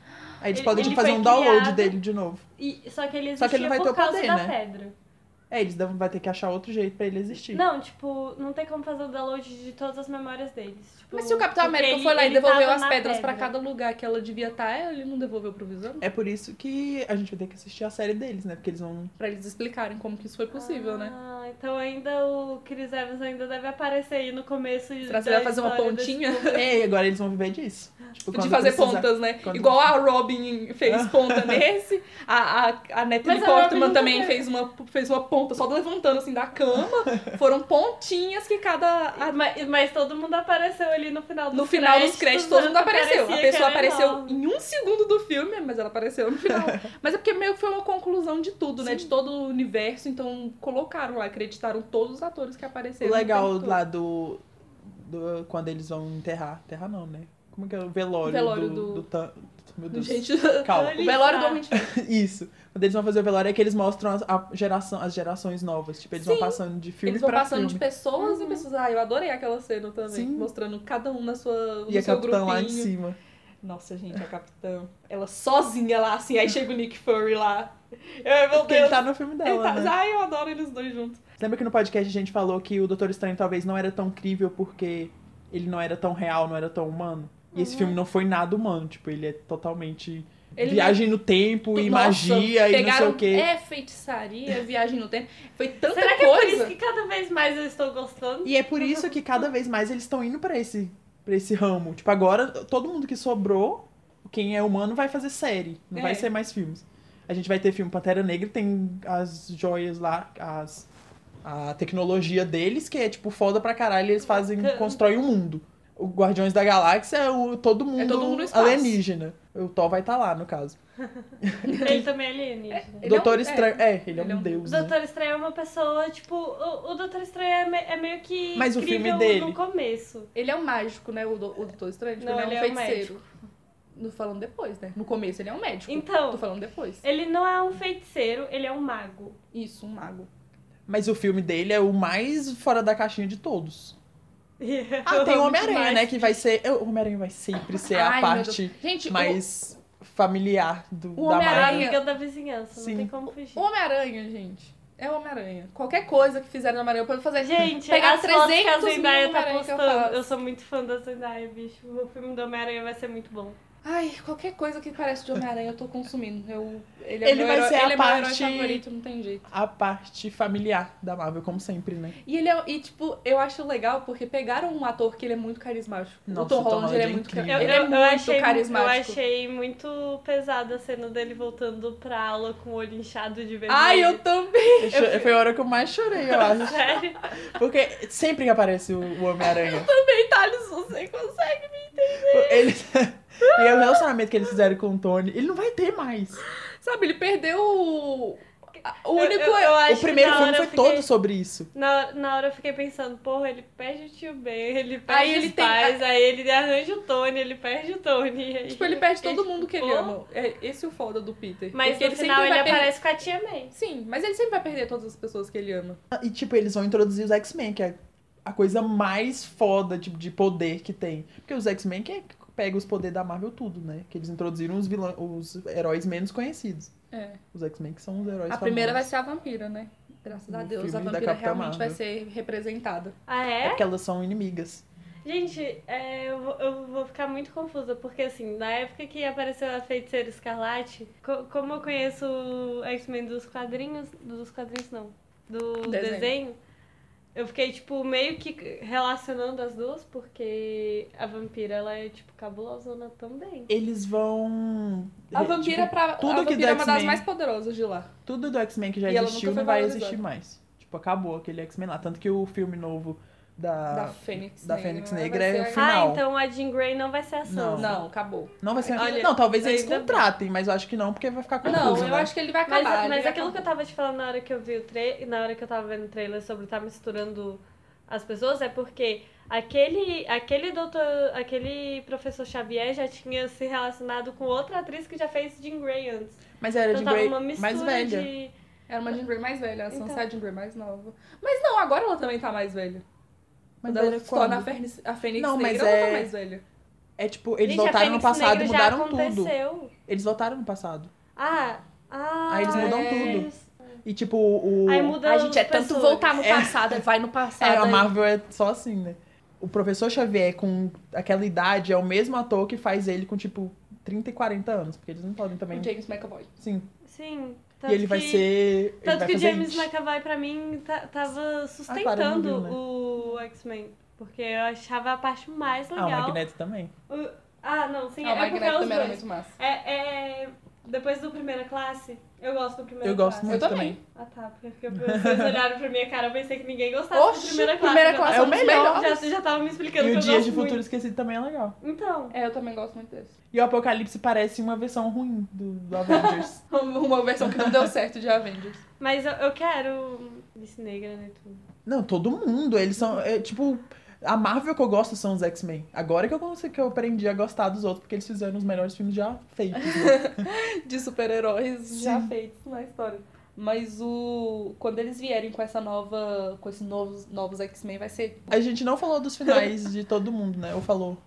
[SPEAKER 2] eles
[SPEAKER 3] ele-
[SPEAKER 2] podem
[SPEAKER 3] ele
[SPEAKER 2] tipo, fazer
[SPEAKER 3] foi
[SPEAKER 2] um download
[SPEAKER 3] criado-
[SPEAKER 2] dele de novo.
[SPEAKER 3] E, só que ele
[SPEAKER 2] Só
[SPEAKER 3] existia
[SPEAKER 2] que ele vai
[SPEAKER 3] por
[SPEAKER 2] ter o
[SPEAKER 3] causa
[SPEAKER 2] poder,
[SPEAKER 3] da
[SPEAKER 2] né?
[SPEAKER 3] pedra.
[SPEAKER 2] É, eles vão- vai ter que achar outro jeito pra ele existir.
[SPEAKER 3] Não, tipo, não tem como fazer o download de todas as memórias deles. Tipo,
[SPEAKER 1] Mas se o Capitão
[SPEAKER 3] porque
[SPEAKER 1] América
[SPEAKER 3] ele-
[SPEAKER 1] foi lá e
[SPEAKER 3] ele
[SPEAKER 1] devolveu
[SPEAKER 3] tava
[SPEAKER 1] as
[SPEAKER 3] na
[SPEAKER 1] pedras pra
[SPEAKER 3] pedra.
[SPEAKER 1] cada um, lugar que ela devia estar, ele não devolveu pro Visão?
[SPEAKER 2] É por isso que a gente vai ter que assistir a série deles, né? Porque eles vão.
[SPEAKER 1] Pra eles explicarem como que isso foi possível, né?
[SPEAKER 3] Ah, então ainda o Chris Evans ainda deve aparecer aí no começo de.
[SPEAKER 1] Será que você
[SPEAKER 3] da
[SPEAKER 1] vai fazer uma
[SPEAKER 3] história
[SPEAKER 1] pontinha?
[SPEAKER 2] É, agora eles vão viver disso. Tipo,
[SPEAKER 1] De
[SPEAKER 2] quando
[SPEAKER 1] fazer
[SPEAKER 2] precisar-
[SPEAKER 1] pontas, né?
[SPEAKER 2] quando-
[SPEAKER 1] Igual a Robin fez ponta nesse, a, a, a Natalie
[SPEAKER 3] Mas a Robin
[SPEAKER 1] Portman
[SPEAKER 3] não
[SPEAKER 1] também
[SPEAKER 3] fez.
[SPEAKER 1] fez uma, fez uma ponta só levantando assim da cama. Foram pontinhas que cada.
[SPEAKER 3] desse-
[SPEAKER 1] a-
[SPEAKER 3] Ah, Mas, mas todo mundo apareceu ali no final dos
[SPEAKER 1] no final dos créditos, todo mundo
[SPEAKER 3] né?
[SPEAKER 1] apareceu. A
[SPEAKER 3] Parecia que
[SPEAKER 1] pessoa
[SPEAKER 3] era
[SPEAKER 1] apareceu
[SPEAKER 3] enorme.
[SPEAKER 1] em um segundo do filme, mas ela apareceu no final. mas é porque meio que foi uma conclusão de tudo, né? De todo o universo. Então colocaram lá, acreditaram todos os atores que
[SPEAKER 2] O
[SPEAKER 1] apareceram.
[SPEAKER 2] legal
[SPEAKER 1] no tempo todo.
[SPEAKER 2] lá do, do- Quando eles vão enterrar. Enterrar não, né? Como que é o velório,
[SPEAKER 1] Velório
[SPEAKER 2] do.
[SPEAKER 1] do-
[SPEAKER 2] do tan- Meu Deus.
[SPEAKER 1] Gente,
[SPEAKER 2] Calma.
[SPEAKER 1] o velório do Homem de
[SPEAKER 2] Isso. Quando eles vão fazer o velório é que eles mostram as, a geração, as gerações novas. Tipo, eles
[SPEAKER 1] Sim.
[SPEAKER 2] vão passando de filme
[SPEAKER 1] Eles vão
[SPEAKER 2] pra
[SPEAKER 1] passando de
[SPEAKER 2] filme.
[SPEAKER 1] pessoas
[SPEAKER 3] Uhum.
[SPEAKER 1] em pessoas. Ah, eu adorei aquela cena também.
[SPEAKER 2] Sim.
[SPEAKER 1] Mostrando cada um na sua, no
[SPEAKER 2] E a
[SPEAKER 1] seu
[SPEAKER 2] capitã lá em
[SPEAKER 1] grupinho.
[SPEAKER 2] cima.
[SPEAKER 1] Nossa, gente, a capitã. Ela sozinha lá, assim. Aí chega o Nick Fury lá. Eu, meu
[SPEAKER 2] Porque ele
[SPEAKER 1] Deus.
[SPEAKER 2] tá no filme
[SPEAKER 1] Ele
[SPEAKER 2] dela,
[SPEAKER 1] tá-
[SPEAKER 2] né?
[SPEAKER 1] Ai, eu adoro eles dois juntos.
[SPEAKER 2] Lembra que no podcast a gente falou que o Doutor Estranho talvez não era tão crível porque ele não era tão real, não era tão humano? E esse filme não foi nada humano, tipo, ele é totalmente
[SPEAKER 1] Uhum. Ele é
[SPEAKER 2] viagem no tempo e
[SPEAKER 1] Nossa,
[SPEAKER 2] Tipo, magia e não sei
[SPEAKER 1] pegaram-
[SPEAKER 2] o quê.
[SPEAKER 1] É, feitiçaria, viagem no tempo. Foi tanta
[SPEAKER 3] Será que é por
[SPEAKER 1] coisa.
[SPEAKER 3] isso que cada vez mais eu estou gostando?
[SPEAKER 2] E é por isso que cada vez mais eles estão indo pra esse pra esse ramo. Tipo, agora todo mundo que sobrou, quem é humano vai fazer série, não
[SPEAKER 1] É.
[SPEAKER 2] vai ser mais filmes. A gente vai ter filme Pantera Negra, tem as joias lá, as a tecnologia deles que é tipo foda pra caralho, eles fazem
[SPEAKER 3] Bacana.
[SPEAKER 2] constroem um mundo. O Guardiões da Galáxia é o todo mundo,
[SPEAKER 1] todo mundo no espaço.
[SPEAKER 2] alienígena. O Thor vai estar lá no caso.
[SPEAKER 3] Ele também é alienígena.
[SPEAKER 1] Ele é um-
[SPEAKER 2] Doutor
[SPEAKER 1] é.
[SPEAKER 2] Estranho, é, ele é um,
[SPEAKER 1] Ele é um-
[SPEAKER 3] O
[SPEAKER 2] deus, né?
[SPEAKER 3] Doutor Estranho é uma pessoa, tipo, o, o Doutor Estranho é, me- é meio que
[SPEAKER 2] Mas o
[SPEAKER 3] incrível
[SPEAKER 2] filme dele?
[SPEAKER 3] no começo.
[SPEAKER 1] Ele é um mágico, né? O, do, o Doutor Estranho. Tipo,
[SPEAKER 3] Não,
[SPEAKER 1] ele é um
[SPEAKER 3] ele é um
[SPEAKER 1] feiticeiro. Não falando depois, né? No começo ele é um médico.
[SPEAKER 3] Então.
[SPEAKER 1] Tô falando depois.
[SPEAKER 3] Ele não é um feiticeiro, ele é um mago.
[SPEAKER 1] Isso, um mago.
[SPEAKER 2] Mas o filme dele é o mais fora da caixinha de todos.
[SPEAKER 3] É
[SPEAKER 2] Ah, tem o Homem-Aranha, né? Que vai ser. O Homem-Aranha vai sempre ser a
[SPEAKER 1] Ai, meu
[SPEAKER 2] parte
[SPEAKER 1] Deus. Gente, o-
[SPEAKER 2] mais familiar do,
[SPEAKER 1] O
[SPEAKER 2] da
[SPEAKER 1] Homem-Aranha-
[SPEAKER 2] Marvel.
[SPEAKER 3] Aranha. Amiga da vizinhança,
[SPEAKER 2] Sim.
[SPEAKER 3] não tem como fugir.
[SPEAKER 1] O Homem-Aranha, gente. É o Homem-Aranha. Qualquer coisa que fizerem no Homem-Aranha, eu posso fazer.
[SPEAKER 3] Gente,
[SPEAKER 1] pegar
[SPEAKER 3] as fotos que a
[SPEAKER 1] 300 mil
[SPEAKER 3] Zendaya tá
[SPEAKER 1] Homem-Aranha que eu faço.
[SPEAKER 3] postando. Eu sou muito fã da Zendaya, bicho. O filme do Homem-Aranha vai ser muito bom.
[SPEAKER 1] Ai, qualquer coisa que parece de Homem-Aranha eu tô consumindo. Eu, ele é
[SPEAKER 2] Ele
[SPEAKER 1] meu
[SPEAKER 2] vai
[SPEAKER 1] herói,
[SPEAKER 2] ser a
[SPEAKER 1] ele é meu herói
[SPEAKER 2] parte-
[SPEAKER 1] favorito, não tem jeito.
[SPEAKER 2] A parte familiar da Marvel, como sempre, né?
[SPEAKER 1] E ele é, e tipo, eu acho legal porque pegaram um ator que ele é muito carismático. o
[SPEAKER 2] Nossa,
[SPEAKER 1] Tom
[SPEAKER 2] o Tom
[SPEAKER 1] Holland, ele é,
[SPEAKER 2] Holland é
[SPEAKER 1] muito, ca-
[SPEAKER 2] incrível.
[SPEAKER 3] Eu,
[SPEAKER 1] ele
[SPEAKER 3] eu-
[SPEAKER 1] é
[SPEAKER 3] eu
[SPEAKER 1] muito
[SPEAKER 3] achei,
[SPEAKER 1] carismático.
[SPEAKER 3] Eu achei muito pesada a cena dele voltando pra aula com o olho inchado de vermelho.
[SPEAKER 1] Ai, eu também.
[SPEAKER 2] Eu cho- Foi a hora que eu mais chorei, eu acho.
[SPEAKER 3] Sério?
[SPEAKER 2] Porque sempre que aparece o o Homem-Aranha.
[SPEAKER 1] Thales, você consegue.
[SPEAKER 2] Ele... e é o relacionamento que eles fizeram com o Tony, ele não vai ter mais.
[SPEAKER 1] é. Sabe, ele perdeu o, a- o
[SPEAKER 3] Eu-
[SPEAKER 1] único.
[SPEAKER 3] eu- eu acho
[SPEAKER 2] o
[SPEAKER 3] que
[SPEAKER 2] primeiro
[SPEAKER 3] na
[SPEAKER 2] filme
[SPEAKER 3] hora
[SPEAKER 2] foi
[SPEAKER 3] eu fiquei-
[SPEAKER 2] todo sobre isso.
[SPEAKER 3] Na, hora- na hora eu fiquei pensando, porra, ele perde o tio Ben, ele perde
[SPEAKER 1] Aí ele
[SPEAKER 3] os
[SPEAKER 1] tem-
[SPEAKER 3] pais, aí ele arranja o Tony, ele perde o Tony. aí-
[SPEAKER 1] Tipo, ele perde todo
[SPEAKER 3] ele-
[SPEAKER 1] mundo que ele
[SPEAKER 3] Pô.
[SPEAKER 1] ama. É esse o foda do Peter.
[SPEAKER 3] Mas
[SPEAKER 1] porque
[SPEAKER 3] no final
[SPEAKER 1] sempre
[SPEAKER 3] ele
[SPEAKER 1] vai perder-
[SPEAKER 3] aparece com a tia May.
[SPEAKER 1] Sim, mas ele sempre vai perder todas as pessoas que ele ama.
[SPEAKER 2] E, tipo, eles vão introduzir os X-Men, que é a coisa mais foda tipo, de poder que tem. Porque os X-Men que pega os poderes da Marvel tudo, né? Que eles introduziram os, vilã... os heróis menos conhecidos.
[SPEAKER 1] É.
[SPEAKER 2] Os X-Men que são os heróis
[SPEAKER 1] A primeira vai
[SPEAKER 2] famosos.
[SPEAKER 1] ser a vampira, né? Graças a
[SPEAKER 2] No
[SPEAKER 1] Deus,
[SPEAKER 2] filme
[SPEAKER 1] a
[SPEAKER 2] da
[SPEAKER 1] vampira
[SPEAKER 2] Capitã
[SPEAKER 1] realmente vai
[SPEAKER 2] Marvel.
[SPEAKER 1] ser representada.
[SPEAKER 3] Ah,
[SPEAKER 2] É
[SPEAKER 3] é?
[SPEAKER 2] porque elas são inimigas.
[SPEAKER 3] Gente, é, eu, vou, eu vou ficar muito confusa, porque assim, na época que apareceu a Feiticeira Escarlate, co- como eu conheço o X-Men dos quadrinhos, dos quadrinhos não, do
[SPEAKER 1] Desenho.
[SPEAKER 3] desenho. eu fiquei, tipo, meio que relacionando as duas, porque a vampira, ela é, tipo, cabulosona também.
[SPEAKER 2] Eles vão.
[SPEAKER 1] A
[SPEAKER 2] é,
[SPEAKER 1] vampira, é
[SPEAKER 2] tipo,
[SPEAKER 1] pra,
[SPEAKER 2] tudo
[SPEAKER 1] a
[SPEAKER 2] que
[SPEAKER 1] vampira é
[SPEAKER 2] do
[SPEAKER 1] uma das
[SPEAKER 2] X-Men.
[SPEAKER 1] mais poderosas de lá.
[SPEAKER 2] Tudo do X-Men que já
[SPEAKER 1] E ela
[SPEAKER 2] existiu
[SPEAKER 1] nunca foi
[SPEAKER 2] não vai
[SPEAKER 1] valorizada.
[SPEAKER 2] existir mais. Tipo, acabou aquele X-Men lá. Tanto que o filme novo da.
[SPEAKER 1] da Fênix
[SPEAKER 2] Ah, da
[SPEAKER 1] Negra.
[SPEAKER 2] Fênix
[SPEAKER 1] vai
[SPEAKER 2] Negra é
[SPEAKER 1] ser-
[SPEAKER 2] o final.
[SPEAKER 3] Ah, então a Jean Grey não vai ser a Sansa.
[SPEAKER 2] Não.
[SPEAKER 1] Não, acabou.
[SPEAKER 2] Não vai ser.
[SPEAKER 3] Olha,
[SPEAKER 2] não, talvez eles
[SPEAKER 3] ainda bem.
[SPEAKER 2] contratem, mas eu acho que não, porque vai ficar confuso.
[SPEAKER 1] não, eu
[SPEAKER 2] né?
[SPEAKER 1] acho que ele vai
[SPEAKER 3] Mas,
[SPEAKER 1] acabar.
[SPEAKER 3] mas aquilo que eu tava te falando na hora que eu vi o trailer, na hora que eu tava vendo o trailer sobre tá misturando as pessoas, é porque aquele, aquele doutor, aquele professor Xavier já tinha se relacionado com outra atriz que já fez Jean Grey antes.
[SPEAKER 2] Mas era
[SPEAKER 3] Então
[SPEAKER 2] de
[SPEAKER 3] tava
[SPEAKER 2] Grey
[SPEAKER 3] uma mistura
[SPEAKER 2] mais velha.
[SPEAKER 3] de...
[SPEAKER 1] Era uma Jean Grey mais velha, a Sansa
[SPEAKER 3] Então.
[SPEAKER 1] é a Jean Grey mais nova. Mas não, agora ela também tá mais velha.
[SPEAKER 2] Mas
[SPEAKER 1] Quando ela
[SPEAKER 2] era
[SPEAKER 1] se
[SPEAKER 2] quando?
[SPEAKER 1] torna a Fênix, a Fênix
[SPEAKER 2] Não, mas
[SPEAKER 1] Negra, ela tá
[SPEAKER 2] é-
[SPEAKER 1] mais velha.
[SPEAKER 2] É tipo, eles
[SPEAKER 3] Gente, a
[SPEAKER 2] voltaram no
[SPEAKER 3] Fênix
[SPEAKER 2] passado e
[SPEAKER 3] Negra já
[SPEAKER 2] mudaram tudo.
[SPEAKER 3] aconteceu.
[SPEAKER 2] Eles voltaram no passado.
[SPEAKER 3] Ah, ah...
[SPEAKER 2] Aí eles mudam
[SPEAKER 1] tudo.
[SPEAKER 3] eles-
[SPEAKER 2] E tipo, o.
[SPEAKER 3] Aí muda
[SPEAKER 1] A gente é
[SPEAKER 3] as
[SPEAKER 1] tanto
[SPEAKER 3] pessoas.
[SPEAKER 1] voltar no passado, vai no passado.
[SPEAKER 2] É, a
[SPEAKER 1] aí.
[SPEAKER 2] Marvel é só assim, né? O professor Xavier, com aquela idade, é o mesmo ator que faz ele com, tipo, 30 e 40 anos, porque eles não podem também.
[SPEAKER 1] O James McAvoy.
[SPEAKER 2] Sim.
[SPEAKER 3] Sim.
[SPEAKER 2] e ele vai
[SPEAKER 3] que-
[SPEAKER 2] ser. ele
[SPEAKER 3] Tanto
[SPEAKER 2] vai
[SPEAKER 3] que o
[SPEAKER 2] fazer
[SPEAKER 3] James
[SPEAKER 2] It.
[SPEAKER 3] McAvoy pra mim ta- tava
[SPEAKER 2] Clara não
[SPEAKER 3] sustentando
[SPEAKER 2] viu, né?
[SPEAKER 3] o X-Men. Porque eu achava a parte mais
[SPEAKER 2] Ah, o
[SPEAKER 3] legal.
[SPEAKER 2] Magneto também.
[SPEAKER 3] O- Ah, não, sim,
[SPEAKER 1] Ah, o
[SPEAKER 3] é porque
[SPEAKER 1] Magneto
[SPEAKER 3] é os
[SPEAKER 1] também era
[SPEAKER 3] dois.
[SPEAKER 1] muito massa.
[SPEAKER 3] É, é... Depois do Primeira Classe, eu gosto do Primeira
[SPEAKER 2] Eu gosto
[SPEAKER 3] Classe.
[SPEAKER 2] muito
[SPEAKER 1] também.
[SPEAKER 3] Ah, tá. Porque vocês olharam pra minha cara, eu pensei que ninguém gostava
[SPEAKER 1] Oxi,
[SPEAKER 3] do Primeira Classe.
[SPEAKER 1] Primeira
[SPEAKER 3] já
[SPEAKER 1] Classe
[SPEAKER 2] é o
[SPEAKER 3] tava-
[SPEAKER 2] melhor.
[SPEAKER 3] Já, já tava me explicando
[SPEAKER 2] E
[SPEAKER 3] que
[SPEAKER 2] o
[SPEAKER 3] eu
[SPEAKER 2] Dias
[SPEAKER 3] gosto
[SPEAKER 2] de Futuro
[SPEAKER 3] muito.
[SPEAKER 2] Esquecido também é legal.
[SPEAKER 3] Então,
[SPEAKER 1] É, eu também gosto muito desse.
[SPEAKER 2] E o Apocalipse parece uma versão ruim do, do Avengers.
[SPEAKER 1] Uma versão que não deu certo de Avengers.
[SPEAKER 3] mas eu, eu quero Miss Negra, né, tudo.
[SPEAKER 2] não, todo mundo. Eles são. É, tipo, a Marvel que eu gosto são os X-Men. Agora que eu, consigo, que eu aprendi a gostar dos outros, porque eles fizeram os melhores filmes já feitos. né?
[SPEAKER 1] de super-heróis já
[SPEAKER 2] Sim.
[SPEAKER 1] feitos na história. Mas o quando eles vierem com essa nova, com esses novos novos X-Men vai ser
[SPEAKER 2] a gente não falou dos finais de todo mundo, né? Ou falou.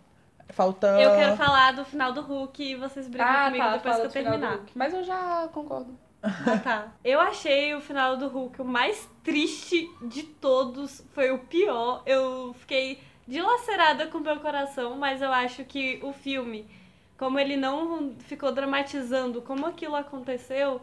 [SPEAKER 2] Falta.
[SPEAKER 3] Eu quero falar do final do Hulk e vocês brigam comigo depois
[SPEAKER 1] Ah, tá, fala
[SPEAKER 3] que eu
[SPEAKER 1] do final do
[SPEAKER 3] terminar.
[SPEAKER 1] Hulk. Mas eu já concordo.
[SPEAKER 3] Ah, tá. Eu achei o final do Hulk o mais triste de todos. Foi o pior. Eu fiquei dilacerada com o meu coração, mas eu acho que o filme, como ele não ficou dramatizando como aquilo aconteceu,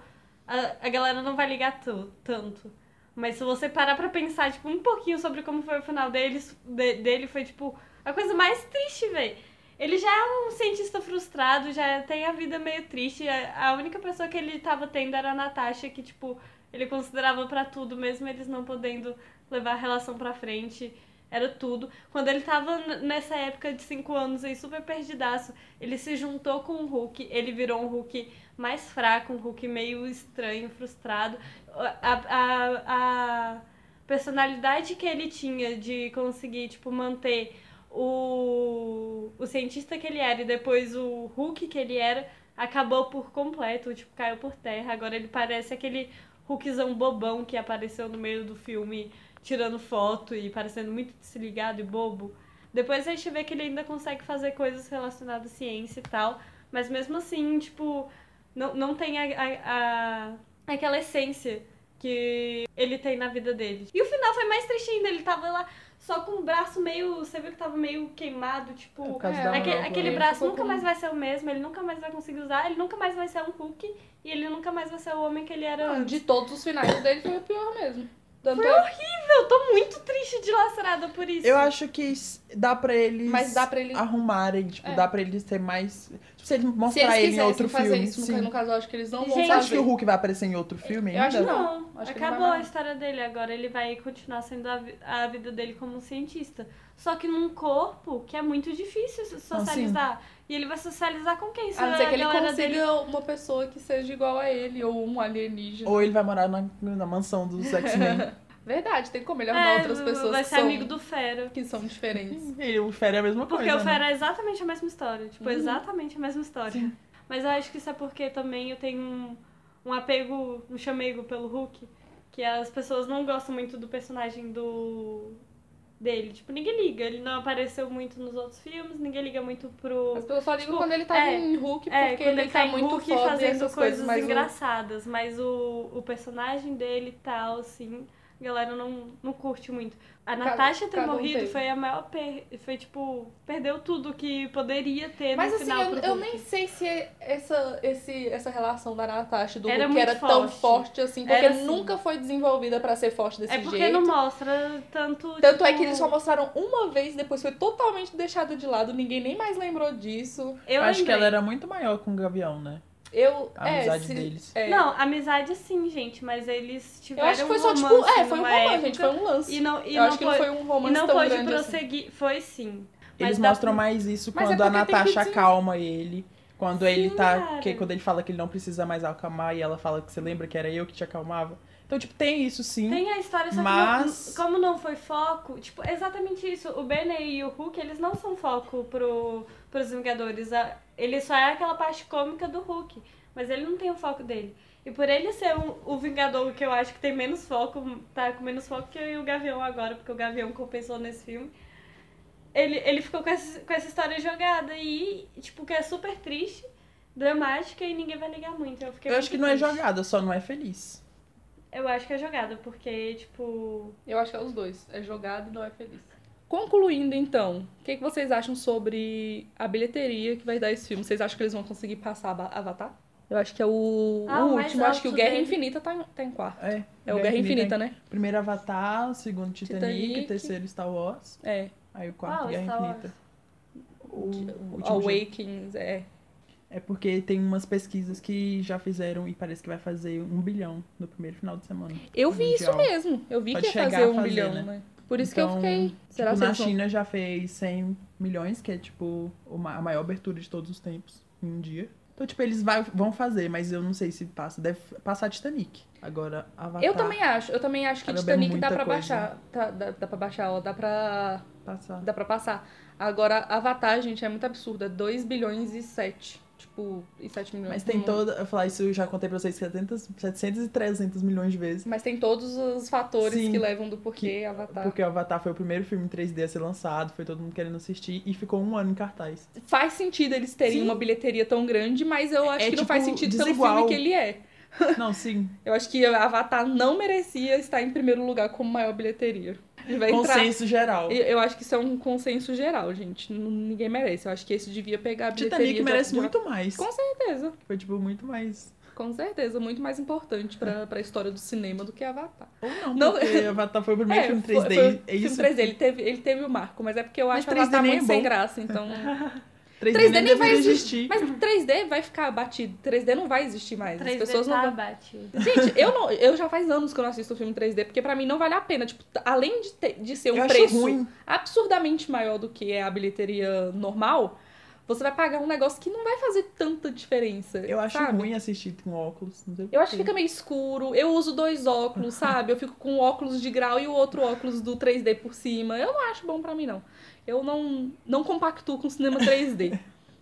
[SPEAKER 3] a, a galera não vai ligar tu- tanto. Mas se você parar pra pensar, tipo, um pouquinho sobre como foi o final deles, de- dele, foi, tipo, a coisa mais triste, véi. Ele já é um cientista frustrado, já tem a vida meio triste. A a única pessoa que ele tava tendo era a Natasha, que, tipo, ele considerava pra tudo, mesmo eles não podendo levar a relação pra frente. Era tudo. Quando ele tava n- nessa época de 5 anos aí, super perdidaço, ele se juntou com o Hulk, ele virou um Hulk mais fraco, um Hulk meio estranho, frustrado. A, a, a personalidade que ele tinha de conseguir, tipo, manter o, o cientista que ele era e depois o Hulk que ele era acabou por completo, tipo, caiu por terra. Agora ele parece aquele Hulkzão bobão que apareceu no meio do filme tirando foto e parecendo muito desligado e bobo. Depois a gente vê que ele ainda consegue fazer coisas relacionadas à ciência e tal, mas mesmo assim, tipo, não, não tem a, a- a- aquela essência que ele tem na vida dele. E o final foi mais triste ainda, ele tava lá só com o braço meio. Você viu que tava meio queimado, tipo.
[SPEAKER 2] Por causa
[SPEAKER 1] É,
[SPEAKER 2] da
[SPEAKER 3] Aque-
[SPEAKER 2] Marvel,
[SPEAKER 3] Aquele,
[SPEAKER 2] né?
[SPEAKER 3] braço
[SPEAKER 1] Ficou
[SPEAKER 3] nunca
[SPEAKER 1] com-
[SPEAKER 3] mais vai ser o mesmo, ele nunca mais vai conseguir usar, ele nunca mais vai ser um Hulk e ele nunca mais vai ser o homem que ele era antes.
[SPEAKER 1] De todos os finais dele foi o pior mesmo. Tanto é
[SPEAKER 3] Eu tô muito triste de lacerada por isso.
[SPEAKER 2] Eu acho que s- dá pra eles.
[SPEAKER 1] mas dá pra ele
[SPEAKER 2] arrumarem, tipo,
[SPEAKER 1] É.
[SPEAKER 2] dá pra ele ser mais. Tipo, se ele
[SPEAKER 1] se eles
[SPEAKER 2] mostrar ele em
[SPEAKER 1] quisessem
[SPEAKER 2] outro
[SPEAKER 1] fazer
[SPEAKER 2] filme.
[SPEAKER 1] isso, no
[SPEAKER 2] sim.
[SPEAKER 1] ca- no caso eu acho que eles não vão
[SPEAKER 3] Gente,
[SPEAKER 2] Você acha
[SPEAKER 1] fazer.
[SPEAKER 2] que o Hulk vai aparecer em outro filme?
[SPEAKER 1] Eu acho
[SPEAKER 2] ainda?
[SPEAKER 3] não.
[SPEAKER 1] Acho que ele
[SPEAKER 3] Acabou
[SPEAKER 1] vai
[SPEAKER 3] a
[SPEAKER 1] mais.
[SPEAKER 3] história dele. Agora ele vai continuar sendo a, vi- a vida dele como um cientista. Só que num corpo que é muito difícil so-
[SPEAKER 2] Não, sim.
[SPEAKER 3] socializar. e ele vai socializar com quem? Se
[SPEAKER 1] A não ser que ele
[SPEAKER 3] é galera
[SPEAKER 1] consiga
[SPEAKER 3] dele.
[SPEAKER 1] uma pessoa que seja igual a ele, ou um alienígena.
[SPEAKER 2] Ou ele vai morar na, na mansão dos X-Men.
[SPEAKER 1] Verdade, tem como ele arrumar
[SPEAKER 3] É,
[SPEAKER 1] outras pessoas
[SPEAKER 3] vai
[SPEAKER 1] que
[SPEAKER 3] ser
[SPEAKER 1] são,
[SPEAKER 3] amigo do Uhum. Fera.
[SPEAKER 1] que são diferentes.
[SPEAKER 2] ele o Fera é a mesma
[SPEAKER 3] Porque
[SPEAKER 2] coisa.
[SPEAKER 3] o Fera é exatamente a mesma história. Tipo,
[SPEAKER 1] Uhum.
[SPEAKER 3] exatamente a mesma história. Mas eu acho que isso é porque também eu tenho um, um apego, um chamego pelo Hulk, que as pessoas não gostam muito do personagem do dele. Tipo, ninguém liga. Ele não apareceu muito nos outros filmes, ninguém liga muito
[SPEAKER 1] As
[SPEAKER 3] pro.
[SPEAKER 1] pessoas só ligam
[SPEAKER 3] Tipo,
[SPEAKER 1] quando ele tá
[SPEAKER 3] é,
[SPEAKER 1] em Hulk, porque
[SPEAKER 3] É, quando
[SPEAKER 1] ele, tá
[SPEAKER 3] em
[SPEAKER 1] muito
[SPEAKER 3] Hulk
[SPEAKER 1] foda e
[SPEAKER 3] fazendo
[SPEAKER 1] essas
[SPEAKER 3] coisas,
[SPEAKER 1] mas o-
[SPEAKER 3] engraçadas, mas o, o personagem dele e tal, assim, a galera não, não curte muito. A
[SPEAKER 1] Cada-
[SPEAKER 3] Natasha ter
[SPEAKER 1] cada um
[SPEAKER 3] morrido
[SPEAKER 1] teve.
[SPEAKER 3] foi a maior per... foi tipo, perdeu tudo que poderia ter
[SPEAKER 1] Mas
[SPEAKER 3] no
[SPEAKER 1] assim,
[SPEAKER 3] final
[SPEAKER 1] eu,
[SPEAKER 3] pro
[SPEAKER 1] eu
[SPEAKER 3] Hulk.
[SPEAKER 1] nem sei se é essa, esse, essa relação da Natasha e do
[SPEAKER 3] Era
[SPEAKER 1] Hulk
[SPEAKER 3] muito
[SPEAKER 1] era tão
[SPEAKER 3] forte.
[SPEAKER 1] forte assim, porque
[SPEAKER 3] Era assim.
[SPEAKER 1] nunca foi desenvolvida pra ser forte desse
[SPEAKER 3] É porque
[SPEAKER 1] jeito.
[SPEAKER 3] não mostra tanto.
[SPEAKER 1] Tanto é
[SPEAKER 3] tipo,
[SPEAKER 1] que eles só mostraram uma vez, depois foi totalmente deixado de lado, ninguém nem mais lembrou disso.
[SPEAKER 3] Eu
[SPEAKER 2] acho que ela
[SPEAKER 3] lembrei.
[SPEAKER 2] era muito maior com o Gavião, né?
[SPEAKER 1] Eu.
[SPEAKER 2] A
[SPEAKER 1] é,
[SPEAKER 2] amizade
[SPEAKER 1] se-
[SPEAKER 2] deles.
[SPEAKER 1] é.
[SPEAKER 3] Não, amizade sim, gente, mas eles
[SPEAKER 1] eu
[SPEAKER 3] tiveram.
[SPEAKER 1] acho que foi
[SPEAKER 3] um
[SPEAKER 1] só tipo.
[SPEAKER 3] romance
[SPEAKER 1] É, foi um
[SPEAKER 3] numa
[SPEAKER 1] romance,
[SPEAKER 3] época
[SPEAKER 1] gente, foi um lance.
[SPEAKER 3] E não, e
[SPEAKER 1] eu
[SPEAKER 3] não
[SPEAKER 1] acho que
[SPEAKER 3] foi,
[SPEAKER 1] não foi um
[SPEAKER 3] e
[SPEAKER 1] romance
[SPEAKER 3] não
[SPEAKER 1] tão
[SPEAKER 3] pôde
[SPEAKER 1] grande assim.
[SPEAKER 3] prosseguir. Foi sim.
[SPEAKER 2] Eles
[SPEAKER 3] dá
[SPEAKER 2] mostram
[SPEAKER 3] pra-
[SPEAKER 2] mais isso
[SPEAKER 1] Mas é
[SPEAKER 2] quando a
[SPEAKER 1] porque tem que
[SPEAKER 2] Natasha
[SPEAKER 1] dizer-
[SPEAKER 2] acalma ele. Quando ele
[SPEAKER 3] Sim,
[SPEAKER 2] tá.
[SPEAKER 3] cara.
[SPEAKER 2] Que, quando ele fala que ele não precisa mais acalmar e ela fala que você lembra que era eu que te acalmava. Então, tipo, tem isso sim.
[SPEAKER 3] Tem a história, só
[SPEAKER 2] Mas-
[SPEAKER 3] que não- como não foi foco, tipo, exatamente isso. O Benny e o Hulk, eles não são foco pro, pros Vingadores. A- Ele só é aquela parte cômica do Hulk, mas ele não tem o foco dele. E por ele ser um- o Vingador que eu acho que tem menos foco, tá com menos foco que o Gavião agora, porque o Gavião compensou nesse filme. Ele, ele ficou com essa, com essa história jogada e, tipo, que é super triste, dramática e ninguém vai ligar muito. Eu, fiquei
[SPEAKER 2] eu acho
[SPEAKER 3] muito
[SPEAKER 2] que não é
[SPEAKER 3] triste.
[SPEAKER 2] jogada, só não é feliz.
[SPEAKER 3] Eu acho que é jogada, porque, tipo.
[SPEAKER 4] Eu acho que é os dois. É jogado e não é feliz.
[SPEAKER 1] Concluindo, então, o que, que vocês acham sobre a bilheteria que vai dar esse filme? Vocês acham que eles vão conseguir passar Ava- Avatar? Eu acho que é o,
[SPEAKER 3] Ah,
[SPEAKER 1] o
[SPEAKER 3] o mais
[SPEAKER 1] último. Acho que o
[SPEAKER 3] alto
[SPEAKER 1] Guerra
[SPEAKER 3] dele.
[SPEAKER 1] Infinita tá em, tá em quarto.
[SPEAKER 2] É,
[SPEAKER 1] É o Guerra Infinita, né?
[SPEAKER 2] né? Primeiro Avatar, segundo Titanic,
[SPEAKER 1] Titanic.
[SPEAKER 2] terceiro Star Wars,
[SPEAKER 1] É.
[SPEAKER 2] aí o quarto
[SPEAKER 3] Ah, o
[SPEAKER 2] Guerra
[SPEAKER 3] Star Wars.
[SPEAKER 2] Infinita. O, o
[SPEAKER 1] O
[SPEAKER 2] último jogo.
[SPEAKER 1] Awakens, é.
[SPEAKER 2] É porque tem umas pesquisas que já fizeram e parece que vai fazer um bilhão no primeiro final de semana.
[SPEAKER 1] Eu vi isso
[SPEAKER 2] Mundial.
[SPEAKER 1] mesmo. Eu vi
[SPEAKER 2] Pode
[SPEAKER 1] que ia
[SPEAKER 2] chegar
[SPEAKER 1] fazer
[SPEAKER 2] a
[SPEAKER 1] um
[SPEAKER 2] fazer,
[SPEAKER 1] bilhão,
[SPEAKER 2] né?
[SPEAKER 1] né? Por isso que eu
[SPEAKER 2] Então,
[SPEAKER 1] fiquei. Será
[SPEAKER 2] tipo,
[SPEAKER 1] que
[SPEAKER 2] na
[SPEAKER 1] eles vão...
[SPEAKER 2] China já fez 100 milhões, que é tipo o ma- a maior abertura de todos os tempos em um dia. Então, tipo, eles vai- vão fazer, mas eu não sei se passa. Deve passar Titanic. Agora, Avatar
[SPEAKER 1] Eu também acho, eu também acho que
[SPEAKER 2] Caramba, é
[SPEAKER 1] Titanic dá
[SPEAKER 2] muita
[SPEAKER 1] pra
[SPEAKER 2] coisa.
[SPEAKER 1] baixar. Tá, dá, dá pra baixar, ó, dá pra.
[SPEAKER 2] passar.
[SPEAKER 1] Dá pra passar. Agora, Avatar, gente, é muito absurda. 2 bilhões e 7. Tipo, e 7 milhões.
[SPEAKER 2] Mas tem
[SPEAKER 1] Não-
[SPEAKER 2] toda... Eu falar isso, eu já contei pra vocês 700, 700 e 300 milhões de vezes.
[SPEAKER 1] Mas tem todos os fatores
[SPEAKER 2] Sim.
[SPEAKER 1] que levam do porquê Avatar.
[SPEAKER 2] Porque o Avatar foi o primeiro filme em 3D a ser lançado, foi todo mundo querendo assistir e ficou um ano em cartaz.
[SPEAKER 1] Faz sentido eles terem
[SPEAKER 2] Sim.
[SPEAKER 1] uma bilheteria tão grande, mas eu acho
[SPEAKER 2] é,
[SPEAKER 1] que não faz
[SPEAKER 2] tipo,
[SPEAKER 1] sentido
[SPEAKER 2] desigual.
[SPEAKER 1] pelo filme que ele é.
[SPEAKER 2] Não, sim.
[SPEAKER 1] Eu acho que Avatar não merecia estar em primeiro lugar como maior bilheteria. Ele vai entrar.
[SPEAKER 2] Consenso geral.
[SPEAKER 1] Eu- Eu acho que isso é um consenso geral, gente. N- Ninguém merece. Eu acho que esse devia pegar a bilheteria.
[SPEAKER 2] Titanic
[SPEAKER 1] de-
[SPEAKER 2] merece
[SPEAKER 1] de-
[SPEAKER 2] muito mais.
[SPEAKER 1] Com certeza.
[SPEAKER 2] Foi, tipo, muito mais.
[SPEAKER 1] Com certeza. Muito mais importante pra, pra história do cinema do que Avatar.
[SPEAKER 2] Ou não,
[SPEAKER 1] Não-
[SPEAKER 2] porque Avatar foi o primeiro filme 3D.
[SPEAKER 1] É, foi- foi o
[SPEAKER 2] é isso.
[SPEAKER 1] filme 3D. Ele teve, ele teve o marco, mas é porque eu
[SPEAKER 2] Mas
[SPEAKER 1] acho
[SPEAKER 2] 3D
[SPEAKER 1] Avatar
[SPEAKER 2] nem é
[SPEAKER 1] muito sem
[SPEAKER 2] bom.
[SPEAKER 1] graça, então...
[SPEAKER 2] 3D,
[SPEAKER 1] 3D nem vai
[SPEAKER 2] nem vai existir.
[SPEAKER 1] Mas 3D vai ficar abatido. 3D não vai existir mais. As
[SPEAKER 3] 3D
[SPEAKER 1] pessoas
[SPEAKER 3] tá
[SPEAKER 1] não vão...
[SPEAKER 3] abatido.
[SPEAKER 1] Gente, eu, não, eu já faz anos que eu não assisto filme 3D, porque pra mim não vale a pena. Tipo, t- além de, ter- de ser um
[SPEAKER 2] eu acho
[SPEAKER 1] preço
[SPEAKER 2] ruim.
[SPEAKER 1] absurdamente maior do que é a bilheteria normal, você vai pagar um negócio que não vai fazer tanta diferença.
[SPEAKER 2] Eu acho
[SPEAKER 1] sabe?
[SPEAKER 2] ruim assistir com óculos. Não sei
[SPEAKER 1] Eu acho que
[SPEAKER 2] porquê.
[SPEAKER 1] fica meio escuro. Eu uso dois óculos, sabe? Eu fico com um óculos de grau e o outro óculos do 3D por cima. Eu não acho bom pra mim, não. Eu não, não compactuo com cinema 3D.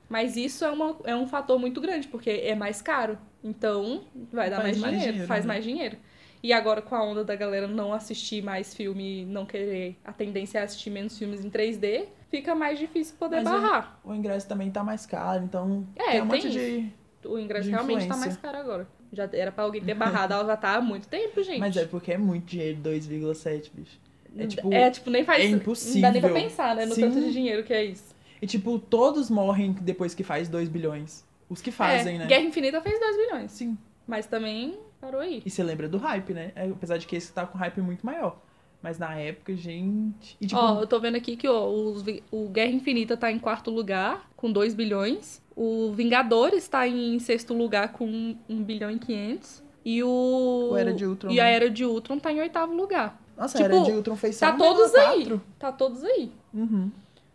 [SPEAKER 1] Mas isso é, uma, é um fator muito grande, porque é mais caro. Então, vai dar
[SPEAKER 2] Faz
[SPEAKER 1] mais,
[SPEAKER 2] mais
[SPEAKER 1] dinheiro,
[SPEAKER 2] dinheiro,
[SPEAKER 1] faz
[SPEAKER 2] né?
[SPEAKER 1] mais dinheiro. E agora, com a onda da galera não assistir mais filme, não querer, a tendência é assistir menos filmes em 3D, fica mais difícil poder
[SPEAKER 2] Mas é eu-
[SPEAKER 1] barrar.
[SPEAKER 2] O ingresso também tá mais caro, então
[SPEAKER 1] É,
[SPEAKER 2] tem um
[SPEAKER 1] tem
[SPEAKER 2] monte de...
[SPEAKER 1] O ingresso
[SPEAKER 2] de
[SPEAKER 1] realmente tá
[SPEAKER 2] influência.
[SPEAKER 1] mais caro agora. Já era pra alguém ter barrado a Avatar há muito tempo, gente.
[SPEAKER 2] Mas é porque é muito dinheiro, 2,7, bicho. É tipo...
[SPEAKER 1] é, tipo, nem faz.
[SPEAKER 2] é
[SPEAKER 1] Não dá nem pra
[SPEAKER 2] impossível.
[SPEAKER 1] pensar, né? No
[SPEAKER 2] Sim.
[SPEAKER 1] tanto de dinheiro que é isso.
[SPEAKER 2] E tipo, todos morrem depois que faz 2 bilhões. Os que fazem,
[SPEAKER 1] É,
[SPEAKER 2] né?
[SPEAKER 1] Guerra Infinita fez 2 bilhões.
[SPEAKER 2] Sim.
[SPEAKER 1] Mas também parou aí.
[SPEAKER 2] E você lembra do hype, né? É, Apesar de que esse tá com hype muito maior. Mas na época, gente... E tipo,
[SPEAKER 1] Ó, eu tô vendo aqui que ó, os vi- o Guerra Infinita tá em quarto lugar, com 2 bilhões. O Vingadores tá em sexto lugar, com 1 bilhão e 500. E o.
[SPEAKER 2] o Era de Ultron...
[SPEAKER 1] E a
[SPEAKER 2] né?
[SPEAKER 1] Era de Ultron tá em oitavo lugar.
[SPEAKER 2] Nossa,
[SPEAKER 1] tipo,
[SPEAKER 2] a Era de Ultron fez só
[SPEAKER 1] tá todos aí.
[SPEAKER 2] 1,4.
[SPEAKER 1] Tá todos aí.
[SPEAKER 2] Uhum.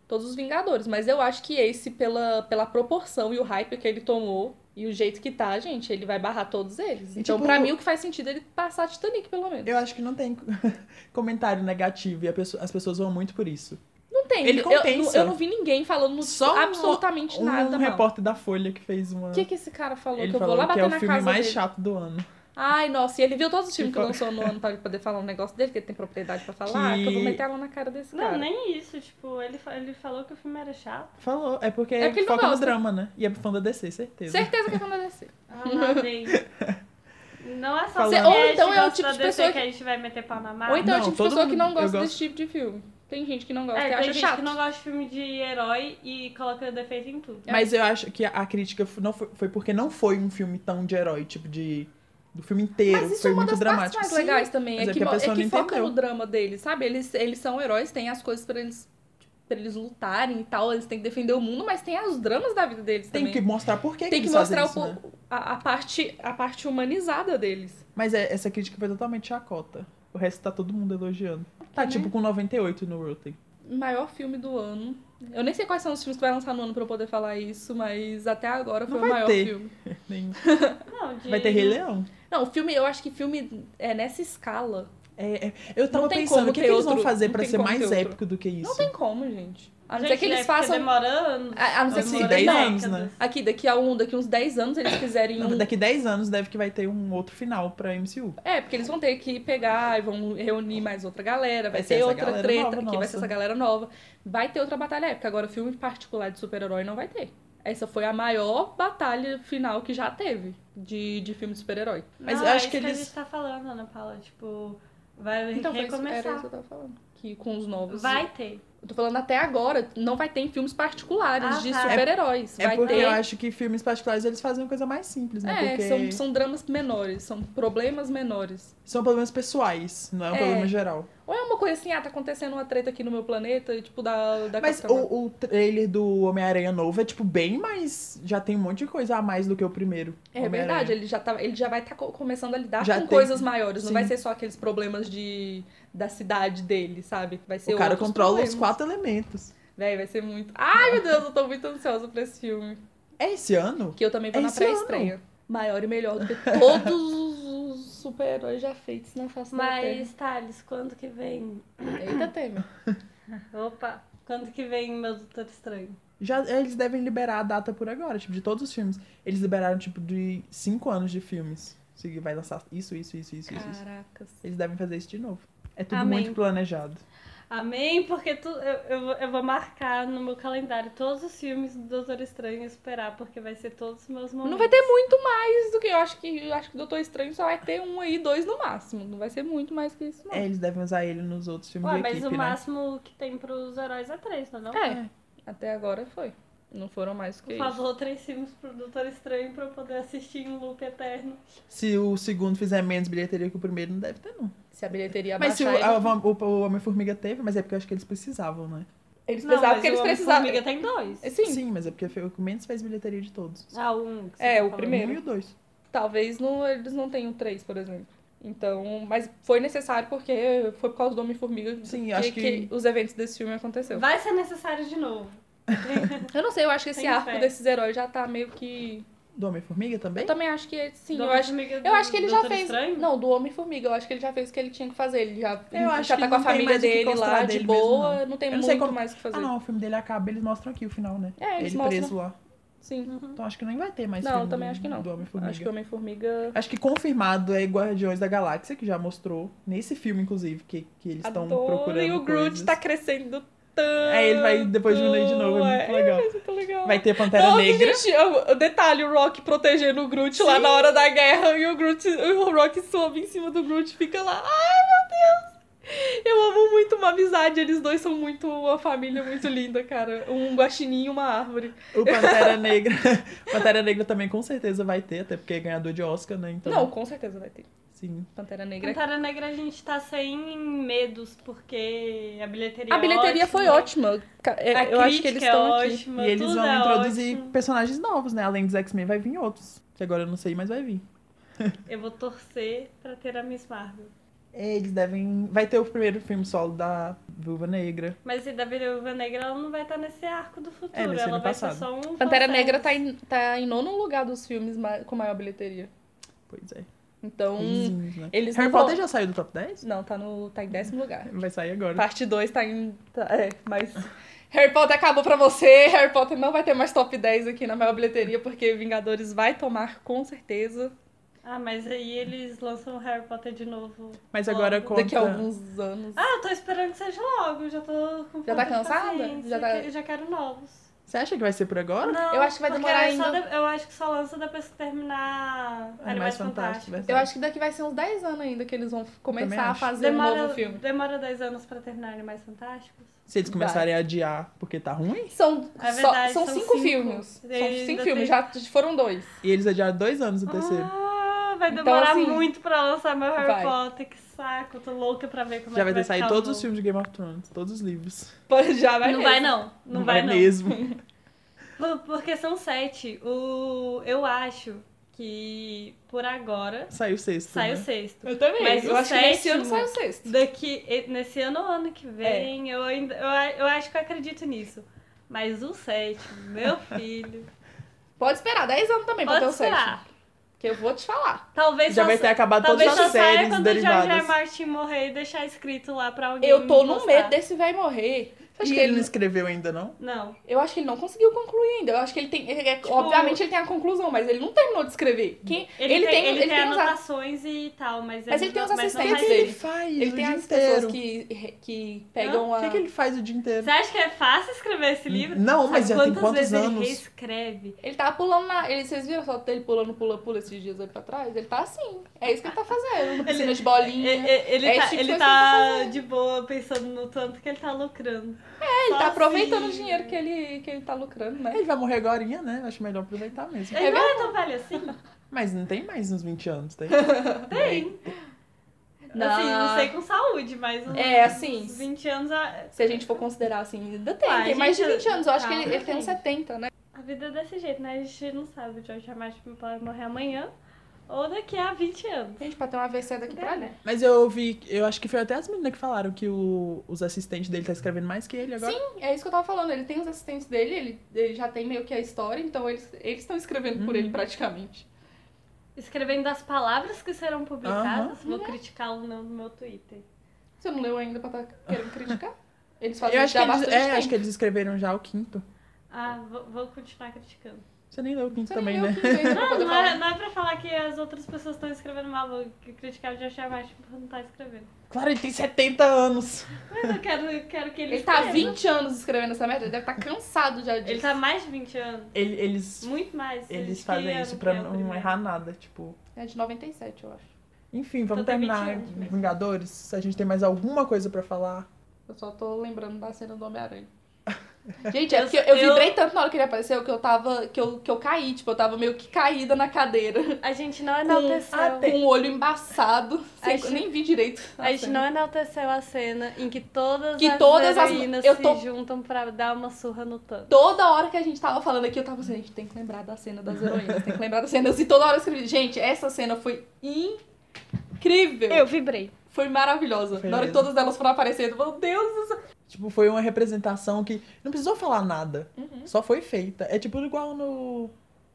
[SPEAKER 1] Todos os Vingadores. Mas eu acho que esse, pela, pela proporção e o hype que ele tomou e o jeito que tá, gente, ele vai barrar todos eles.
[SPEAKER 2] E,
[SPEAKER 1] então,
[SPEAKER 2] tipo,
[SPEAKER 1] pra mim, o que faz sentido é ele passar Titanic, pelo menos.
[SPEAKER 2] Eu acho que não tem comentário negativo e a pessoa- as pessoas vão muito por isso.
[SPEAKER 1] Não tem.
[SPEAKER 2] Ele
[SPEAKER 1] eu,
[SPEAKER 2] compensa.
[SPEAKER 1] Eu, eu não vi ninguém falando
[SPEAKER 2] Só um-
[SPEAKER 1] absolutamente nada.
[SPEAKER 2] um
[SPEAKER 1] mal.
[SPEAKER 2] repórter da Folha que fez uma.
[SPEAKER 1] O que, que esse cara falou?
[SPEAKER 2] ele
[SPEAKER 1] que eu vou
[SPEAKER 2] falou
[SPEAKER 1] lá
[SPEAKER 2] que
[SPEAKER 1] bater
[SPEAKER 2] é o
[SPEAKER 1] na
[SPEAKER 2] filme
[SPEAKER 1] casa
[SPEAKER 2] mais
[SPEAKER 1] dele.
[SPEAKER 2] chato do ano.
[SPEAKER 1] Ai, nossa, e ele viu todos os filmes que
[SPEAKER 2] Tipo-
[SPEAKER 1] lançou no ano pra ele poder falar um negócio dele, que ele tem propriedade pra falar, que, eu vou
[SPEAKER 2] Que-
[SPEAKER 1] meter ela na cara desse
[SPEAKER 3] Não,
[SPEAKER 1] cara.
[SPEAKER 3] nem isso. Tipo, ele, fa- ele falou que o filme era chato.
[SPEAKER 2] Falou, é porque
[SPEAKER 1] É que ele não
[SPEAKER 2] foca no
[SPEAKER 1] gosta.
[SPEAKER 2] drama, né? E é fã da DC, certeza.
[SPEAKER 1] Certeza que é quando eu descer.
[SPEAKER 3] Ah, lá vem. Não é só
[SPEAKER 2] Falando-
[SPEAKER 3] porque
[SPEAKER 2] Ou
[SPEAKER 3] a gente
[SPEAKER 1] então é o
[SPEAKER 3] gosta
[SPEAKER 1] tipo
[SPEAKER 3] da
[SPEAKER 1] de
[SPEAKER 3] DC
[SPEAKER 1] pessoa
[SPEAKER 3] que a gente vai meter pau na massa.
[SPEAKER 1] Ou então é o
[SPEAKER 2] Não,
[SPEAKER 1] tipo de
[SPEAKER 2] todo
[SPEAKER 1] pessoa que
[SPEAKER 2] mundo-
[SPEAKER 1] não
[SPEAKER 2] eu
[SPEAKER 1] gosta
[SPEAKER 2] gosto.
[SPEAKER 1] desse tipo de filme. Tem gente que não gosta,
[SPEAKER 3] É,
[SPEAKER 1] que
[SPEAKER 3] tem
[SPEAKER 1] acha
[SPEAKER 3] gente
[SPEAKER 1] chato.
[SPEAKER 3] que não gosta de filme de herói e coloca defeito em tudo.
[SPEAKER 2] Mas eu acho que a, a crítica f- não foi, foi porque não foi um filme tão de herói, tipo de. Do filme inteiro.
[SPEAKER 1] Mas isso
[SPEAKER 2] foi
[SPEAKER 1] é uma
[SPEAKER 2] muito
[SPEAKER 1] das
[SPEAKER 2] dramático.
[SPEAKER 1] partes mais
[SPEAKER 2] Sim,
[SPEAKER 1] legais também. É
[SPEAKER 2] mas
[SPEAKER 1] que,
[SPEAKER 2] é que a
[SPEAKER 1] mo- é
[SPEAKER 2] pessoa
[SPEAKER 1] que
[SPEAKER 2] não
[SPEAKER 1] foca
[SPEAKER 2] entendeu.
[SPEAKER 1] no drama deles, sabe? Eles, eles são heróis, tem as coisas pra eles, pra eles lutarem e tal. Eles têm que defender o mundo, mas tem os dramas da vida deles
[SPEAKER 2] Tem
[SPEAKER 1] também.
[SPEAKER 2] que mostrar por que,
[SPEAKER 1] Tem que
[SPEAKER 2] eles
[SPEAKER 1] mostrar
[SPEAKER 2] fazem
[SPEAKER 1] o
[SPEAKER 2] isso, né?
[SPEAKER 1] po- a, a parte, a parte humanizada deles.
[SPEAKER 2] Mas é- essa crítica foi totalmente chacota. O resto tá todo mundo elogiando. Tá
[SPEAKER 1] Também.
[SPEAKER 2] tipo com 98 no Rotten.
[SPEAKER 1] Maior filme do ano. Eu nem sei quais são os filmes que vai lançar no ano pra eu poder falar isso, mas até agora foi
[SPEAKER 2] Não
[SPEAKER 1] o
[SPEAKER 2] vai
[SPEAKER 1] maior
[SPEAKER 2] ter.
[SPEAKER 1] filme.
[SPEAKER 2] Nem-
[SPEAKER 1] É.
[SPEAKER 3] Não, de...
[SPEAKER 2] Vai ter Rei Leão.
[SPEAKER 1] Não, o filme, eu acho que filme é nessa escala.
[SPEAKER 2] É, é, eu tava
[SPEAKER 1] tem
[SPEAKER 2] pensando,
[SPEAKER 1] como
[SPEAKER 2] o que,
[SPEAKER 1] ter
[SPEAKER 2] que eles
[SPEAKER 1] outro-
[SPEAKER 2] vão fazer
[SPEAKER 1] não
[SPEAKER 2] pra
[SPEAKER 1] tem
[SPEAKER 2] ser
[SPEAKER 1] como ter
[SPEAKER 2] mais
[SPEAKER 1] outro.
[SPEAKER 2] épico do que isso?
[SPEAKER 1] Não tem como, gente. A não
[SPEAKER 3] Gente,
[SPEAKER 1] ser que
[SPEAKER 3] né,
[SPEAKER 1] eles
[SPEAKER 3] porque
[SPEAKER 1] façam.
[SPEAKER 3] demora anos.
[SPEAKER 1] A, a não é ser que
[SPEAKER 2] Assim,
[SPEAKER 1] eles
[SPEAKER 3] demora
[SPEAKER 2] 10
[SPEAKER 1] não,
[SPEAKER 2] anos,
[SPEAKER 3] décadas.
[SPEAKER 1] Aqui, daqui a um, daqui uns 10 anos, eles fizerem
[SPEAKER 2] Não,
[SPEAKER 1] um.
[SPEAKER 2] Daqui 10 anos deve que vai ter um outro final pra MCU.
[SPEAKER 1] É, porque eles vão ter que pegar e vão reunir mais outra galera, vai,
[SPEAKER 2] Vai ser
[SPEAKER 1] ter
[SPEAKER 2] essa
[SPEAKER 1] outra
[SPEAKER 2] galera
[SPEAKER 1] treta,
[SPEAKER 2] nova,
[SPEAKER 1] que vai
[SPEAKER 2] nossa.
[SPEAKER 1] é, ser essa galera nova. Vai ter outra batalha épica. Agora, filme particular de super-herói não vai ter. Essa foi a maior batalha final que já teve de, de filme de super-herói.
[SPEAKER 2] Mas
[SPEAKER 3] Não,
[SPEAKER 2] eu
[SPEAKER 3] é
[SPEAKER 2] acho
[SPEAKER 3] isso
[SPEAKER 2] que
[SPEAKER 3] a
[SPEAKER 2] eles-
[SPEAKER 3] gente tá falando, Ana Paula. Tipo, vai
[SPEAKER 1] Então foi isso, era
[SPEAKER 3] recomeçar.
[SPEAKER 1] isso que eu tava falando. Que com os novos.
[SPEAKER 3] vai ter.
[SPEAKER 1] Eu tô falando até agora, não vai ter em filmes particulares
[SPEAKER 3] Ah,
[SPEAKER 1] de
[SPEAKER 3] tá.
[SPEAKER 1] super-heróis.
[SPEAKER 2] É
[SPEAKER 1] vai
[SPEAKER 2] porque
[SPEAKER 1] ter.
[SPEAKER 2] eu acho que filmes particulares eles fazem uma coisa mais simples, né?
[SPEAKER 1] É,
[SPEAKER 2] porque
[SPEAKER 1] são, são dramas menores, são problemas menores.
[SPEAKER 2] são problemas pessoais, não é um
[SPEAKER 1] É.
[SPEAKER 2] problema geral.
[SPEAKER 1] Ou é uma coisa assim, ah, tá acontecendo uma treta aqui no meu planeta, tipo, da, da
[SPEAKER 2] Mas
[SPEAKER 1] Capitã
[SPEAKER 2] o, o trailer do Homem-Aranha novo é, tipo, bem mais. Já tem um monte de coisa a mais do que o primeiro.
[SPEAKER 1] É
[SPEAKER 2] Homem-Aranha.
[SPEAKER 1] verdade, ele já, tá, ele já vai estar começando a lidar
[SPEAKER 2] Já
[SPEAKER 1] com
[SPEAKER 2] tem-
[SPEAKER 1] coisas maiores. Não
[SPEAKER 2] Sim.
[SPEAKER 1] vai ser só aqueles problemas de, da cidade dele, sabe? Vai ser
[SPEAKER 2] O cara
[SPEAKER 1] outros
[SPEAKER 2] controla os
[SPEAKER 1] problemas.
[SPEAKER 2] quatro elementos.
[SPEAKER 1] Véi, vai ser muito. Ai, meu Deus, eu tô muito ansiosa pra esse filme.
[SPEAKER 2] É esse ano?
[SPEAKER 1] Que eu também vou
[SPEAKER 2] É
[SPEAKER 1] na
[SPEAKER 2] esse ano.
[SPEAKER 1] pré-estreia. Maior e melhor do que todos os, os super-heróis já feitos na face
[SPEAKER 3] Mas, Thales, quando que vem?
[SPEAKER 1] da Terra. Eita, Temer.
[SPEAKER 3] Opa! Quando que vem meu Doutor Estranho?
[SPEAKER 2] Já, eles devem liberar a data por agora, tipo, de todos os filmes. Eles liberaram, tipo, de cinco anos de filmes. Se vai lançar isso, isso, isso, isso, isso, isso.
[SPEAKER 1] Caracas.
[SPEAKER 2] Eles devem fazer isso de novo. É tudo
[SPEAKER 3] Amém.
[SPEAKER 2] muito planejado.
[SPEAKER 3] Amém, porque tu, eu, eu, vou- eu vou marcar no meu calendário todos os filmes do Doutor Estranho e esperar, porque vai ser todos os meus momentos.
[SPEAKER 1] Não vai ter muito mais do que eu acho que eu acho que o Doutor Estranho só vai ter um aí, dois no máximo. Não vai ser muito mais que isso, não.
[SPEAKER 2] É, eles devem usar ele nos outros filmes
[SPEAKER 3] Ué,
[SPEAKER 2] de
[SPEAKER 3] mas
[SPEAKER 2] equipe,
[SPEAKER 3] o
[SPEAKER 2] né?
[SPEAKER 3] máximo que tem pros heróis é três, não é não?
[SPEAKER 1] É, Até agora foi. Não foram mais que
[SPEAKER 3] Por
[SPEAKER 1] isso.
[SPEAKER 3] favor, três filmes pro Doutor Estranho pra eu poder assistir em loop eterno.
[SPEAKER 2] Se o segundo fizer menos bilheteria que o primeiro, não deve ter, não.
[SPEAKER 1] Se a bilheteria
[SPEAKER 2] Mas se o,
[SPEAKER 1] baixar, ele-
[SPEAKER 2] a- o- o Homem-Formiga teve, mas é porque eu acho que eles precisavam, né?
[SPEAKER 1] eles
[SPEAKER 3] não,
[SPEAKER 1] precisavam
[SPEAKER 3] mas
[SPEAKER 1] porque eles
[SPEAKER 3] o
[SPEAKER 1] precisavam.
[SPEAKER 3] Homem-Formiga tá tem dois.
[SPEAKER 1] Sim.
[SPEAKER 2] mas é porque foi o que menos fez bilheteria de todos.
[SPEAKER 3] Ah, um. que você
[SPEAKER 1] É,
[SPEAKER 3] tá
[SPEAKER 1] o
[SPEAKER 3] falando.
[SPEAKER 1] primeiro.
[SPEAKER 2] Um e o dois.
[SPEAKER 1] Talvez não, eles não tenham três, por exemplo. Então, mas foi necessário porque foi por causa do Homem-Formiga
[SPEAKER 2] Sim,
[SPEAKER 1] que,
[SPEAKER 2] acho que-
[SPEAKER 1] que os eventos desse filme aconteceu.
[SPEAKER 3] Vai ser necessário de novo.
[SPEAKER 1] Eu não sei, eu acho que esse
[SPEAKER 3] Tenho
[SPEAKER 1] arco
[SPEAKER 3] fé.
[SPEAKER 1] desses heróis já tá meio que.
[SPEAKER 2] Do Homem-Formiga também?
[SPEAKER 1] Eu também acho que é, sim,
[SPEAKER 3] Do
[SPEAKER 1] eu acho.
[SPEAKER 3] Homem-Formiga
[SPEAKER 1] Eu
[SPEAKER 3] do
[SPEAKER 1] acho que ele já
[SPEAKER 3] Doutor
[SPEAKER 1] fez.
[SPEAKER 3] Estranho?
[SPEAKER 1] Não, do Homem-Formiga, eu acho que ele já fez o que ele tinha que fazer. Ele já,
[SPEAKER 2] Eu acho
[SPEAKER 1] já
[SPEAKER 2] que
[SPEAKER 1] tá com a
[SPEAKER 2] não tem
[SPEAKER 1] família
[SPEAKER 2] mais o que
[SPEAKER 1] dele
[SPEAKER 2] mostrar
[SPEAKER 1] lá de
[SPEAKER 2] dele mesmo,
[SPEAKER 1] boa,
[SPEAKER 2] não.
[SPEAKER 1] não tem
[SPEAKER 2] Eu não
[SPEAKER 1] muito
[SPEAKER 2] sei como-
[SPEAKER 1] mais o que fazer.
[SPEAKER 2] Ah, não, o filme dele acaba, eles mostram aqui o final, né?
[SPEAKER 1] É, eles
[SPEAKER 2] ele
[SPEAKER 1] mostram.
[SPEAKER 2] preso lá.
[SPEAKER 1] Sim.
[SPEAKER 2] Então acho que nem vai ter mais
[SPEAKER 1] Não,
[SPEAKER 2] filme
[SPEAKER 1] também
[SPEAKER 2] do-
[SPEAKER 1] acho que não.
[SPEAKER 2] do Homem-Formiga.
[SPEAKER 1] Acho que o Homem-Formiga.
[SPEAKER 2] Acho que confirmado é Guardiões da Galáxia, que já mostrou, nesse filme, inclusive, que, que eles estão procurando.
[SPEAKER 1] Adoro, e o Groot
[SPEAKER 2] coisas.
[SPEAKER 1] tá crescendo tanto.
[SPEAKER 2] Aí ele vai depois diminuir de novo, é muito legal.
[SPEAKER 1] muito legal.
[SPEAKER 2] Vai ter Pantera
[SPEAKER 1] Nossa,
[SPEAKER 2] Negra.
[SPEAKER 1] gente, eu- eu- detalhe, o Rock protegendo o Groot lá na hora da guerra e o Groot, o Rock sobe em cima do Groot e fica lá. Ai, meu Deus! Eu amo muito uma amizade, eles dois são muito uma família muito linda, cara. Um guaxininho e uma árvore.
[SPEAKER 2] O Pantera Negra. Pantera Negra também com certeza vai ter, até porque é ganhador de Oscar, né? Então,
[SPEAKER 1] Não, com certeza vai ter.
[SPEAKER 2] Sim.
[SPEAKER 1] Pantera Negra.
[SPEAKER 3] Pantera Negra a gente tá sem medos, porque a bilheteria
[SPEAKER 1] A bilheteria
[SPEAKER 3] é ótima.
[SPEAKER 1] foi ótima. Ca- é,
[SPEAKER 3] A
[SPEAKER 1] eu acho que eles
[SPEAKER 3] crítica é
[SPEAKER 1] estão aqui.
[SPEAKER 3] ótima,
[SPEAKER 2] e eles
[SPEAKER 3] tudo
[SPEAKER 2] vão
[SPEAKER 3] é
[SPEAKER 2] introduzir
[SPEAKER 3] ótimo.
[SPEAKER 2] personagens novos, né? Além dos X-Men, vai vir outros. Que agora eu não sei, mas vai vir.
[SPEAKER 3] Eu vou torcer pra ter a Miss Marvel.
[SPEAKER 2] É, Eles devem. Vai ter o primeiro filme solo da Viúva Negra.
[SPEAKER 3] Mas e da Viúva Negra, ela não vai estar nesse arco do futuro.
[SPEAKER 2] É, vai ser
[SPEAKER 3] ela
[SPEAKER 2] no
[SPEAKER 3] vai
[SPEAKER 2] passado.
[SPEAKER 3] ser só um.
[SPEAKER 1] Pantera
[SPEAKER 3] fanservice.
[SPEAKER 1] Negra tá em, tá em nono lugar dos filmes ma- com maior bilheteria.
[SPEAKER 2] Pois é.
[SPEAKER 1] Então,
[SPEAKER 2] Eles, né?
[SPEAKER 1] eles
[SPEAKER 2] Harry
[SPEAKER 1] não
[SPEAKER 2] Potter
[SPEAKER 1] vão-
[SPEAKER 2] já saiu do top 10?
[SPEAKER 1] não, tá, no, tá em décimo lugar.
[SPEAKER 2] Vai sair agora.
[SPEAKER 1] Parte 2 tá em. tá- é, mas. Harry Potter acabou pra você. Harry Potter não vai ter mais top 10 aqui na maior bilheteria, porque Vingadores vai tomar com certeza
[SPEAKER 3] Ah, mas aí eles lançam Harry Potter de novo.
[SPEAKER 2] Mas agora
[SPEAKER 3] logo.
[SPEAKER 2] conta.
[SPEAKER 1] daqui a alguns anos.
[SPEAKER 3] Ah, eu tô esperando que seja logo. Já tô com
[SPEAKER 1] Já
[SPEAKER 3] falta
[SPEAKER 1] tá
[SPEAKER 3] de
[SPEAKER 1] cansada?
[SPEAKER 3] paciência,
[SPEAKER 1] Já tá-
[SPEAKER 3] que- Já quero novos.
[SPEAKER 2] Você acha que vai ser por agora?
[SPEAKER 3] Não,
[SPEAKER 1] Eu acho que vai
[SPEAKER 3] porque
[SPEAKER 1] demorar
[SPEAKER 3] é só
[SPEAKER 1] ainda.
[SPEAKER 3] de- Eu acho que só lança depois que terminar Animais,
[SPEAKER 2] Animais Fantásticos,
[SPEAKER 3] Fantásticos.
[SPEAKER 2] vai
[SPEAKER 1] Eu acho que daqui vai ser uns 10 anos ainda que eles vão
[SPEAKER 2] Também
[SPEAKER 1] começar a
[SPEAKER 2] acho.
[SPEAKER 1] fazer um
[SPEAKER 3] Demora,
[SPEAKER 1] novo filme.
[SPEAKER 3] demora 10 anos pra terminar Animais Fantásticos?
[SPEAKER 2] Se eles começarem a adiar porque tá ruim.
[SPEAKER 1] São,
[SPEAKER 3] É
[SPEAKER 1] só-
[SPEAKER 3] verdade,
[SPEAKER 1] são,
[SPEAKER 3] são
[SPEAKER 1] cinco,
[SPEAKER 3] cinco.
[SPEAKER 1] filmes. São
[SPEAKER 3] Ainda
[SPEAKER 1] cinco
[SPEAKER 3] tem-
[SPEAKER 1] filmes, já foram dois.
[SPEAKER 2] E eles adiaram dois anos o terceiro.
[SPEAKER 3] Ah, vai
[SPEAKER 1] Então,
[SPEAKER 3] demorar
[SPEAKER 1] assim,
[SPEAKER 3] muito pra lançar meu Harry
[SPEAKER 1] vai.
[SPEAKER 3] Potter. Que saco, tô louca pra ver como
[SPEAKER 2] já
[SPEAKER 3] é que
[SPEAKER 2] vai ter saído
[SPEAKER 3] ficar o
[SPEAKER 2] todos os
[SPEAKER 3] novo.
[SPEAKER 2] filmes de Game of Thrones, todos os livros. é
[SPEAKER 1] Já vai
[SPEAKER 3] Não
[SPEAKER 1] mesmo.
[SPEAKER 3] vai não, não, vai, não.
[SPEAKER 2] mesmo.
[SPEAKER 3] Por- Porque são sete. O... Eu acho que por agora
[SPEAKER 2] Saiu o sexto.
[SPEAKER 3] sai
[SPEAKER 2] né?
[SPEAKER 3] o sexto.
[SPEAKER 1] Eu também.
[SPEAKER 3] Mas
[SPEAKER 1] eu
[SPEAKER 3] o
[SPEAKER 1] acho que nesse
[SPEAKER 3] sétimo-
[SPEAKER 1] ano sai o sexto.
[SPEAKER 3] Daqui, e- nesse ano ou ano
[SPEAKER 1] É.
[SPEAKER 3] que vem, eu, ainda, eu, a- eu acho que eu acredito nisso. Mas o sétimo, meu filho.
[SPEAKER 1] Pode esperar, 10 anos também pra
[SPEAKER 3] pode
[SPEAKER 1] ter É, o sétimo.
[SPEAKER 3] esperar.
[SPEAKER 1] Que eu vou te falar.
[SPEAKER 3] Talvez
[SPEAKER 2] Já
[SPEAKER 3] só
[SPEAKER 2] vai ter acabado todas
[SPEAKER 3] Talvez
[SPEAKER 2] as
[SPEAKER 3] só saia
[SPEAKER 2] séries
[SPEAKER 3] quando o George R.
[SPEAKER 2] derivadas.
[SPEAKER 3] R. Martin morrer e deixar escrito lá pra alguém.
[SPEAKER 1] Eu tô no
[SPEAKER 3] postar.
[SPEAKER 1] medo desse velho morrer
[SPEAKER 2] Você acha
[SPEAKER 1] E
[SPEAKER 2] que ele
[SPEAKER 1] ele-
[SPEAKER 2] não escreveu ainda, não?
[SPEAKER 3] Não.
[SPEAKER 1] Eu acho que ele não conseguiu concluir ainda. Eu acho que ele tem. ele é-
[SPEAKER 3] Tipo-
[SPEAKER 1] obviamente ele tem a conclusão, mas ele não terminou de escrever. Quem-
[SPEAKER 3] Ele, tem, ele tem,
[SPEAKER 1] um- uns-
[SPEAKER 3] anotações e tal, mas,
[SPEAKER 1] Mas ele tem
[SPEAKER 3] não-
[SPEAKER 1] os
[SPEAKER 3] mas não
[SPEAKER 1] assistentes
[SPEAKER 3] faz
[SPEAKER 1] dele.
[SPEAKER 2] ele
[SPEAKER 1] ele-
[SPEAKER 2] faz
[SPEAKER 1] Ele
[SPEAKER 2] o
[SPEAKER 1] tem
[SPEAKER 2] dia
[SPEAKER 1] as pessoas
[SPEAKER 2] inteiro?
[SPEAKER 1] que, que pegam
[SPEAKER 2] O
[SPEAKER 1] a.
[SPEAKER 2] que, que ele faz o dia inteiro?
[SPEAKER 3] Você acha que é fácil escrever esse livro?
[SPEAKER 2] Não,
[SPEAKER 3] Sabe
[SPEAKER 2] mas já tem
[SPEAKER 3] quantas
[SPEAKER 2] quantos
[SPEAKER 3] vezes
[SPEAKER 2] anos?
[SPEAKER 3] ele reescreve?
[SPEAKER 1] Ele tava pulando na. Ele, vocês viram a foto dele pulando, pula, pula esses dias aí pra trás? Ele tá assim. É isso que ele tá fazendo. Piscina de bolinha.
[SPEAKER 3] E-
[SPEAKER 1] Ele,
[SPEAKER 3] e- Ele,
[SPEAKER 1] É esse
[SPEAKER 3] tá,
[SPEAKER 1] tipo de
[SPEAKER 3] ele
[SPEAKER 1] coisa que
[SPEAKER 3] tá de boa pensando no tanto que ele tá lucrando. É,
[SPEAKER 1] tá aproveitando o dinheiro que ele, que ele tá lucrando, né?
[SPEAKER 2] Ele vai morrer agora, né? Acho melhor aproveitar mesmo.
[SPEAKER 1] É
[SPEAKER 3] Ele não é tão velho assim.
[SPEAKER 2] Mas não tem mais uns 20 anos, tem?
[SPEAKER 3] Tem. Assim, não sei com saúde, mas uns
[SPEAKER 1] É, assim,
[SPEAKER 3] 20 anos a,
[SPEAKER 1] Se a gente for considerar assim, ainda tem.
[SPEAKER 3] Ah,
[SPEAKER 1] tem mais de
[SPEAKER 3] gente,
[SPEAKER 1] 20 anos. Eu acho que ele,
[SPEAKER 3] calma,
[SPEAKER 1] ele tem uns
[SPEAKER 3] gente.
[SPEAKER 1] 70, né?
[SPEAKER 3] a vida é desse jeito, né? A gente não sabe. O George Martin pode morrer amanhã ou daqui a 20 anos.
[SPEAKER 1] Gente, pra ter uma AVC daqui pra ali.
[SPEAKER 2] Mas eu ouvi, eu acho que foi até as meninas que falaram que o- os assistentes dele tá escrevendo mais que ele agora. Sim.
[SPEAKER 1] É isso que eu tava falando. Ele tem os assistentes dele, ele, ele já tem meio que a história, então eles eles estão escrevendo por
[SPEAKER 2] Uhum.
[SPEAKER 1] ele praticamente.
[SPEAKER 3] Escrevendo as palavras que serão publicadas. Vou criticá-lo no meu Twitter.
[SPEAKER 1] Você não leu ainda pra tá querendo criticar? Eles fazem isso
[SPEAKER 2] Eu acho
[SPEAKER 1] já
[SPEAKER 2] que,
[SPEAKER 1] há
[SPEAKER 2] eles,
[SPEAKER 1] bastante
[SPEAKER 2] é,
[SPEAKER 1] tempo.
[SPEAKER 2] acho que eles escreveram já o quinto.
[SPEAKER 3] Ah, vou, vou continuar criticando.
[SPEAKER 2] Você nem leu o quinto
[SPEAKER 1] Você
[SPEAKER 2] também,
[SPEAKER 1] nem
[SPEAKER 2] né?
[SPEAKER 1] leu o que fez pra
[SPEAKER 3] Não,
[SPEAKER 1] poder
[SPEAKER 3] não é,
[SPEAKER 1] falar.
[SPEAKER 3] não é pra falar que as outras pessoas estão escrevendo mal. Vou criticar o George Martin por não estar escrevendo.
[SPEAKER 2] Claro, ele tem 70 anos.
[SPEAKER 3] Mas eu quero, quero que ele
[SPEAKER 1] Ele tá há
[SPEAKER 3] escreva.
[SPEAKER 1] 20 anos escrevendo essa merda, ele deve estar cansado já disso.
[SPEAKER 3] Ele tá há mais de 20 anos.
[SPEAKER 2] Ele- eles
[SPEAKER 3] Muito mais.
[SPEAKER 2] eles
[SPEAKER 3] Ele
[SPEAKER 2] fazem
[SPEAKER 3] cria
[SPEAKER 2] isso
[SPEAKER 3] no
[SPEAKER 2] pra
[SPEAKER 3] tempo
[SPEAKER 2] não
[SPEAKER 1] né?
[SPEAKER 3] de-
[SPEAKER 2] errar nada, tipo.
[SPEAKER 1] É de 97, eu acho.
[SPEAKER 2] Enfim, vamos
[SPEAKER 3] Então tem
[SPEAKER 2] terminar
[SPEAKER 3] 20 anos mesmo.
[SPEAKER 2] Vingadores. A gente tem mais alguma coisa pra falar?
[SPEAKER 1] Eu só tô lembrando da cena do Homem-Aranha. Gente, é
[SPEAKER 3] Eu-
[SPEAKER 1] porque eu,
[SPEAKER 3] eu-
[SPEAKER 1] vibrei tanto na hora que ele apareceu que eu tava. Que eu, que eu caí, tipo, eu tava meio que caída na cadeira.
[SPEAKER 3] A gente não enalteceu.
[SPEAKER 1] Com o olho embaçado.
[SPEAKER 3] A
[SPEAKER 1] Sem,
[SPEAKER 3] gente-
[SPEAKER 1] nem vi direito. a
[SPEAKER 3] A gente
[SPEAKER 1] cena.
[SPEAKER 3] não enalteceu a cena em que todas
[SPEAKER 1] Que
[SPEAKER 3] as
[SPEAKER 1] todas as-
[SPEAKER 3] heroínas
[SPEAKER 1] eu
[SPEAKER 3] se
[SPEAKER 1] tô-
[SPEAKER 3] juntam pra dar uma surra no Thanos.
[SPEAKER 1] Toda hora que a gente tava falando aqui, eu tava assim, a gente tem que lembrar da cena das heroínas, tem que lembrar das cenas. E toda hora eu escrevi, gente, essa cena foi incrível.
[SPEAKER 3] vibrei.
[SPEAKER 1] Foi maravilhosa.
[SPEAKER 2] Foi
[SPEAKER 1] Na hora que
[SPEAKER 2] mesmo.
[SPEAKER 1] todas elas foram aparecendo, meu Deus do céu.
[SPEAKER 2] Tipo, foi uma representação que não precisou falar nada. Só foi feita. É tipo igual no,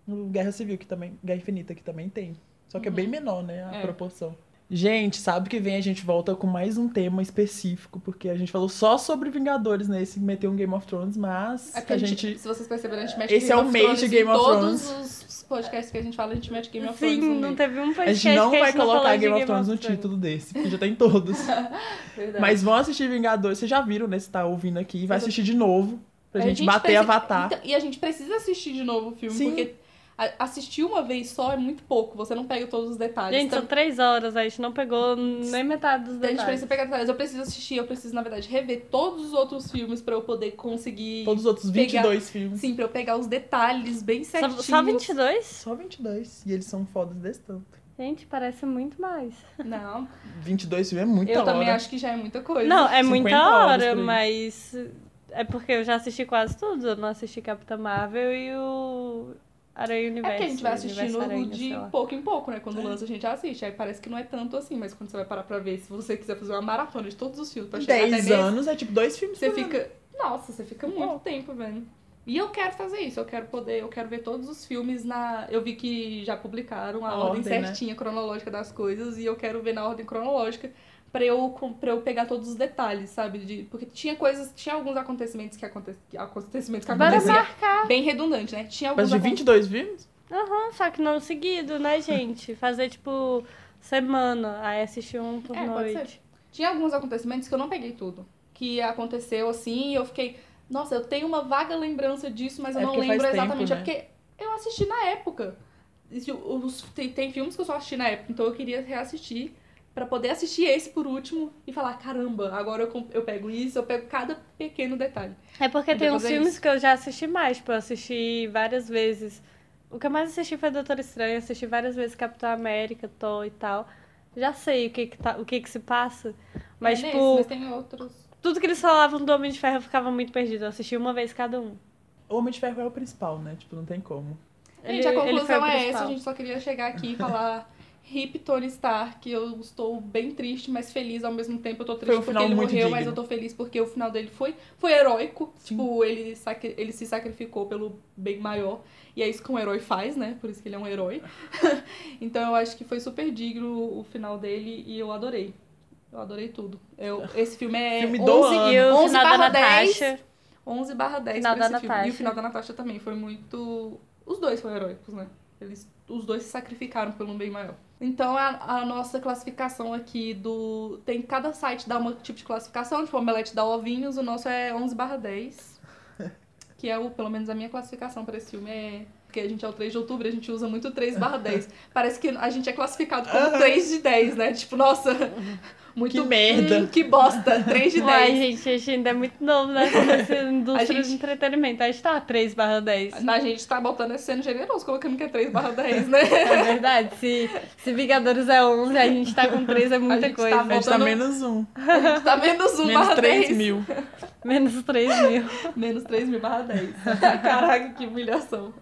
[SPEAKER 2] no Guerra Civil, que também. Guerra Infinita, que também tem. Só que é bem menor, né? A
[SPEAKER 1] É.
[SPEAKER 2] proporção. Gente, sabe que vem a gente volta com mais um tema específico, porque a gente falou só sobre Vingadores nesse meteu um Game of Thrones, mas
[SPEAKER 1] É porque
[SPEAKER 2] a gente.
[SPEAKER 1] se vocês perceberam, a gente mete
[SPEAKER 2] Esse é o mês de
[SPEAKER 1] Thrones
[SPEAKER 2] Game
[SPEAKER 1] em
[SPEAKER 2] of
[SPEAKER 1] todos os podcasts que a gente fala, a gente mete Game of Thrones.
[SPEAKER 3] Sim,
[SPEAKER 1] no
[SPEAKER 3] não
[SPEAKER 1] meio.
[SPEAKER 3] teve um
[SPEAKER 2] né? A
[SPEAKER 3] podcast
[SPEAKER 2] gente não
[SPEAKER 3] que a
[SPEAKER 2] vai
[SPEAKER 3] gente não
[SPEAKER 2] colocar
[SPEAKER 3] falou de
[SPEAKER 2] Game of Thrones no título desse, porque já tem todos.
[SPEAKER 1] Verdade.
[SPEAKER 2] Mas vão assistir Vingadores, vocês já viram, né? Se tá ouvindo aqui, vai
[SPEAKER 1] Eu tô-
[SPEAKER 2] assistir de novo. Pra
[SPEAKER 1] A
[SPEAKER 2] gente, bater
[SPEAKER 1] precisa-
[SPEAKER 2] Avatar.
[SPEAKER 1] Então, e a gente precisa assistir de novo o filme,
[SPEAKER 2] Sim.
[SPEAKER 1] porque a- assistir uma vez só é muito pouco, você não pega todos os detalhes.
[SPEAKER 3] Gente,
[SPEAKER 1] Então,
[SPEAKER 3] são três holas, a gente não pegou nem metade
[SPEAKER 1] a
[SPEAKER 3] dos
[SPEAKER 1] gente
[SPEAKER 3] detalhes.
[SPEAKER 1] precisa pegar detalhes. Eu preciso assistir, eu preciso, na verdade, rever todos os outros filmes pra eu poder conseguir.
[SPEAKER 2] Todos os outros
[SPEAKER 1] pegar-
[SPEAKER 2] 22 filmes.
[SPEAKER 1] Sim, pra eu pegar os detalhes bem
[SPEAKER 3] Só,
[SPEAKER 1] certinhos.
[SPEAKER 3] só 22?
[SPEAKER 2] Só 22. E eles são fodas desse tanto.
[SPEAKER 3] Gente, parece muito mais.
[SPEAKER 1] Não,
[SPEAKER 2] 22 filmes é muita
[SPEAKER 1] eu
[SPEAKER 2] hora.
[SPEAKER 1] também acho que já é muita coisa.
[SPEAKER 3] Não,
[SPEAKER 2] 50
[SPEAKER 3] é muita
[SPEAKER 2] horas
[SPEAKER 3] hora,
[SPEAKER 2] por aí.
[SPEAKER 3] mas é porque eu já assisti quase tudo. Eu não assisti Capitã Marvel e o Aranha
[SPEAKER 1] É
[SPEAKER 3] Universo.
[SPEAKER 1] porque a gente vai
[SPEAKER 3] Universo
[SPEAKER 1] assistindo
[SPEAKER 3] Aranha,
[SPEAKER 1] de
[SPEAKER 3] sei lá. É.
[SPEAKER 1] pouco em pouco, né? Quando lança a gente assiste. Aí parece que não é tanto assim, mas quando você vai parar pra ver, se você quiser fazer uma maratona de todos os filmes pra chegar até
[SPEAKER 2] 10
[SPEAKER 1] nesse,
[SPEAKER 2] anos é tipo dois filmes
[SPEAKER 1] Você
[SPEAKER 2] por ano.
[SPEAKER 1] fica. Nossa, você fica muito
[SPEAKER 2] Bom.
[SPEAKER 1] tempo vendo. E eu quero fazer isso, eu quero poder, eu quero ver todos os filmes na. Eu vi que já publicaram a,
[SPEAKER 2] A
[SPEAKER 1] ordem,
[SPEAKER 2] ordem, né?
[SPEAKER 1] certinha, cronológica das coisas, e eu quero ver na ordem cronológica pra eu, com- pra eu pegar todos os detalhes, sabe? De, porque tinha coisas, tinha alguns acontecimentos que aconteciam. Acontecimentos que
[SPEAKER 3] Para
[SPEAKER 1] aconteciam.
[SPEAKER 3] marcar.
[SPEAKER 1] Bem redundante, né? Tinha alguns.
[SPEAKER 2] Mas de
[SPEAKER 1] acon-
[SPEAKER 2] 22 filmes?
[SPEAKER 3] Aham, só que não seguido, né, gente? Fazer tipo semana, aí assistir um por
[SPEAKER 1] É, pode
[SPEAKER 3] noite.
[SPEAKER 1] ser. Tinha alguns acontecimentos que eu não peguei tudo. Que aconteceu assim e eu fiquei. Nossa, eu tenho uma vaga lembrança disso, mas eu
[SPEAKER 2] É
[SPEAKER 1] não
[SPEAKER 2] porque
[SPEAKER 1] lembro
[SPEAKER 2] faz tempo,
[SPEAKER 1] exatamente.
[SPEAKER 2] né?
[SPEAKER 1] É porque eu assisti na época. E se o- os- tem, tem filmes que eu só assisti na época, então eu queria reassistir pra poder assistir esse por último e falar: caramba, agora eu, com- eu pego isso, eu pego cada pequeno detalhe.
[SPEAKER 3] É porque
[SPEAKER 1] Poder
[SPEAKER 3] tem uns
[SPEAKER 1] fazer
[SPEAKER 3] filmes
[SPEAKER 1] isso.
[SPEAKER 3] que eu já assisti mais, tipo, eu assisti várias vezes. O que eu mais assisti foi Doutor Estranho, assisti várias vezes Capitão América, Thor e tal. Já sei o que que, tá, o que, que se passa. Mas,
[SPEAKER 1] É nesse,
[SPEAKER 3] tipo,
[SPEAKER 1] mas tem outros.
[SPEAKER 3] tudo que eles falavam do Homem de Ferro eu ficava muito perdido. Eu assisti uma vez cada um.
[SPEAKER 2] O Homem de Ferro é o principal, né? Tipo, não tem como.
[SPEAKER 1] Gente, a conclusão
[SPEAKER 3] o
[SPEAKER 1] é
[SPEAKER 3] principal.
[SPEAKER 1] essa, a gente só queria chegar aqui e falar. Hip Tony Stark, eu estou bem triste, mas feliz ao mesmo tempo. Eu tô triste
[SPEAKER 2] um
[SPEAKER 1] porque
[SPEAKER 2] final
[SPEAKER 1] ele
[SPEAKER 2] muito
[SPEAKER 1] morreu, mas
[SPEAKER 2] digno.
[SPEAKER 1] eu tô feliz porque o final dele foi, foi heróico.
[SPEAKER 2] Sim.
[SPEAKER 1] Tipo, ele, sacri- ele se sacrificou pelo bem maior. E é isso que um herói faz, né? Por isso que ele é um herói. então eu acho que foi super digno o final dele e eu adorei. Eu adorei tudo. Eu, esse filme é
[SPEAKER 2] Filme do
[SPEAKER 1] 11,
[SPEAKER 2] ano.
[SPEAKER 3] E o
[SPEAKER 1] 11
[SPEAKER 3] final da
[SPEAKER 1] barra 10.
[SPEAKER 3] Natasha.
[SPEAKER 1] 11 barra 10
[SPEAKER 3] Final
[SPEAKER 1] pra esse
[SPEAKER 3] da
[SPEAKER 1] filme. E o
[SPEAKER 3] Natasha.
[SPEAKER 1] final da Natasha também foi muito... Os dois foram heróicos, né? Eles, os dois se sacrificaram pelo um bem maior. Então, a, a nossa classificação aqui do... Tem cada site dá um tipo de classificação. Tipo, o Omelete dá ovinhos. O nosso é 11 barra 10. Que é, o, pelo menos, a minha classificação pra esse filme é... Porque a gente é o 3 de outubro, a gente usa muito 3 barra 10. Parece que a gente é classificado como 3 de 10, né? Tipo, nossa, muito...
[SPEAKER 2] Que merda.
[SPEAKER 1] Hum, que bosta, 3 de 10.
[SPEAKER 3] Ai, gente, a gente ainda é muito novo nessa nessa indústria
[SPEAKER 1] gente-
[SPEAKER 3] de entretenimento. A gente tá 3 barra 10.
[SPEAKER 1] A gente tá botando esse sendo generoso, colocando que é 3 barra 10, né?
[SPEAKER 3] É verdade. Se, se Vingadores é 11, a gente tá com 3 é
[SPEAKER 1] A
[SPEAKER 3] muita
[SPEAKER 1] gente tá
[SPEAKER 3] coisa.
[SPEAKER 2] A gente tá
[SPEAKER 1] Voltando-
[SPEAKER 2] menos um.
[SPEAKER 1] A gente tá menos 1
[SPEAKER 2] Menos
[SPEAKER 1] barra
[SPEAKER 2] 3
[SPEAKER 1] 10.
[SPEAKER 2] mil.
[SPEAKER 3] Menos 3 mil.
[SPEAKER 1] Menos 3 mil barra 10. Caraca, que humilhação.